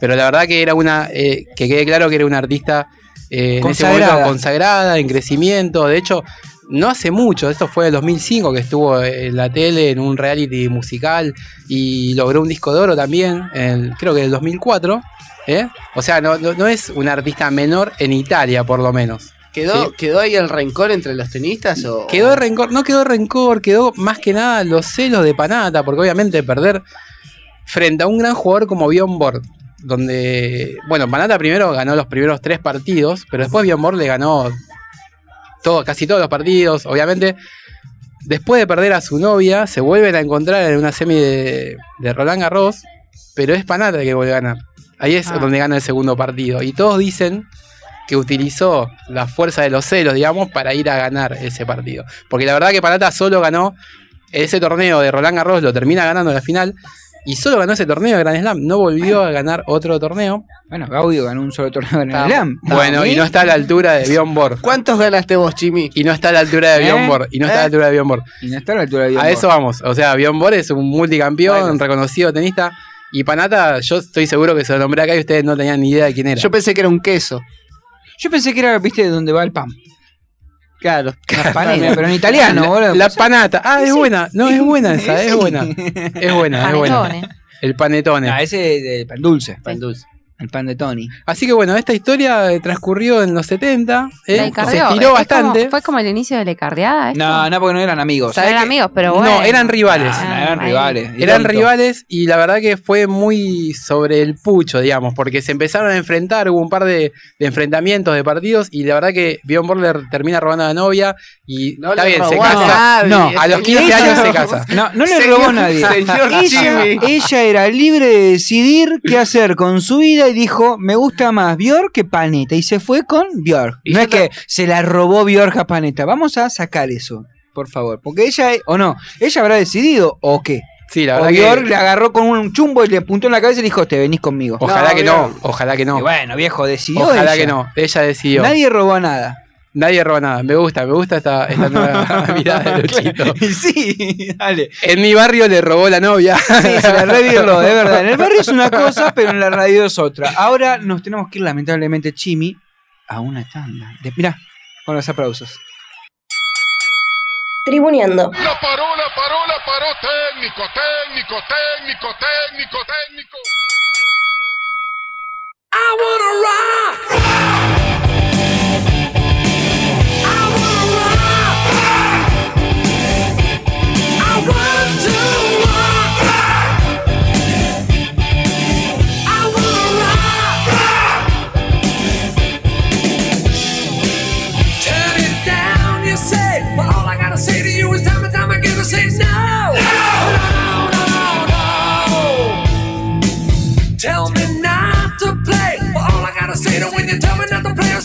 [SPEAKER 6] pero la verdad que era una, eh, que quede claro que era una artista eh, en ese
[SPEAKER 1] Consagrada.
[SPEAKER 6] momento consagrada, en crecimiento. De hecho, no hace mucho, esto fue el 2005 que estuvo eh, en la tele en un reality musical y logró un disco de oro también, en- creo que en el 2004. ¿eh? O sea, no, no- no es un artista menor en Italia, por lo menos.
[SPEAKER 5] ¿Quedó,
[SPEAKER 6] Sí.
[SPEAKER 5] ¿Quedó ahí el rencor entre los tenistas? O...
[SPEAKER 6] Quedó rencor, no quedó rencor, quedó más que nada los celos de Panata, porque obviamente perder frente a un gran jugador como Bjorn Borg, donde, bueno, Panata primero ganó los primeros tres partidos, pero después Bjorn Borg le ganó todo, casi todos los partidos, obviamente. Después de perder a su novia, se vuelven a encontrar en una semi de, de Roland Garros, pero es Panata el que vuelve a ganar. Ahí es donde gana el segundo partido. Y todos dicen que utilizó la fuerza de los celos, digamos, para ir a ganar ese partido. Porque la verdad que Panata solo ganó ese torneo de Roland Garros, lo termina ganando en la final, y solo ganó ese torneo de Grand Slam, no volvió a ganar otro torneo.
[SPEAKER 1] Bueno, Gaudio ganó un solo torneo de Grand Slam.
[SPEAKER 6] Bueno, y no está a la altura de Bjorn Borg.
[SPEAKER 5] ¿Cuántos ganaste vos, Chimi?
[SPEAKER 6] Y no está a la altura de
[SPEAKER 1] ¿Eh?
[SPEAKER 6] Bjorn Borg, y no está a
[SPEAKER 1] ¿Eh?
[SPEAKER 6] la altura de Bjorn Borg.
[SPEAKER 1] Y no está a la altura de Bjorn
[SPEAKER 6] A eso
[SPEAKER 1] Borg.
[SPEAKER 6] vamos. O sea, Bjorn Borg es un multicampeón, un reconocido tenista. Y Panata, yo estoy seguro que se lo nombré acá y ustedes no tenían ni idea de quién era.
[SPEAKER 5] Yo pensé que era un queso.
[SPEAKER 1] Yo pensé que era, viste, donde va el pan.
[SPEAKER 5] Claro.
[SPEAKER 6] *laughs*
[SPEAKER 1] La panera, pero en italiano,
[SPEAKER 6] La-
[SPEAKER 1] boludo. pues
[SPEAKER 6] La panata. Ah, es buena. No, es buena esa, es buena. Es buena, es buena. El panetone.
[SPEAKER 1] Ah, ese de pan dulce.
[SPEAKER 5] Pan dulce.
[SPEAKER 1] El pan de Tony.
[SPEAKER 6] Así que bueno, esta historia eh, transcurrió en los 70. eh,
[SPEAKER 7] La
[SPEAKER 6] se
[SPEAKER 7] Icardeó,
[SPEAKER 6] estiró
[SPEAKER 7] es
[SPEAKER 6] bastante.
[SPEAKER 7] como- fue como el inicio de la Icardeada. ¿eh?
[SPEAKER 1] No, no, porque no eran amigos.
[SPEAKER 7] No eran amigos, pero bueno.
[SPEAKER 6] No, eran rivales.
[SPEAKER 1] Ah, eran rivales.
[SPEAKER 6] Eran
[SPEAKER 1] Ironto.
[SPEAKER 6] rivales y la verdad que fue muy sobre el pucho, digamos, porque se empezaron a enfrentar, hubo un par de, de enfrentamientos de partidos y la verdad que Bjorn Borler termina robando a la novia y está
[SPEAKER 1] le
[SPEAKER 6] bien, se
[SPEAKER 1] robó a
[SPEAKER 6] casa.
[SPEAKER 1] nadie,
[SPEAKER 6] no, a los 15
[SPEAKER 1] señor.
[SPEAKER 6] años se casa.
[SPEAKER 1] No, no le
[SPEAKER 6] Señor-
[SPEAKER 1] robó nadie.
[SPEAKER 6] señor
[SPEAKER 1] ella,
[SPEAKER 6] Jimmy.
[SPEAKER 1] ella era libre de decidir qué hacer con su vida y dijo, me gusta más Björk que Paneta. Y se fue con Björk. No es que se la robó Björk a Paneta. Vamos a sacar eso, por favor. Porque ella, o no, ella habrá decidido o qué.
[SPEAKER 6] Sí, la
[SPEAKER 1] o
[SPEAKER 6] verdad que-
[SPEAKER 1] Björk le agarró con un chumbo y le apuntó en la cabeza y le dijo, te venís conmigo.
[SPEAKER 6] Ojalá que no, ojalá que no.
[SPEAKER 1] Y bueno, viejo, decidió
[SPEAKER 6] Ojalá
[SPEAKER 1] ella.
[SPEAKER 6] que no, ella decidió.
[SPEAKER 1] Nadie
[SPEAKER 6] *laughs*
[SPEAKER 1] robó nada.
[SPEAKER 6] Nadie robó nada. Me gusta, me gusta esta, esta
[SPEAKER 1] *laughs*
[SPEAKER 6] nueva mirada de Luchito.
[SPEAKER 1] sí, dale.
[SPEAKER 6] En mi barrio le robó la novia.
[SPEAKER 1] Sí, se la revirló, de verdad. En el barrio es una
[SPEAKER 6] *laughs*
[SPEAKER 1] cosa, pero en la radio es otra. Ahora nos tenemos que ir, lamentablemente, Chimi, a una tanda. De, mirá, con los aplausos.
[SPEAKER 15] Tribuneando.
[SPEAKER 3] La paró, la paró, la paró. Técnico, técnico, técnico, técnico, técnico.
[SPEAKER 15] I wanna rock. I wanna rock. I want to rock. I wanna rock. Turn it down, you say. But all I gotta say to you is time and time again, I say no. No, no, no, no. Tell me not to play. But all I gotta say to when you tell me not to play, I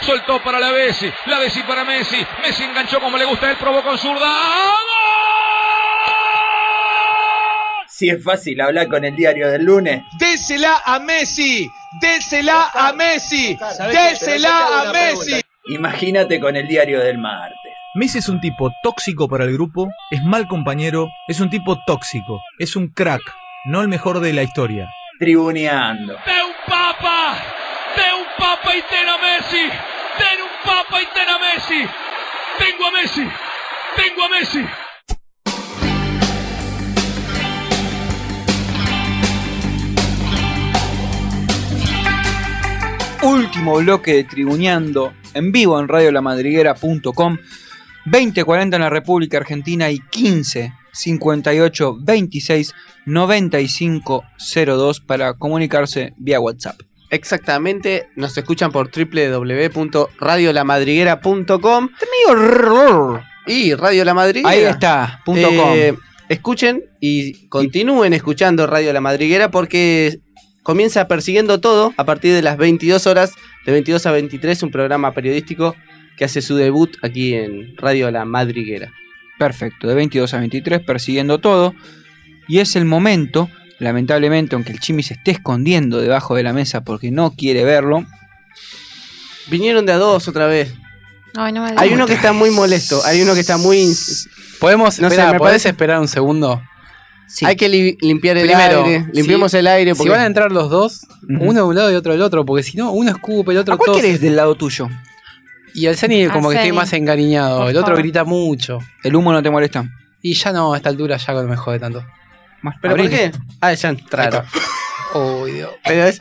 [SPEAKER 23] soltó para la Bessi, la Bessi para Messi, Messi enganchó como le gusta, él probó con zurda.
[SPEAKER 8] Si es fácil hablar con el diario del lunes.
[SPEAKER 9] Désela a Messi, désela a Messi, désela a Messi.
[SPEAKER 8] Imagínate con el diario del martes.
[SPEAKER 24] Messi es un tipo tóxico para el grupo, es mal compañero, es un tipo tóxico, es un crack, no el mejor de la historia.
[SPEAKER 8] Tribuneando.
[SPEAKER 23] ¡De un um papa! ¡De un papa um y ten a Messi! ¡De un papa y ten a Messi! ¡Tengo a Messi! ¡Tengo a Messi!
[SPEAKER 1] Último bloque de Tribuneando en vivo en radiolamadriguera.com. 2040 en la República Argentina y 15 58 26 95 02 para comunicarse vía WhatsApp.
[SPEAKER 5] Exactamente, nos escuchan por www.radiolamadriguera.com. Y Radio La Madriguera.
[SPEAKER 1] Ahí está, punto com.
[SPEAKER 5] Escuchen y continúen escuchando Radio La Madriguera porque comienza persiguiendo todo a partir de las 22 horas, de 22 a 23, un programa periodístico que hace su debut aquí en Radio La Madriguera.
[SPEAKER 1] Perfecto, de 22 a 23 persiguiendo todo. Y es el momento, lamentablemente, aunque el Chimi se esté escondiendo debajo de la mesa porque no quiere verlo.
[SPEAKER 5] Vinieron de a dos otra vez.
[SPEAKER 7] Ay, no me
[SPEAKER 5] Hay uno
[SPEAKER 7] digas.
[SPEAKER 5] que está muy molesto, hay uno que está muy... ins-
[SPEAKER 6] Podemos,
[SPEAKER 5] No sé,
[SPEAKER 6] esperá,
[SPEAKER 5] me
[SPEAKER 6] ¿podés
[SPEAKER 5] parece-
[SPEAKER 6] esperar un segundo.
[SPEAKER 5] Hay que li- limpiar el
[SPEAKER 6] Primero,
[SPEAKER 5] aire.
[SPEAKER 6] si-
[SPEAKER 5] Limpiemos el aire.
[SPEAKER 6] Si van a entrar los dos, uno de un lado y otro del otro, porque si no, uno escupe, el otro
[SPEAKER 1] ¿A cuál
[SPEAKER 6] tose.
[SPEAKER 1] querés del lado tuyo?
[SPEAKER 6] Y el Zeni como que
[SPEAKER 1] Al
[SPEAKER 6] estoy
[SPEAKER 1] Zeni.
[SPEAKER 6] más encariñado,
[SPEAKER 1] Por
[SPEAKER 6] el otro
[SPEAKER 1] favor.
[SPEAKER 6] grita mucho.
[SPEAKER 1] ¿El humo no te molesta?
[SPEAKER 6] Y ya no, a esta altura ya no me jode tanto.
[SPEAKER 5] ¿Pero por qué? Ah, ya entraron. Oh,
[SPEAKER 6] Uy, Dios.
[SPEAKER 5] Pero es...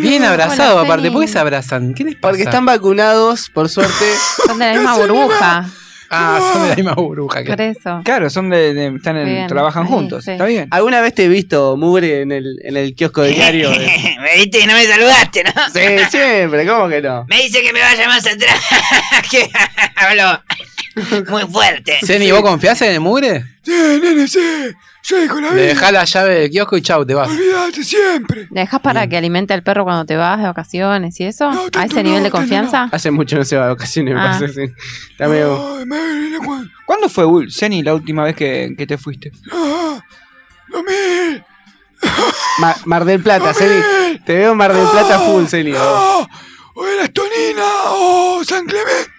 [SPEAKER 6] Bien abrazado aparte, ¿por qué se abrazan? ¿Qué les pasa?
[SPEAKER 5] Porque están vacunados,
[SPEAKER 6] *laughs*
[SPEAKER 5] por suerte.
[SPEAKER 7] Son de la misma burbuja.
[SPEAKER 1] *laughs*
[SPEAKER 6] Ah, son de la misma burbuja.
[SPEAKER 7] Por eso.
[SPEAKER 1] Claro, son de, de- están en-
[SPEAKER 7] Bien.
[SPEAKER 1] trabajan
[SPEAKER 7] Sí,
[SPEAKER 1] juntos,
[SPEAKER 7] sí.
[SPEAKER 1] está bien.
[SPEAKER 5] ¿Alguna vez te he visto mugre en el, en el kiosco de
[SPEAKER 7] *laughs*
[SPEAKER 5] diario? de-
[SPEAKER 25] Me Eh, viste que no me saludaste, ¿no?
[SPEAKER 5] Sí, siempre, ¿cómo que no?
[SPEAKER 25] *laughs* Me dice que me vaya más atrás. *laughs* que hablo muy fuerte.
[SPEAKER 6] Zeni, ¿vos confiás en el mugre?
[SPEAKER 25] Sí, nene, sí. Yo dejo
[SPEAKER 6] Le dejás la llave del kiosco y chau, te vas.
[SPEAKER 25] Olvídate siempre.
[SPEAKER 7] ¿Le dejas para que alimente al perro cuando te vas de vacaciones y eso? ¿A ese nivel de confianza?
[SPEAKER 5] Hace mucho no se va de vacaciones, me
[SPEAKER 7] Ah.
[SPEAKER 5] parece, sí. Está medio-
[SPEAKER 1] ¿Cuándo fue, Ul, Zeni, la última vez que, que te fuiste?
[SPEAKER 16] ah,
[SPEAKER 5] Ma- Mar del Plata, Celi. Te veo en Mar del
[SPEAKER 22] ¡Ah!
[SPEAKER 5] Plata full, Celi.
[SPEAKER 25] O era Estonina
[SPEAKER 22] ¡Oh!
[SPEAKER 25] o San Clemente.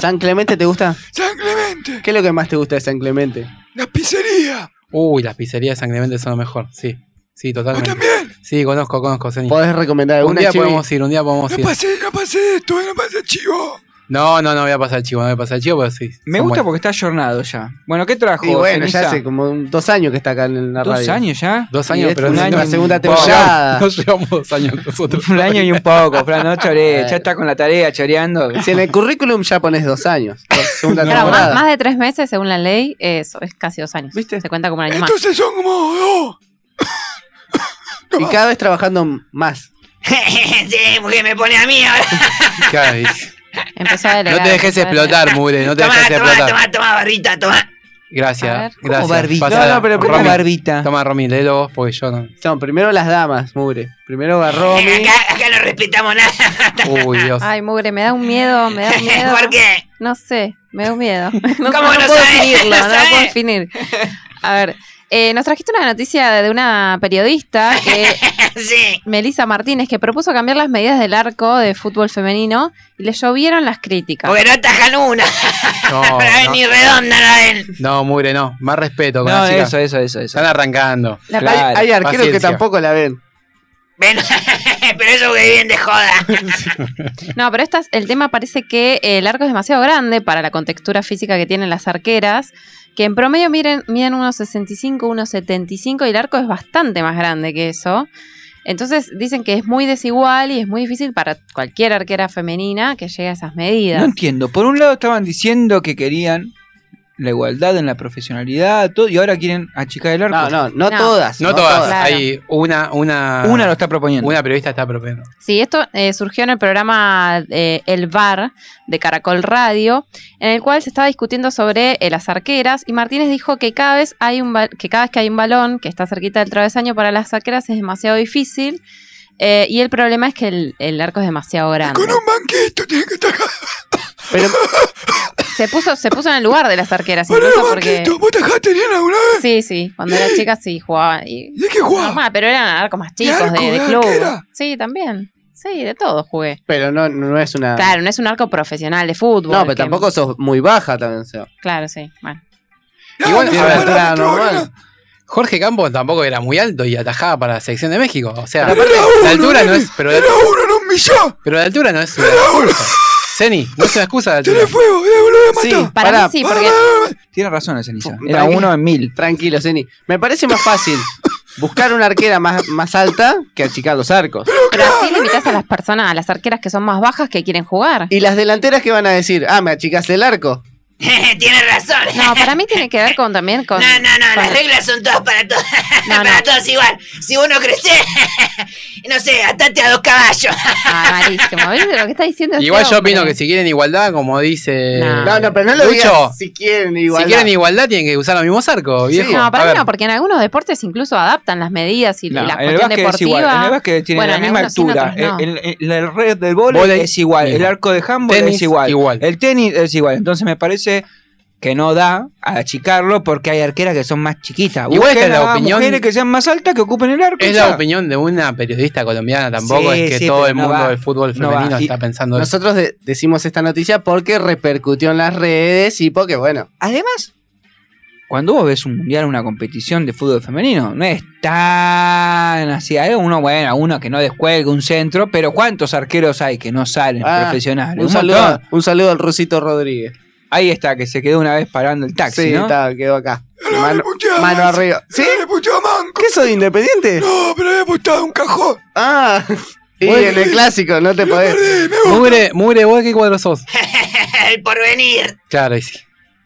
[SPEAKER 5] ¿San Clemente te gusta?
[SPEAKER 25] San Clemente.
[SPEAKER 5] ¿Qué es lo que más te gusta de San Clemente?
[SPEAKER 25] La pizzería.
[SPEAKER 6] Uy, las pizzerías de San Clemente son lo mejor, sí. Sí, totalmente. Sí, conozco, conozco, Zeni.
[SPEAKER 5] ¿Podés recomendar
[SPEAKER 6] Un
[SPEAKER 5] alguna,
[SPEAKER 6] día
[SPEAKER 5] Chibi?
[SPEAKER 6] podemos ir, un día podemos
[SPEAKER 25] No
[SPEAKER 6] ir.
[SPEAKER 25] pasé, no pasé esto,
[SPEAKER 22] eh!
[SPEAKER 25] no pasé chivo.
[SPEAKER 6] No, no, no voy a pasar el chivo, no voy a pasar el chivo, pero sí.
[SPEAKER 1] Me gusta porque está jornado ya. Bueno, ¿qué trajo?
[SPEAKER 5] Y bueno,
[SPEAKER 1] Ceniza?
[SPEAKER 5] ya hace como un- dos años que está acá en la
[SPEAKER 1] ¿Dos
[SPEAKER 5] radio. este
[SPEAKER 1] años ya?
[SPEAKER 6] Dos años, pero
[SPEAKER 5] una
[SPEAKER 6] no-
[SPEAKER 5] segunda
[SPEAKER 6] no
[SPEAKER 1] *laughs*
[SPEAKER 5] temporada.
[SPEAKER 6] llevamos- No llevamos dos años nosotros.
[SPEAKER 1] Un año y un poco, Fran, no *laughs* choré, ya está con la tarea choreando.
[SPEAKER 5] Si en el currículum ya pones dos años,
[SPEAKER 7] *laughs*
[SPEAKER 5] segunda
[SPEAKER 7] Claro,
[SPEAKER 5] temporada.
[SPEAKER 7] más, más de tres meses, según la ley, eso es casi dos años. Se cuenta como un año más.
[SPEAKER 25] *laughs* Entonces son como
[SPEAKER 1] oh.
[SPEAKER 25] dos.
[SPEAKER 5] Y cada vez trabajando más.
[SPEAKER 25] *laughs* sí, porque me pone a mí ahora.
[SPEAKER 6] *laughs*
[SPEAKER 7] Empezó a delegar.
[SPEAKER 6] No te dejes
[SPEAKER 7] empezó a delegar.
[SPEAKER 6] explotar, Mure, no te
[SPEAKER 25] Tomá,
[SPEAKER 6] dejes
[SPEAKER 25] tomá,
[SPEAKER 6] explotar.
[SPEAKER 25] tomá, tomá, barrita, tomá.
[SPEAKER 6] Gracias,
[SPEAKER 25] A ver.
[SPEAKER 6] gracias.
[SPEAKER 5] ¿Cómo barbita?
[SPEAKER 6] Pasala.
[SPEAKER 5] No, no, pero primero
[SPEAKER 6] Romy,
[SPEAKER 5] barbita.
[SPEAKER 6] Toma, Romy, léelo vos porque
[SPEAKER 1] *laughs*
[SPEAKER 6] yo no.
[SPEAKER 5] Son primero las damas, mugre. Primero va
[SPEAKER 6] *laughs*
[SPEAKER 5] Romy.
[SPEAKER 25] Acá, acá no respetamos nada.
[SPEAKER 6] Uy, Dios.
[SPEAKER 7] *laughs* Ay, mugre, me da un miedo, me da un miedo.
[SPEAKER 25] *laughs* ¿Por qué?
[SPEAKER 7] No sé, me da un miedo. *laughs* No,
[SPEAKER 25] ¿Cómo
[SPEAKER 7] no
[SPEAKER 25] no
[SPEAKER 7] puedo
[SPEAKER 25] sabes? *laughs*
[SPEAKER 7] definirlo,
[SPEAKER 25] ¿No
[SPEAKER 7] no, lo
[SPEAKER 25] sabes?
[SPEAKER 7] puedo definir. A ver, eh, nos trajiste una noticia de una periodista
[SPEAKER 25] *laughs*
[SPEAKER 7] que Melissa Martínez, que propuso cambiar las medidas del arco de fútbol femenino y le llovieron las críticas.
[SPEAKER 25] Porque no atajan una.
[SPEAKER 6] No,
[SPEAKER 25] Para ver
[SPEAKER 6] no.
[SPEAKER 25] ni redonda la ven.
[SPEAKER 6] No, Mure, no. Más respeto con
[SPEAKER 1] No,
[SPEAKER 6] la chica.
[SPEAKER 1] eso, eso, eso, eso.
[SPEAKER 6] Están arrancando.
[SPEAKER 25] La-
[SPEAKER 6] Claro.
[SPEAKER 5] Hay, hay arqueros que
[SPEAKER 6] Paciencia.
[SPEAKER 5] tampoco la ven.
[SPEAKER 25] Ven, pero eso que viven de joda.
[SPEAKER 7] *laughs* No, pero esta, es- el tema parece que eh, el arco es demasiado grande para la contextura física que tienen las arqueras, que en promedio miren, miden unos 65, unos 75 y el arco es bastante más grande que eso. Entonces dicen que es muy desigual y es muy difícil para cualquier arquera femenina que llegue a esas
[SPEAKER 1] No
[SPEAKER 7] medidas.
[SPEAKER 1] entiendo. Por un lado estaban diciendo que querían la igualdad en la profesionalidad, todo, y ahora quieren achicar el arco.
[SPEAKER 5] No, no todas,
[SPEAKER 6] No, todas. Hay una, una.
[SPEAKER 1] Una lo está proponiendo.
[SPEAKER 6] Una periodista está proponiendo.
[SPEAKER 7] Sí, esto eh, surgió en el programa eh, El Bar de Caracol Radio, en el cual se estaba discutiendo sobre eh, las arqueras y Martínez dijo que cada vez hay un ba- que cada vez que hay un balón que está cerquita del travesaño para las arqueras es demasiado difícil eh, y el problema es que el, el arco es demasiado grande. Con un banquito tiene que se puso se puso en el lugar de las arqueras incluso
[SPEAKER 21] eh,
[SPEAKER 7] porque
[SPEAKER 22] banquito,
[SPEAKER 7] Sí, sí, cuando era chica sí jugaba y,
[SPEAKER 22] ¿Y qué jugaba?
[SPEAKER 7] Normal, pero eran arcos más chicos
[SPEAKER 5] arco,
[SPEAKER 7] de, de
[SPEAKER 5] de
[SPEAKER 7] club.
[SPEAKER 5] arquera?
[SPEAKER 7] Sí, también. Sí, de todo jugué.
[SPEAKER 5] Pero no, no es una.
[SPEAKER 7] Claro, no es un arco profesional de fútbol.
[SPEAKER 5] no, pero
[SPEAKER 7] que-
[SPEAKER 5] tampoco sos muy baja también. o sea.
[SPEAKER 7] Claro, sí. Bueno.
[SPEAKER 5] Igual tiene una altura normal.
[SPEAKER 6] Jorge Campos tampoco era muy alto y atajaba para la selección de México. O sea,
[SPEAKER 22] Pero era
[SPEAKER 6] la
[SPEAKER 22] uno,
[SPEAKER 6] altura no
[SPEAKER 22] nene.
[SPEAKER 6] es. Pero la, pero la altura no es una excusa. Ceni, no es una excusa de altura.
[SPEAKER 5] Sí,
[SPEAKER 6] para
[SPEAKER 5] pará.
[SPEAKER 6] mí sí, porque-
[SPEAKER 22] ¡Ah,
[SPEAKER 1] Tiene razón ese Nisa.
[SPEAKER 5] Tranqui-
[SPEAKER 1] Era uno en mil.
[SPEAKER 5] Tranquilo, Zeni. Me parece más
[SPEAKER 1] *laughs*
[SPEAKER 5] fácil buscar una arquera más, más alta que achicar los arcos.
[SPEAKER 7] Pero así limitas a las personas, a las arqueras que son más bajas que quieren jugar.
[SPEAKER 5] ¿Y las delanteras qué van a decir? Ah, me achicaste el arco.
[SPEAKER 25] Tiene razón. *laughs*
[SPEAKER 7] No, para mí tiene que ver con también con.
[SPEAKER 25] No, no, no,
[SPEAKER 7] con-
[SPEAKER 25] Ah, las reglas son todas para todos. *laughs*
[SPEAKER 7] No,
[SPEAKER 25] para
[SPEAKER 7] no.
[SPEAKER 25] todos igual. Si uno crece, *laughs* no sé, atate a dos caballos.
[SPEAKER 7] Ah, malísimo. ¿Viste lo que está diciendo? este
[SPEAKER 6] Igual yo
[SPEAKER 7] hombre?
[SPEAKER 6] opino que si quieren igualdad, como dice.
[SPEAKER 5] eh. No, no, pero no lo
[SPEAKER 6] Lucho,
[SPEAKER 5] digas si quieren igualdad.
[SPEAKER 6] Si quieren igualdad, tienen que usar los mismos arcos, viejo.
[SPEAKER 7] No,
[SPEAKER 6] A
[SPEAKER 7] para mí
[SPEAKER 6] ver.
[SPEAKER 7] no, porque en algunos deportes incluso adaptan las medidas y
[SPEAKER 1] No,
[SPEAKER 7] la
[SPEAKER 1] en el
[SPEAKER 7] cuestión
[SPEAKER 1] básquet
[SPEAKER 7] deportiva.
[SPEAKER 1] es igual. En el básquet tiene
[SPEAKER 7] Bueno,
[SPEAKER 1] la
[SPEAKER 7] en
[SPEAKER 1] misma
[SPEAKER 7] algunos sí, en
[SPEAKER 1] altura. eh,
[SPEAKER 7] otros no.
[SPEAKER 1] El, el- el- la red del vóley
[SPEAKER 6] Vóley,
[SPEAKER 1] es igual. El arco de handball
[SPEAKER 6] Tenis,
[SPEAKER 1] es igual.
[SPEAKER 6] igual.
[SPEAKER 1] El tenis es igual. Entonces me parece que no da a achicarlo porque hay arqueras que son más chiquitas.
[SPEAKER 6] Igual esta es
[SPEAKER 1] Busquen
[SPEAKER 6] la
[SPEAKER 1] a
[SPEAKER 6] opinión-
[SPEAKER 1] mujeres que sean más altas que ocupen el arco.
[SPEAKER 6] Es
[SPEAKER 1] ya.
[SPEAKER 6] la opinión de una periodista colombiana, tampoco
[SPEAKER 5] Sí,
[SPEAKER 6] es que
[SPEAKER 5] sí,
[SPEAKER 6] todo
[SPEAKER 5] pero
[SPEAKER 6] el
[SPEAKER 5] no
[SPEAKER 6] mundo
[SPEAKER 5] va.
[SPEAKER 6] del fútbol
[SPEAKER 5] No va.
[SPEAKER 6] femenino
[SPEAKER 5] Y
[SPEAKER 6] está pensando eso.
[SPEAKER 5] Nosotros de- decimos esta noticia porque repercutió en las redes y porque, bueno.
[SPEAKER 1] Además, cuando vos ves un mundial, una competición de fútbol femenino, no es tan así. Hay uno, bueno, uno que no descuelga un centro, pero ¿cuántos arqueros hay que no salen
[SPEAKER 5] ah,
[SPEAKER 1] profesionales?
[SPEAKER 5] Un,
[SPEAKER 1] Un
[SPEAKER 5] saludo,
[SPEAKER 1] montón.
[SPEAKER 5] un saludo al Rusito Rodríguez.
[SPEAKER 1] Ahí está, que se quedó una vez parando el taxi,
[SPEAKER 5] sí,
[SPEAKER 1] ¿no?
[SPEAKER 5] está, quedó acá. Mano, mano arriba. ¿Sí? ¿Qué soy independiente? No, pero he apostado un cajón. Ah, y
[SPEAKER 6] Bueno,
[SPEAKER 5] en el clásico, no te podés.
[SPEAKER 6] Mugre, mugre, vos de qué cuadro sos.
[SPEAKER 25] *laughs* El porvenir.
[SPEAKER 6] Claro, y sí.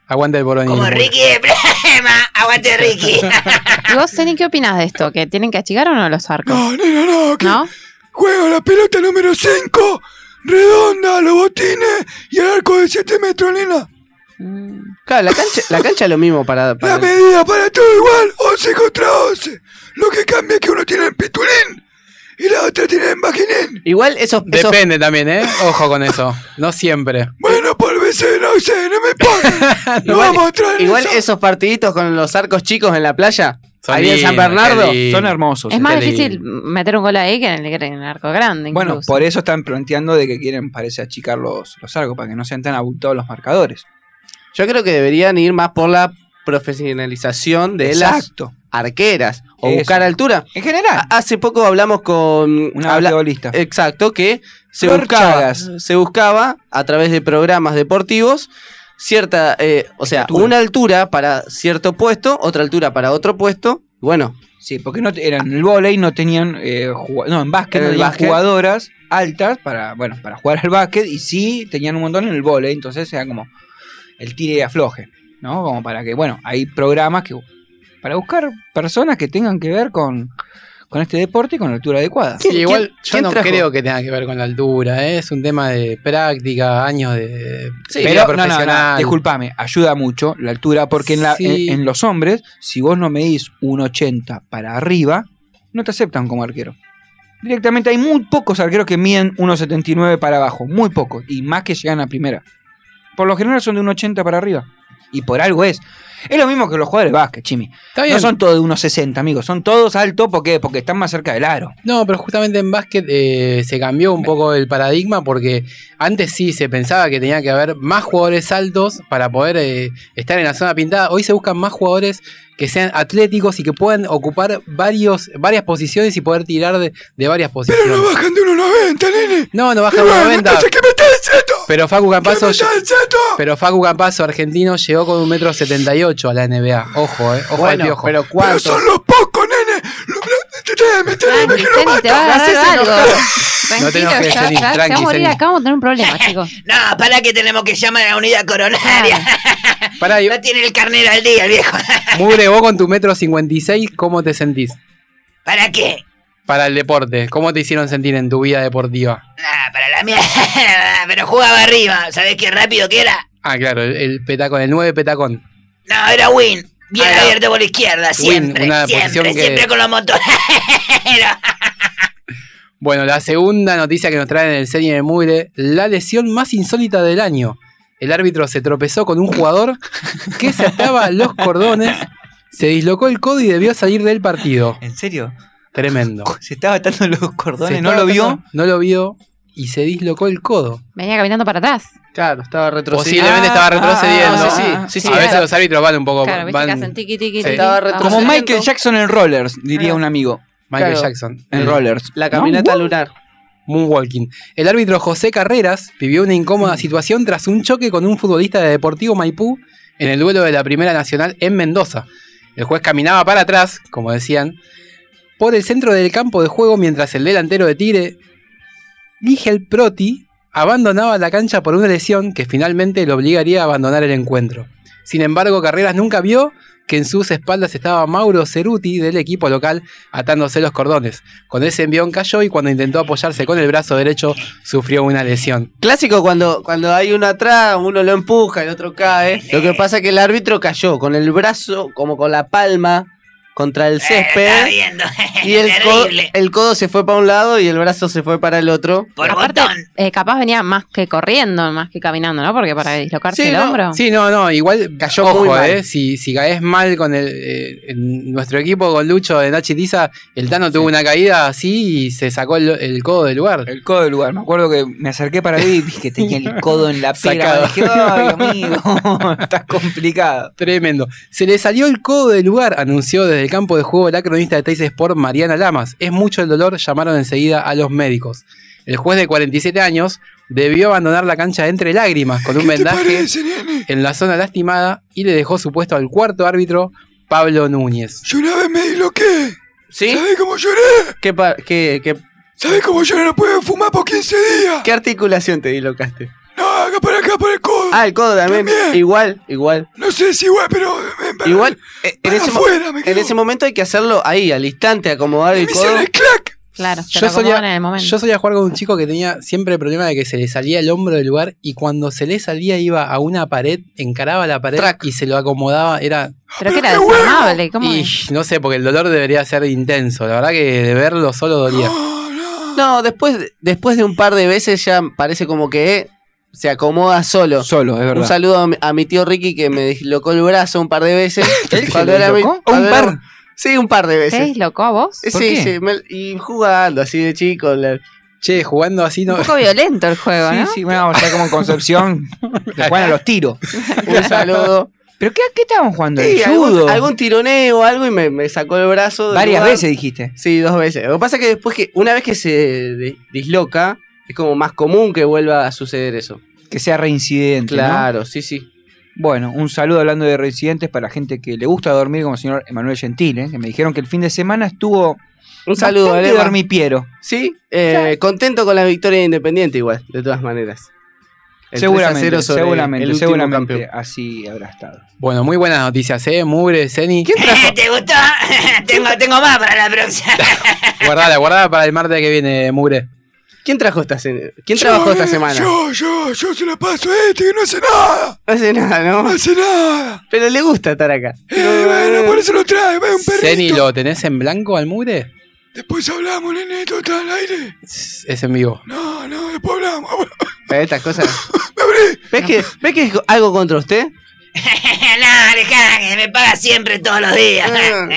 [SPEAKER 6] Aguanta el porvenir.
[SPEAKER 25] Como
[SPEAKER 6] mugre.
[SPEAKER 25] Ricky de Prema. *laughs* Aguante, Ricky.
[SPEAKER 7] *laughs* ¿Y vos, Zeni, qué opinás de esto? ¿Que tienen que achicar o no los arcos?
[SPEAKER 22] No, nena, no, que
[SPEAKER 7] ¿No?
[SPEAKER 22] juega la pelota número 5, redonda, los botines y el arco de 7 metros, nena.
[SPEAKER 5] Claro, la cancha, la cancha es lo mismo para. para-
[SPEAKER 6] *laughs*
[SPEAKER 22] La medida para todo igual, 11 contra 11. Lo que cambia es que uno tiene en pitulín y la otra tiene en vaginín.
[SPEAKER 5] Igual esos, esos-
[SPEAKER 6] Depende también, ¿eh? Ojo con eso. No siempre.
[SPEAKER 22] Bueno, por veces no sé, no me importa. Lo
[SPEAKER 5] igual,
[SPEAKER 22] vamos a traer
[SPEAKER 5] igual
[SPEAKER 22] eso.
[SPEAKER 5] esos partiditos con los arcos chicos en la playa,
[SPEAKER 6] Son
[SPEAKER 5] ahí en San
[SPEAKER 6] lindos,
[SPEAKER 5] Bernardo,
[SPEAKER 6] qué lindos.
[SPEAKER 1] Son hermosos.
[SPEAKER 7] Es más difícil meter un gol ahí que en el, en el arco grande.
[SPEAKER 1] Bueno,
[SPEAKER 7] incluso.
[SPEAKER 1] por eso están planteando de que quieren, parece, achicar los, los arcos para que no sean tan abultados los marcadores.
[SPEAKER 5] yo creo que deberían ir más por la profesionalización de
[SPEAKER 1] Exacto.
[SPEAKER 5] las arqueras o
[SPEAKER 1] Eso.
[SPEAKER 5] buscar altura.
[SPEAKER 1] En general.
[SPEAKER 5] Ha- Hace poco hablamos con
[SPEAKER 1] Una
[SPEAKER 5] habla-
[SPEAKER 1] basquetbolista.
[SPEAKER 5] Exacto, que se
[SPEAKER 1] Flor
[SPEAKER 5] buscaba,
[SPEAKER 1] Chagas.
[SPEAKER 5] se buscaba a través de programas deportivos cierta, eh, o sea, una altura para cierto puesto, otra altura para otro puesto. Bueno,
[SPEAKER 1] Sí, porque no te- eran el volei no tenían eh, jugua- no, en básquet
[SPEAKER 5] En
[SPEAKER 1] no
[SPEAKER 5] el
[SPEAKER 1] tenían
[SPEAKER 5] básquet.
[SPEAKER 1] jugadoras altas para, bueno, para jugar al básquet y sí tenían un montón en el volei, entonces era como el tire y afloje, ¿no? Como para que, bueno, hay programas que para buscar personas que tengan que ver con, con este deporte y con la altura adecuada.
[SPEAKER 6] Sí, igual yo no creo que tenga que ver con la altura. ¿eh? Es un tema de práctica, años de
[SPEAKER 1] pero
[SPEAKER 6] vida
[SPEAKER 1] no, no, no,
[SPEAKER 6] profesional.
[SPEAKER 1] disculpame, ayuda mucho la altura, porque en, la-
[SPEAKER 6] Sí.
[SPEAKER 1] en- en los hombres, si vos no medís un 80 para arriba, no te aceptan como arquero. Directamente hay muy pocos arqueros que miden 1,79 para abajo, muy pocos, y más que llegan a primera. Por lo general son de 1,80 para arriba, y por algo es. Es lo mismo que los jugadores de básquet, Chimi.
[SPEAKER 6] bien.
[SPEAKER 1] No son todos de 1,60, amigos, son todos altos porque, porque están más cerca del aro.
[SPEAKER 6] No, pero justamente en básquet eh, se cambió un poco el paradigma porque antes sí se pensaba que tenía que haber más jugadores altos para poder eh, estar en la zona pintada. Hoy se buscan más jugadores que sean atléticos y que puedan ocupar varios, varias posiciones y poder tirar de, de varias posiciones. Pero no bajan de 1.90, nene. No, no bajan de 1.90. Pero Facu Campazo. Pero Facu Campazo, argentino, llegó con un metro 78 a la NBA. Ojo, eh. Ojo
[SPEAKER 5] Bueno,
[SPEAKER 6] al piojo.
[SPEAKER 5] pero ¿cuántos? Pero son
[SPEAKER 6] los
[SPEAKER 7] Tranqui, Zeni, te va a
[SPEAKER 25] haces
[SPEAKER 7] agarrar algo.
[SPEAKER 25] enojar.
[SPEAKER 6] No te
[SPEAKER 7] Tranquilo,
[SPEAKER 6] enojes,
[SPEAKER 7] ya-
[SPEAKER 6] Zeni,
[SPEAKER 7] ya- se va a
[SPEAKER 6] tranqui,
[SPEAKER 7] morir
[SPEAKER 6] Zeni.
[SPEAKER 25] *laughs*
[SPEAKER 7] acá, vamos a tener un problema, chicos.
[SPEAKER 25] No, para que tenemos que llamar a la unidad coronaria.
[SPEAKER 7] Ah.
[SPEAKER 25] *laughs*
[SPEAKER 6] Pará, yo-
[SPEAKER 25] No tiene el carnero al día, el viejo. *laughs*
[SPEAKER 6] Mugre, vos con tu metro 56, ¿cómo te sentís?
[SPEAKER 25] ¿Para qué?
[SPEAKER 6] Para el deporte, ¿cómo te hicieron sentir en tu vida deportiva?
[SPEAKER 25] Ah, para la mierda. *laughs* Pero jugaba arriba. ¿Sabés qué rápido que era?
[SPEAKER 6] Ah, claro, el, el petacón, el 9 petacón.
[SPEAKER 25] No, era Win. Bien abierto por la izquierda, siempre.
[SPEAKER 6] Ah, una posición
[SPEAKER 25] siempre,
[SPEAKER 6] que-
[SPEAKER 25] siempre con los motores.
[SPEAKER 6] Bueno, la segunda noticia que nos trae en el serie de Mugre, la lesión más insólita del año. El árbitro se tropezó con un jugador que se ataba los cordones, se dislocó el codo y debió salir del partido.
[SPEAKER 1] ¿En serio?
[SPEAKER 6] Tremendo.
[SPEAKER 1] Se estaba atando los cordones,
[SPEAKER 6] Se
[SPEAKER 1] ¿no
[SPEAKER 6] estaba
[SPEAKER 1] lo vio?
[SPEAKER 6] atando, No lo vio y se dislocó el codo.
[SPEAKER 7] Venía caminando para atrás.
[SPEAKER 5] Claro, estaba
[SPEAKER 6] Posiblemente estaba retrocediendo. Ah,
[SPEAKER 5] sí, sí, sí, sí.
[SPEAKER 6] a veces los árbitros van un poco.
[SPEAKER 7] Claro, viste que
[SPEAKER 6] van-
[SPEAKER 7] hacen tiqui, tiqui,
[SPEAKER 6] Sí.
[SPEAKER 7] tiqui.
[SPEAKER 6] Estaba
[SPEAKER 7] vamos.
[SPEAKER 1] Como Michael Jackson en Rollers, diría
[SPEAKER 6] Ah.
[SPEAKER 1] un amigo.
[SPEAKER 6] Michael Jackson.
[SPEAKER 1] En
[SPEAKER 6] El-
[SPEAKER 1] Rollers.
[SPEAKER 6] la caminata
[SPEAKER 5] lunar.
[SPEAKER 6] Moonwalking. El árbitro José Carreras vivió una incómoda situación tras un choque con un futbolista de Deportivo Maipú en el duelo de la Primera Nacional en Mendoza. El juez caminaba para atrás, como decían, por el centro del campo de juego mientras el delantero de Tigre, Nigel Proti, abandonaba la cancha por una lesión que finalmente lo obligaría a abandonar el encuentro. Sin embargo, Carreras nunca vio que en sus espaldas estaba Mauro Ceruti del equipo local atándose los cordones. Con ese envión cayó y cuando intentó apoyarse con el brazo derecho sufrió una lesión.
[SPEAKER 5] Clásico cuando, cuando hay uno atrás, uno lo empuja, el otro cae. Lo que pasa es que el árbitro cayó con el brazo, como con la palma, contra el
[SPEAKER 25] Estaba
[SPEAKER 5] césped.
[SPEAKER 25] Eh, viendo. *laughs*
[SPEAKER 5] Y el, co-
[SPEAKER 25] Terrible.
[SPEAKER 5] el codo se fue para un lado y el brazo se fue para el otro.
[SPEAKER 7] Aparte, eh, capaz venía más que corriendo, más que caminando, ¿no? Porque para dislocarse el hombro.
[SPEAKER 6] Sí, no, no, igual cayó
[SPEAKER 7] muy
[SPEAKER 6] Ojo,
[SPEAKER 7] mal.
[SPEAKER 6] eh, si, si caes mal con el, eh, en nuestro equipo, con Lucho de Nachi Tiza, el Tano tuvo una caída así y se sacó el, el codo del lugar.
[SPEAKER 1] El codo del lugar. Me acuerdo que me acerqué para ver y vi que tenía el
[SPEAKER 6] *laughs*
[SPEAKER 1] codo en la pera.
[SPEAKER 6] Sacado.
[SPEAKER 1] Dije, ay,
[SPEAKER 6] *laughs*
[SPEAKER 1] amigo, está complicado.
[SPEAKER 6] Tremendo. Se le salió el codo del lugar, anunció desde el campo de juego la cronista de Teis Sport, Mariana Lamas. Es mucho el dolor, llamaron enseguida a los médicos. El juez de 47 años debió abandonar la cancha entre lágrimas con un vendaje en la zona lastimada y le dejó su puesto al cuarto árbitro, Pablo Núñez.
[SPEAKER 11] Yo una vez me disloqué.
[SPEAKER 5] ¿Sí?
[SPEAKER 11] ¿Sabés cómo lloré?
[SPEAKER 5] ¿Qué, pa- qué, qué,
[SPEAKER 11] ¿Sabés cómo lloré? No pude fumar por 15 días.
[SPEAKER 5] Eh, qué articulación te dislocaste?
[SPEAKER 11] No, acá para acá, para el codo.
[SPEAKER 5] Ah, el codo también.
[SPEAKER 11] También.
[SPEAKER 5] Igual, igual.
[SPEAKER 11] No sé si igual, pero me, me-
[SPEAKER 5] Igual, eh, en,
[SPEAKER 11] para
[SPEAKER 5] ese mo-
[SPEAKER 11] afuera me
[SPEAKER 5] en ese momento hay que hacerlo ahí, al instante, acomodar el codo.
[SPEAKER 7] Claro, te
[SPEAKER 6] Yo
[SPEAKER 7] lo acomodan
[SPEAKER 6] solía,
[SPEAKER 7] en el momento.
[SPEAKER 6] yo solía jugar con un chico que tenía siempre el problema de que se le salía el hombro del lugar y cuando se le salía iba a una pared, encaraba la pared y se lo acomodaba. Era.
[SPEAKER 7] Pero que era desarmable, ¿cómo
[SPEAKER 6] Y
[SPEAKER 7] es?
[SPEAKER 6] no sé, porque el dolor debería ser intenso. La verdad que de verlo solo
[SPEAKER 5] *gasps*
[SPEAKER 6] dolía.
[SPEAKER 5] No, después, después de un par de veces ya parece como que eh, se acomoda solo.
[SPEAKER 1] Solo, es verdad.
[SPEAKER 5] Un saludo a mi, a mi tío Ricky que me dislocó el brazo un par de veces.
[SPEAKER 1] *laughs* se
[SPEAKER 5] Cuando
[SPEAKER 1] lo
[SPEAKER 5] era mi-
[SPEAKER 1] dislocó?
[SPEAKER 5] cuando
[SPEAKER 1] ¿Un
[SPEAKER 5] era-
[SPEAKER 1] par?
[SPEAKER 5] Sí, un par de
[SPEAKER 7] ¿Te
[SPEAKER 5] veces.
[SPEAKER 7] dislocó a vos?
[SPEAKER 5] Eh, sí, sí, me- y jugando así de chico. la-
[SPEAKER 6] Che, jugando así no.
[SPEAKER 7] Un poco violento el juego,
[SPEAKER 1] Sí,
[SPEAKER 7] ¿no?
[SPEAKER 1] sí, bueno, está como en Concepción. Le juegan a los tiros.
[SPEAKER 5] Un *laughs* saludo.
[SPEAKER 1] ¿Pero qué, qué estaban jugando?
[SPEAKER 5] Sí,
[SPEAKER 1] ¿El judo?
[SPEAKER 5] algún, algún tironeo o algo y me, me sacó el brazo. del
[SPEAKER 1] Varias
[SPEAKER 5] lugar.
[SPEAKER 1] veces dijiste.
[SPEAKER 5] Sí, dos veces. Lo que pasa es que después que, una vez que se di- disloca, es como más común que vuelva a suceder eso.
[SPEAKER 1] Que sea reincidente. ¿no?
[SPEAKER 5] Claro, sí, sí.
[SPEAKER 1] Bueno, un saludo hablando de reincidentes para la gente que le gusta dormir, como el señor Emanuel Gentile, que me dijeron que el fin de semana estuvo.
[SPEAKER 5] Un saludo,
[SPEAKER 1] bastante
[SPEAKER 5] Emma.
[SPEAKER 1] dormipiero.
[SPEAKER 5] Sí, eh, contento con la victoria de Independiente igual, de todas maneras. El 3 a 0
[SPEAKER 1] Seguramente,
[SPEAKER 5] sobre el
[SPEAKER 1] seguramente,
[SPEAKER 5] último
[SPEAKER 1] seguramente
[SPEAKER 5] campeón.
[SPEAKER 1] así habrá estado.
[SPEAKER 6] Bueno, muy buenas noticias, ¿eh? Mugre, Zeni.
[SPEAKER 25] *laughs* ¿Te gustó? tengo, tengo más para la próxima.
[SPEAKER 5] *laughs*
[SPEAKER 25] *laughs*
[SPEAKER 6] Guardala, guardala para el martes que viene, Mugre.
[SPEAKER 5] ¿Quién trajo esta se- ¿Quién
[SPEAKER 11] Yo,
[SPEAKER 5] trabajó
[SPEAKER 11] eh,
[SPEAKER 5] esta semana?
[SPEAKER 11] Yo, yo, yo se la paso a este que no hace nada.
[SPEAKER 5] No hace nada, ¿no?
[SPEAKER 11] No hace nada.
[SPEAKER 5] Pero le gusta estar acá.
[SPEAKER 11] Eh, bueno, por eso lo trae, Ah, ve, un
[SPEAKER 6] Zeni,
[SPEAKER 11] perrito.
[SPEAKER 6] ¿lo tenés en blanco al Mugre?
[SPEAKER 11] Después hablamos, nenito, está al aire.
[SPEAKER 6] Es en vivo.
[SPEAKER 11] No, no, después hablamos. *laughs*
[SPEAKER 5] Pero estas cosas.
[SPEAKER 1] *laughs*
[SPEAKER 5] ¿Ves que, ¿Ves que es algo contra usted?
[SPEAKER 25] no, dejá, que me paga siempre todos los días.
[SPEAKER 5] Ah.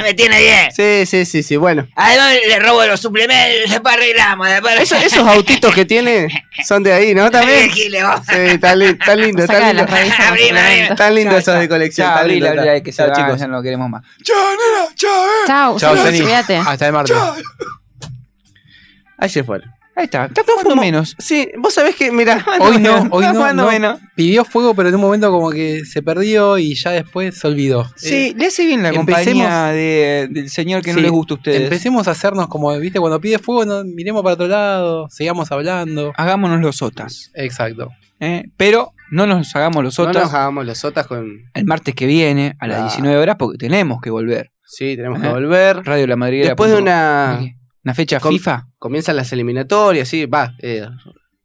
[SPEAKER 25] *laughs* me tiene
[SPEAKER 1] Eh.
[SPEAKER 5] Sí,
[SPEAKER 25] bien.
[SPEAKER 5] sí, sí, sí. Bueno.
[SPEAKER 25] Además, le robo los suplementos, después arreglamos.
[SPEAKER 1] *laughs*
[SPEAKER 25] Después... *laughs*
[SPEAKER 5] Eso- esos autitos que tiene son de ahí, ¿no? También. Sí,
[SPEAKER 25] Elegile vos.
[SPEAKER 5] está, li- está lindo, está
[SPEAKER 25] Sacala,
[SPEAKER 5] lindo. *laughs*
[SPEAKER 25] *laughs* revisa los suplementos.
[SPEAKER 5] Están lindos esos de colección.
[SPEAKER 1] Chao,
[SPEAKER 5] están
[SPEAKER 1] abrí
[SPEAKER 5] lindos,
[SPEAKER 1] la
[SPEAKER 5] está.
[SPEAKER 1] habilidad que se
[SPEAKER 5] Chao,
[SPEAKER 1] va,
[SPEAKER 5] chicos.
[SPEAKER 1] ya no lo queremos más.
[SPEAKER 11] Chao, nena, chao, eh.
[SPEAKER 7] Chao,
[SPEAKER 6] Chao,
[SPEAKER 7] Zeni,
[SPEAKER 6] Zeni.
[SPEAKER 7] cuídate.
[SPEAKER 6] Hasta el martes.
[SPEAKER 5] Ahí se fue.
[SPEAKER 1] Ahí está, está jugando menos.
[SPEAKER 5] Sí, vos sabés que, mira,
[SPEAKER 6] Hoy no, hoy
[SPEAKER 1] Está
[SPEAKER 6] no,
[SPEAKER 1] jugando
[SPEAKER 6] no.
[SPEAKER 1] menos.
[SPEAKER 6] Pidió fuego, pero en un momento como que se perdió y ya después se olvidó. Eh,
[SPEAKER 1] Sí, le hace bien la
[SPEAKER 6] empecemos-
[SPEAKER 1] compañía de- del señor que no
[SPEAKER 6] Sí,
[SPEAKER 1] les gusta a ustedes.
[SPEAKER 6] Empecemos a hacernos como, viste, cuando pide fuego, no, miremos para otro lado, sigamos hablando.
[SPEAKER 1] Hagámonos los sotas.
[SPEAKER 6] Exacto.
[SPEAKER 1] eh, pero no nos hagamos los
[SPEAKER 5] No
[SPEAKER 1] otros
[SPEAKER 5] nos hagamos los sotas con.
[SPEAKER 1] el martes que viene a
[SPEAKER 5] Ah.
[SPEAKER 1] las 19 horas porque tenemos que volver.
[SPEAKER 5] Sí, tenemos
[SPEAKER 1] Ajá.
[SPEAKER 5] que volver.
[SPEAKER 1] Radio La Madrid.
[SPEAKER 5] Después de una.
[SPEAKER 1] Una fecha FIFA.
[SPEAKER 5] Comienzan las eliminatorias, sí, va. eh,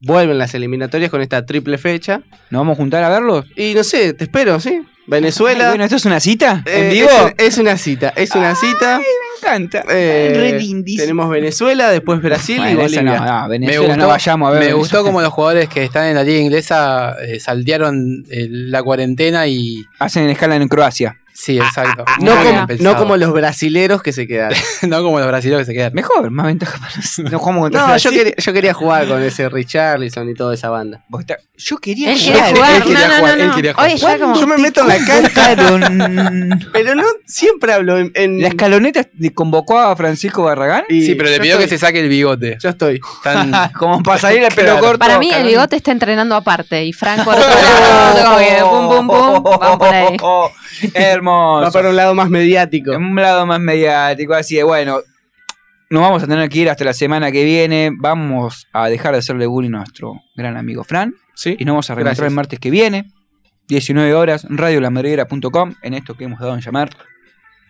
[SPEAKER 5] vuelven las eliminatorias con esta triple fecha.
[SPEAKER 1] ¿Nos vamos a juntar a verlos?
[SPEAKER 5] Y no sé, te espero, sí.
[SPEAKER 1] *laughs*
[SPEAKER 5] Venezuela.
[SPEAKER 1] Bueno, ¿esto es una cita? ¿En
[SPEAKER 5] Eh,
[SPEAKER 1] vivo?
[SPEAKER 5] Es, es una cita, es una cita. Eh,
[SPEAKER 1] me encanta. Re lindísimo.
[SPEAKER 5] tenemos Venezuela, después Brasil y
[SPEAKER 1] Bueno, esa
[SPEAKER 5] Bolivia.
[SPEAKER 1] no, no, Venezuela no vayamos a ver
[SPEAKER 6] me
[SPEAKER 1] Venezuela.
[SPEAKER 6] gustó como los jugadores que están en la liga inglesa eh, saldearon eh, la cuarentena y.
[SPEAKER 1] Hacen escala en Croacia.
[SPEAKER 6] Sí, exacto.
[SPEAKER 5] Ah, No como, no como los brasileros que se quedaron.
[SPEAKER 6] *laughs* no como los brasileños que se quedaron.
[SPEAKER 1] Mejor, más ventaja para nosotros. *laughs* No jugamos contra
[SPEAKER 5] No, yo
[SPEAKER 1] Brasil.
[SPEAKER 5] quería, yo quería jugar con ese Richarlison y toda esa banda.
[SPEAKER 1] Yo quería
[SPEAKER 5] Él
[SPEAKER 1] jugar.
[SPEAKER 5] quería jugar, Él quería no, no, jugar, no, él no. quería jugar. Oye, ya como- Yo me meto en la cancha.
[SPEAKER 1] *laughs*
[SPEAKER 5] Pero no siempre hablo en.
[SPEAKER 1] ¿La escaloneta convocó a Francisco Barragán?
[SPEAKER 6] Sí, pero le pidió que se saque el bigote.
[SPEAKER 5] Yo estoy.
[SPEAKER 1] *laughs* Como para salir
[SPEAKER 6] *laughs*
[SPEAKER 1] el pelo
[SPEAKER 6] Claro.
[SPEAKER 1] corto.
[SPEAKER 7] Para mí, el bigote está entrenando aparte y Franco. al otro lado, como que pum, pum, pum, vamos por ahí.
[SPEAKER 1] *laughs* Hermoso.
[SPEAKER 5] Va para un lado más mediático.
[SPEAKER 1] Un lado más mediático, así de bueno. Nos vamos a tener que ir hasta la semana que viene. Vamos a dejar de hacerle bullying a nuestro gran amigo Fran. Y nos vamos a reencontrar
[SPEAKER 5] gracias.
[SPEAKER 1] el martes que viene, 19 horas, radiolamadriguera.com, en esto que hemos dado en llamar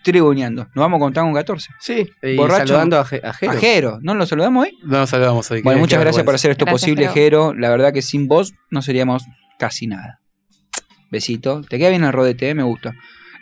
[SPEAKER 1] Tribuneando. Nos vamos con Tango 14.
[SPEAKER 5] Sí, y
[SPEAKER 1] borracho.
[SPEAKER 5] saludando a Je- a Jero.
[SPEAKER 1] ¿No lo saludamos hoy?
[SPEAKER 6] No nos saludamos hoy.
[SPEAKER 1] Bueno,
[SPEAKER 6] qué-
[SPEAKER 1] muchas
[SPEAKER 6] qué
[SPEAKER 1] gracias por
[SPEAKER 6] vergüenza.
[SPEAKER 1] hacer esto posible, Jero. La verdad que sin vos no seríamos casi nada. Besito. Te queda bien el rodete, eh, me gusta.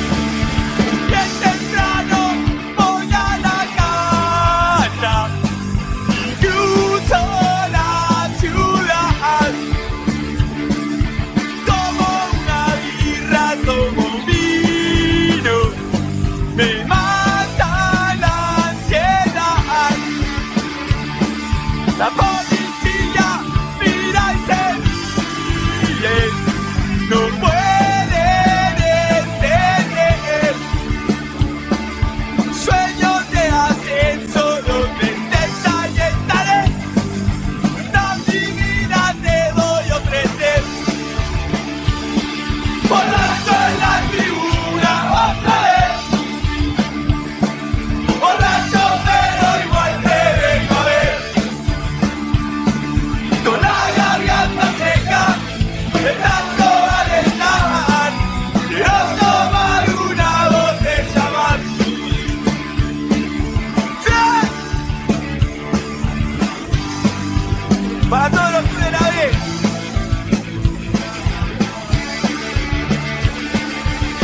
[SPEAKER 22] Bien temprano voy a la gana y cruzo la ciudad. Tomo una birra, tomo vino, me mata la ansiedad. La policía mira y se ríe, no puede detener. Sueños de ascenso donde intentas y estaré Una vida te voy a ofrecer Borracho en la tribuna otra vez Borracho pero igual te vengo a ver Con la garganta seca De tanto alentar Quiero tomar una botella más Para todos los que la ven.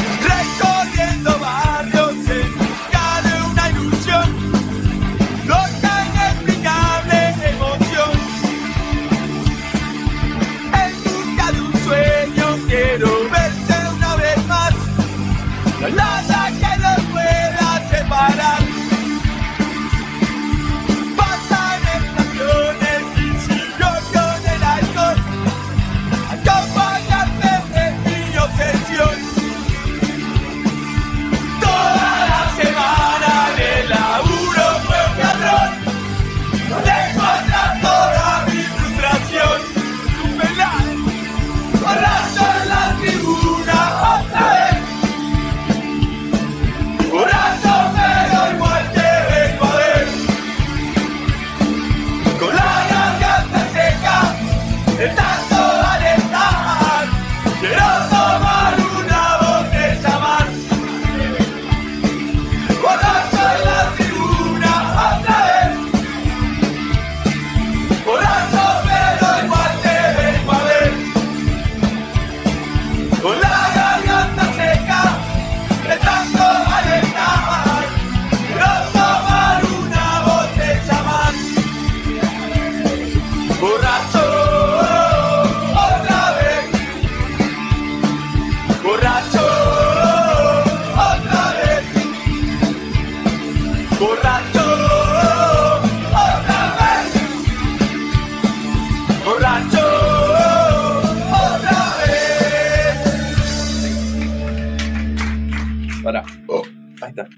[SPEAKER 22] Recorriendo barrios en busca de una ilusión, loca inexplicable emoción. En busca de un sueño quiero verte una vez más, no hay nada que nos pueda separar. Pasan estaciones y sigo con el alcohol Acompañarme en mi obsesión Toda la semana en el laburo fue un ladrón No dejo atrás toda mi frustración Un penal Borracho en la tribuna otra vez Borracho pero igual te vengo a ver con la garganta seca, de tanto alentar, quiero tomar una botella más. Borracho en la tribuna otra vez, borracho pero igual te vengo a ver. Con la garganta seca, de tanto alentar, quiero tomar una botella más. Borracho, otra vez. Borracho, otra vez. Borracho, otra vez. Borracho, otra vez.
[SPEAKER 8] Pará. Ahí está.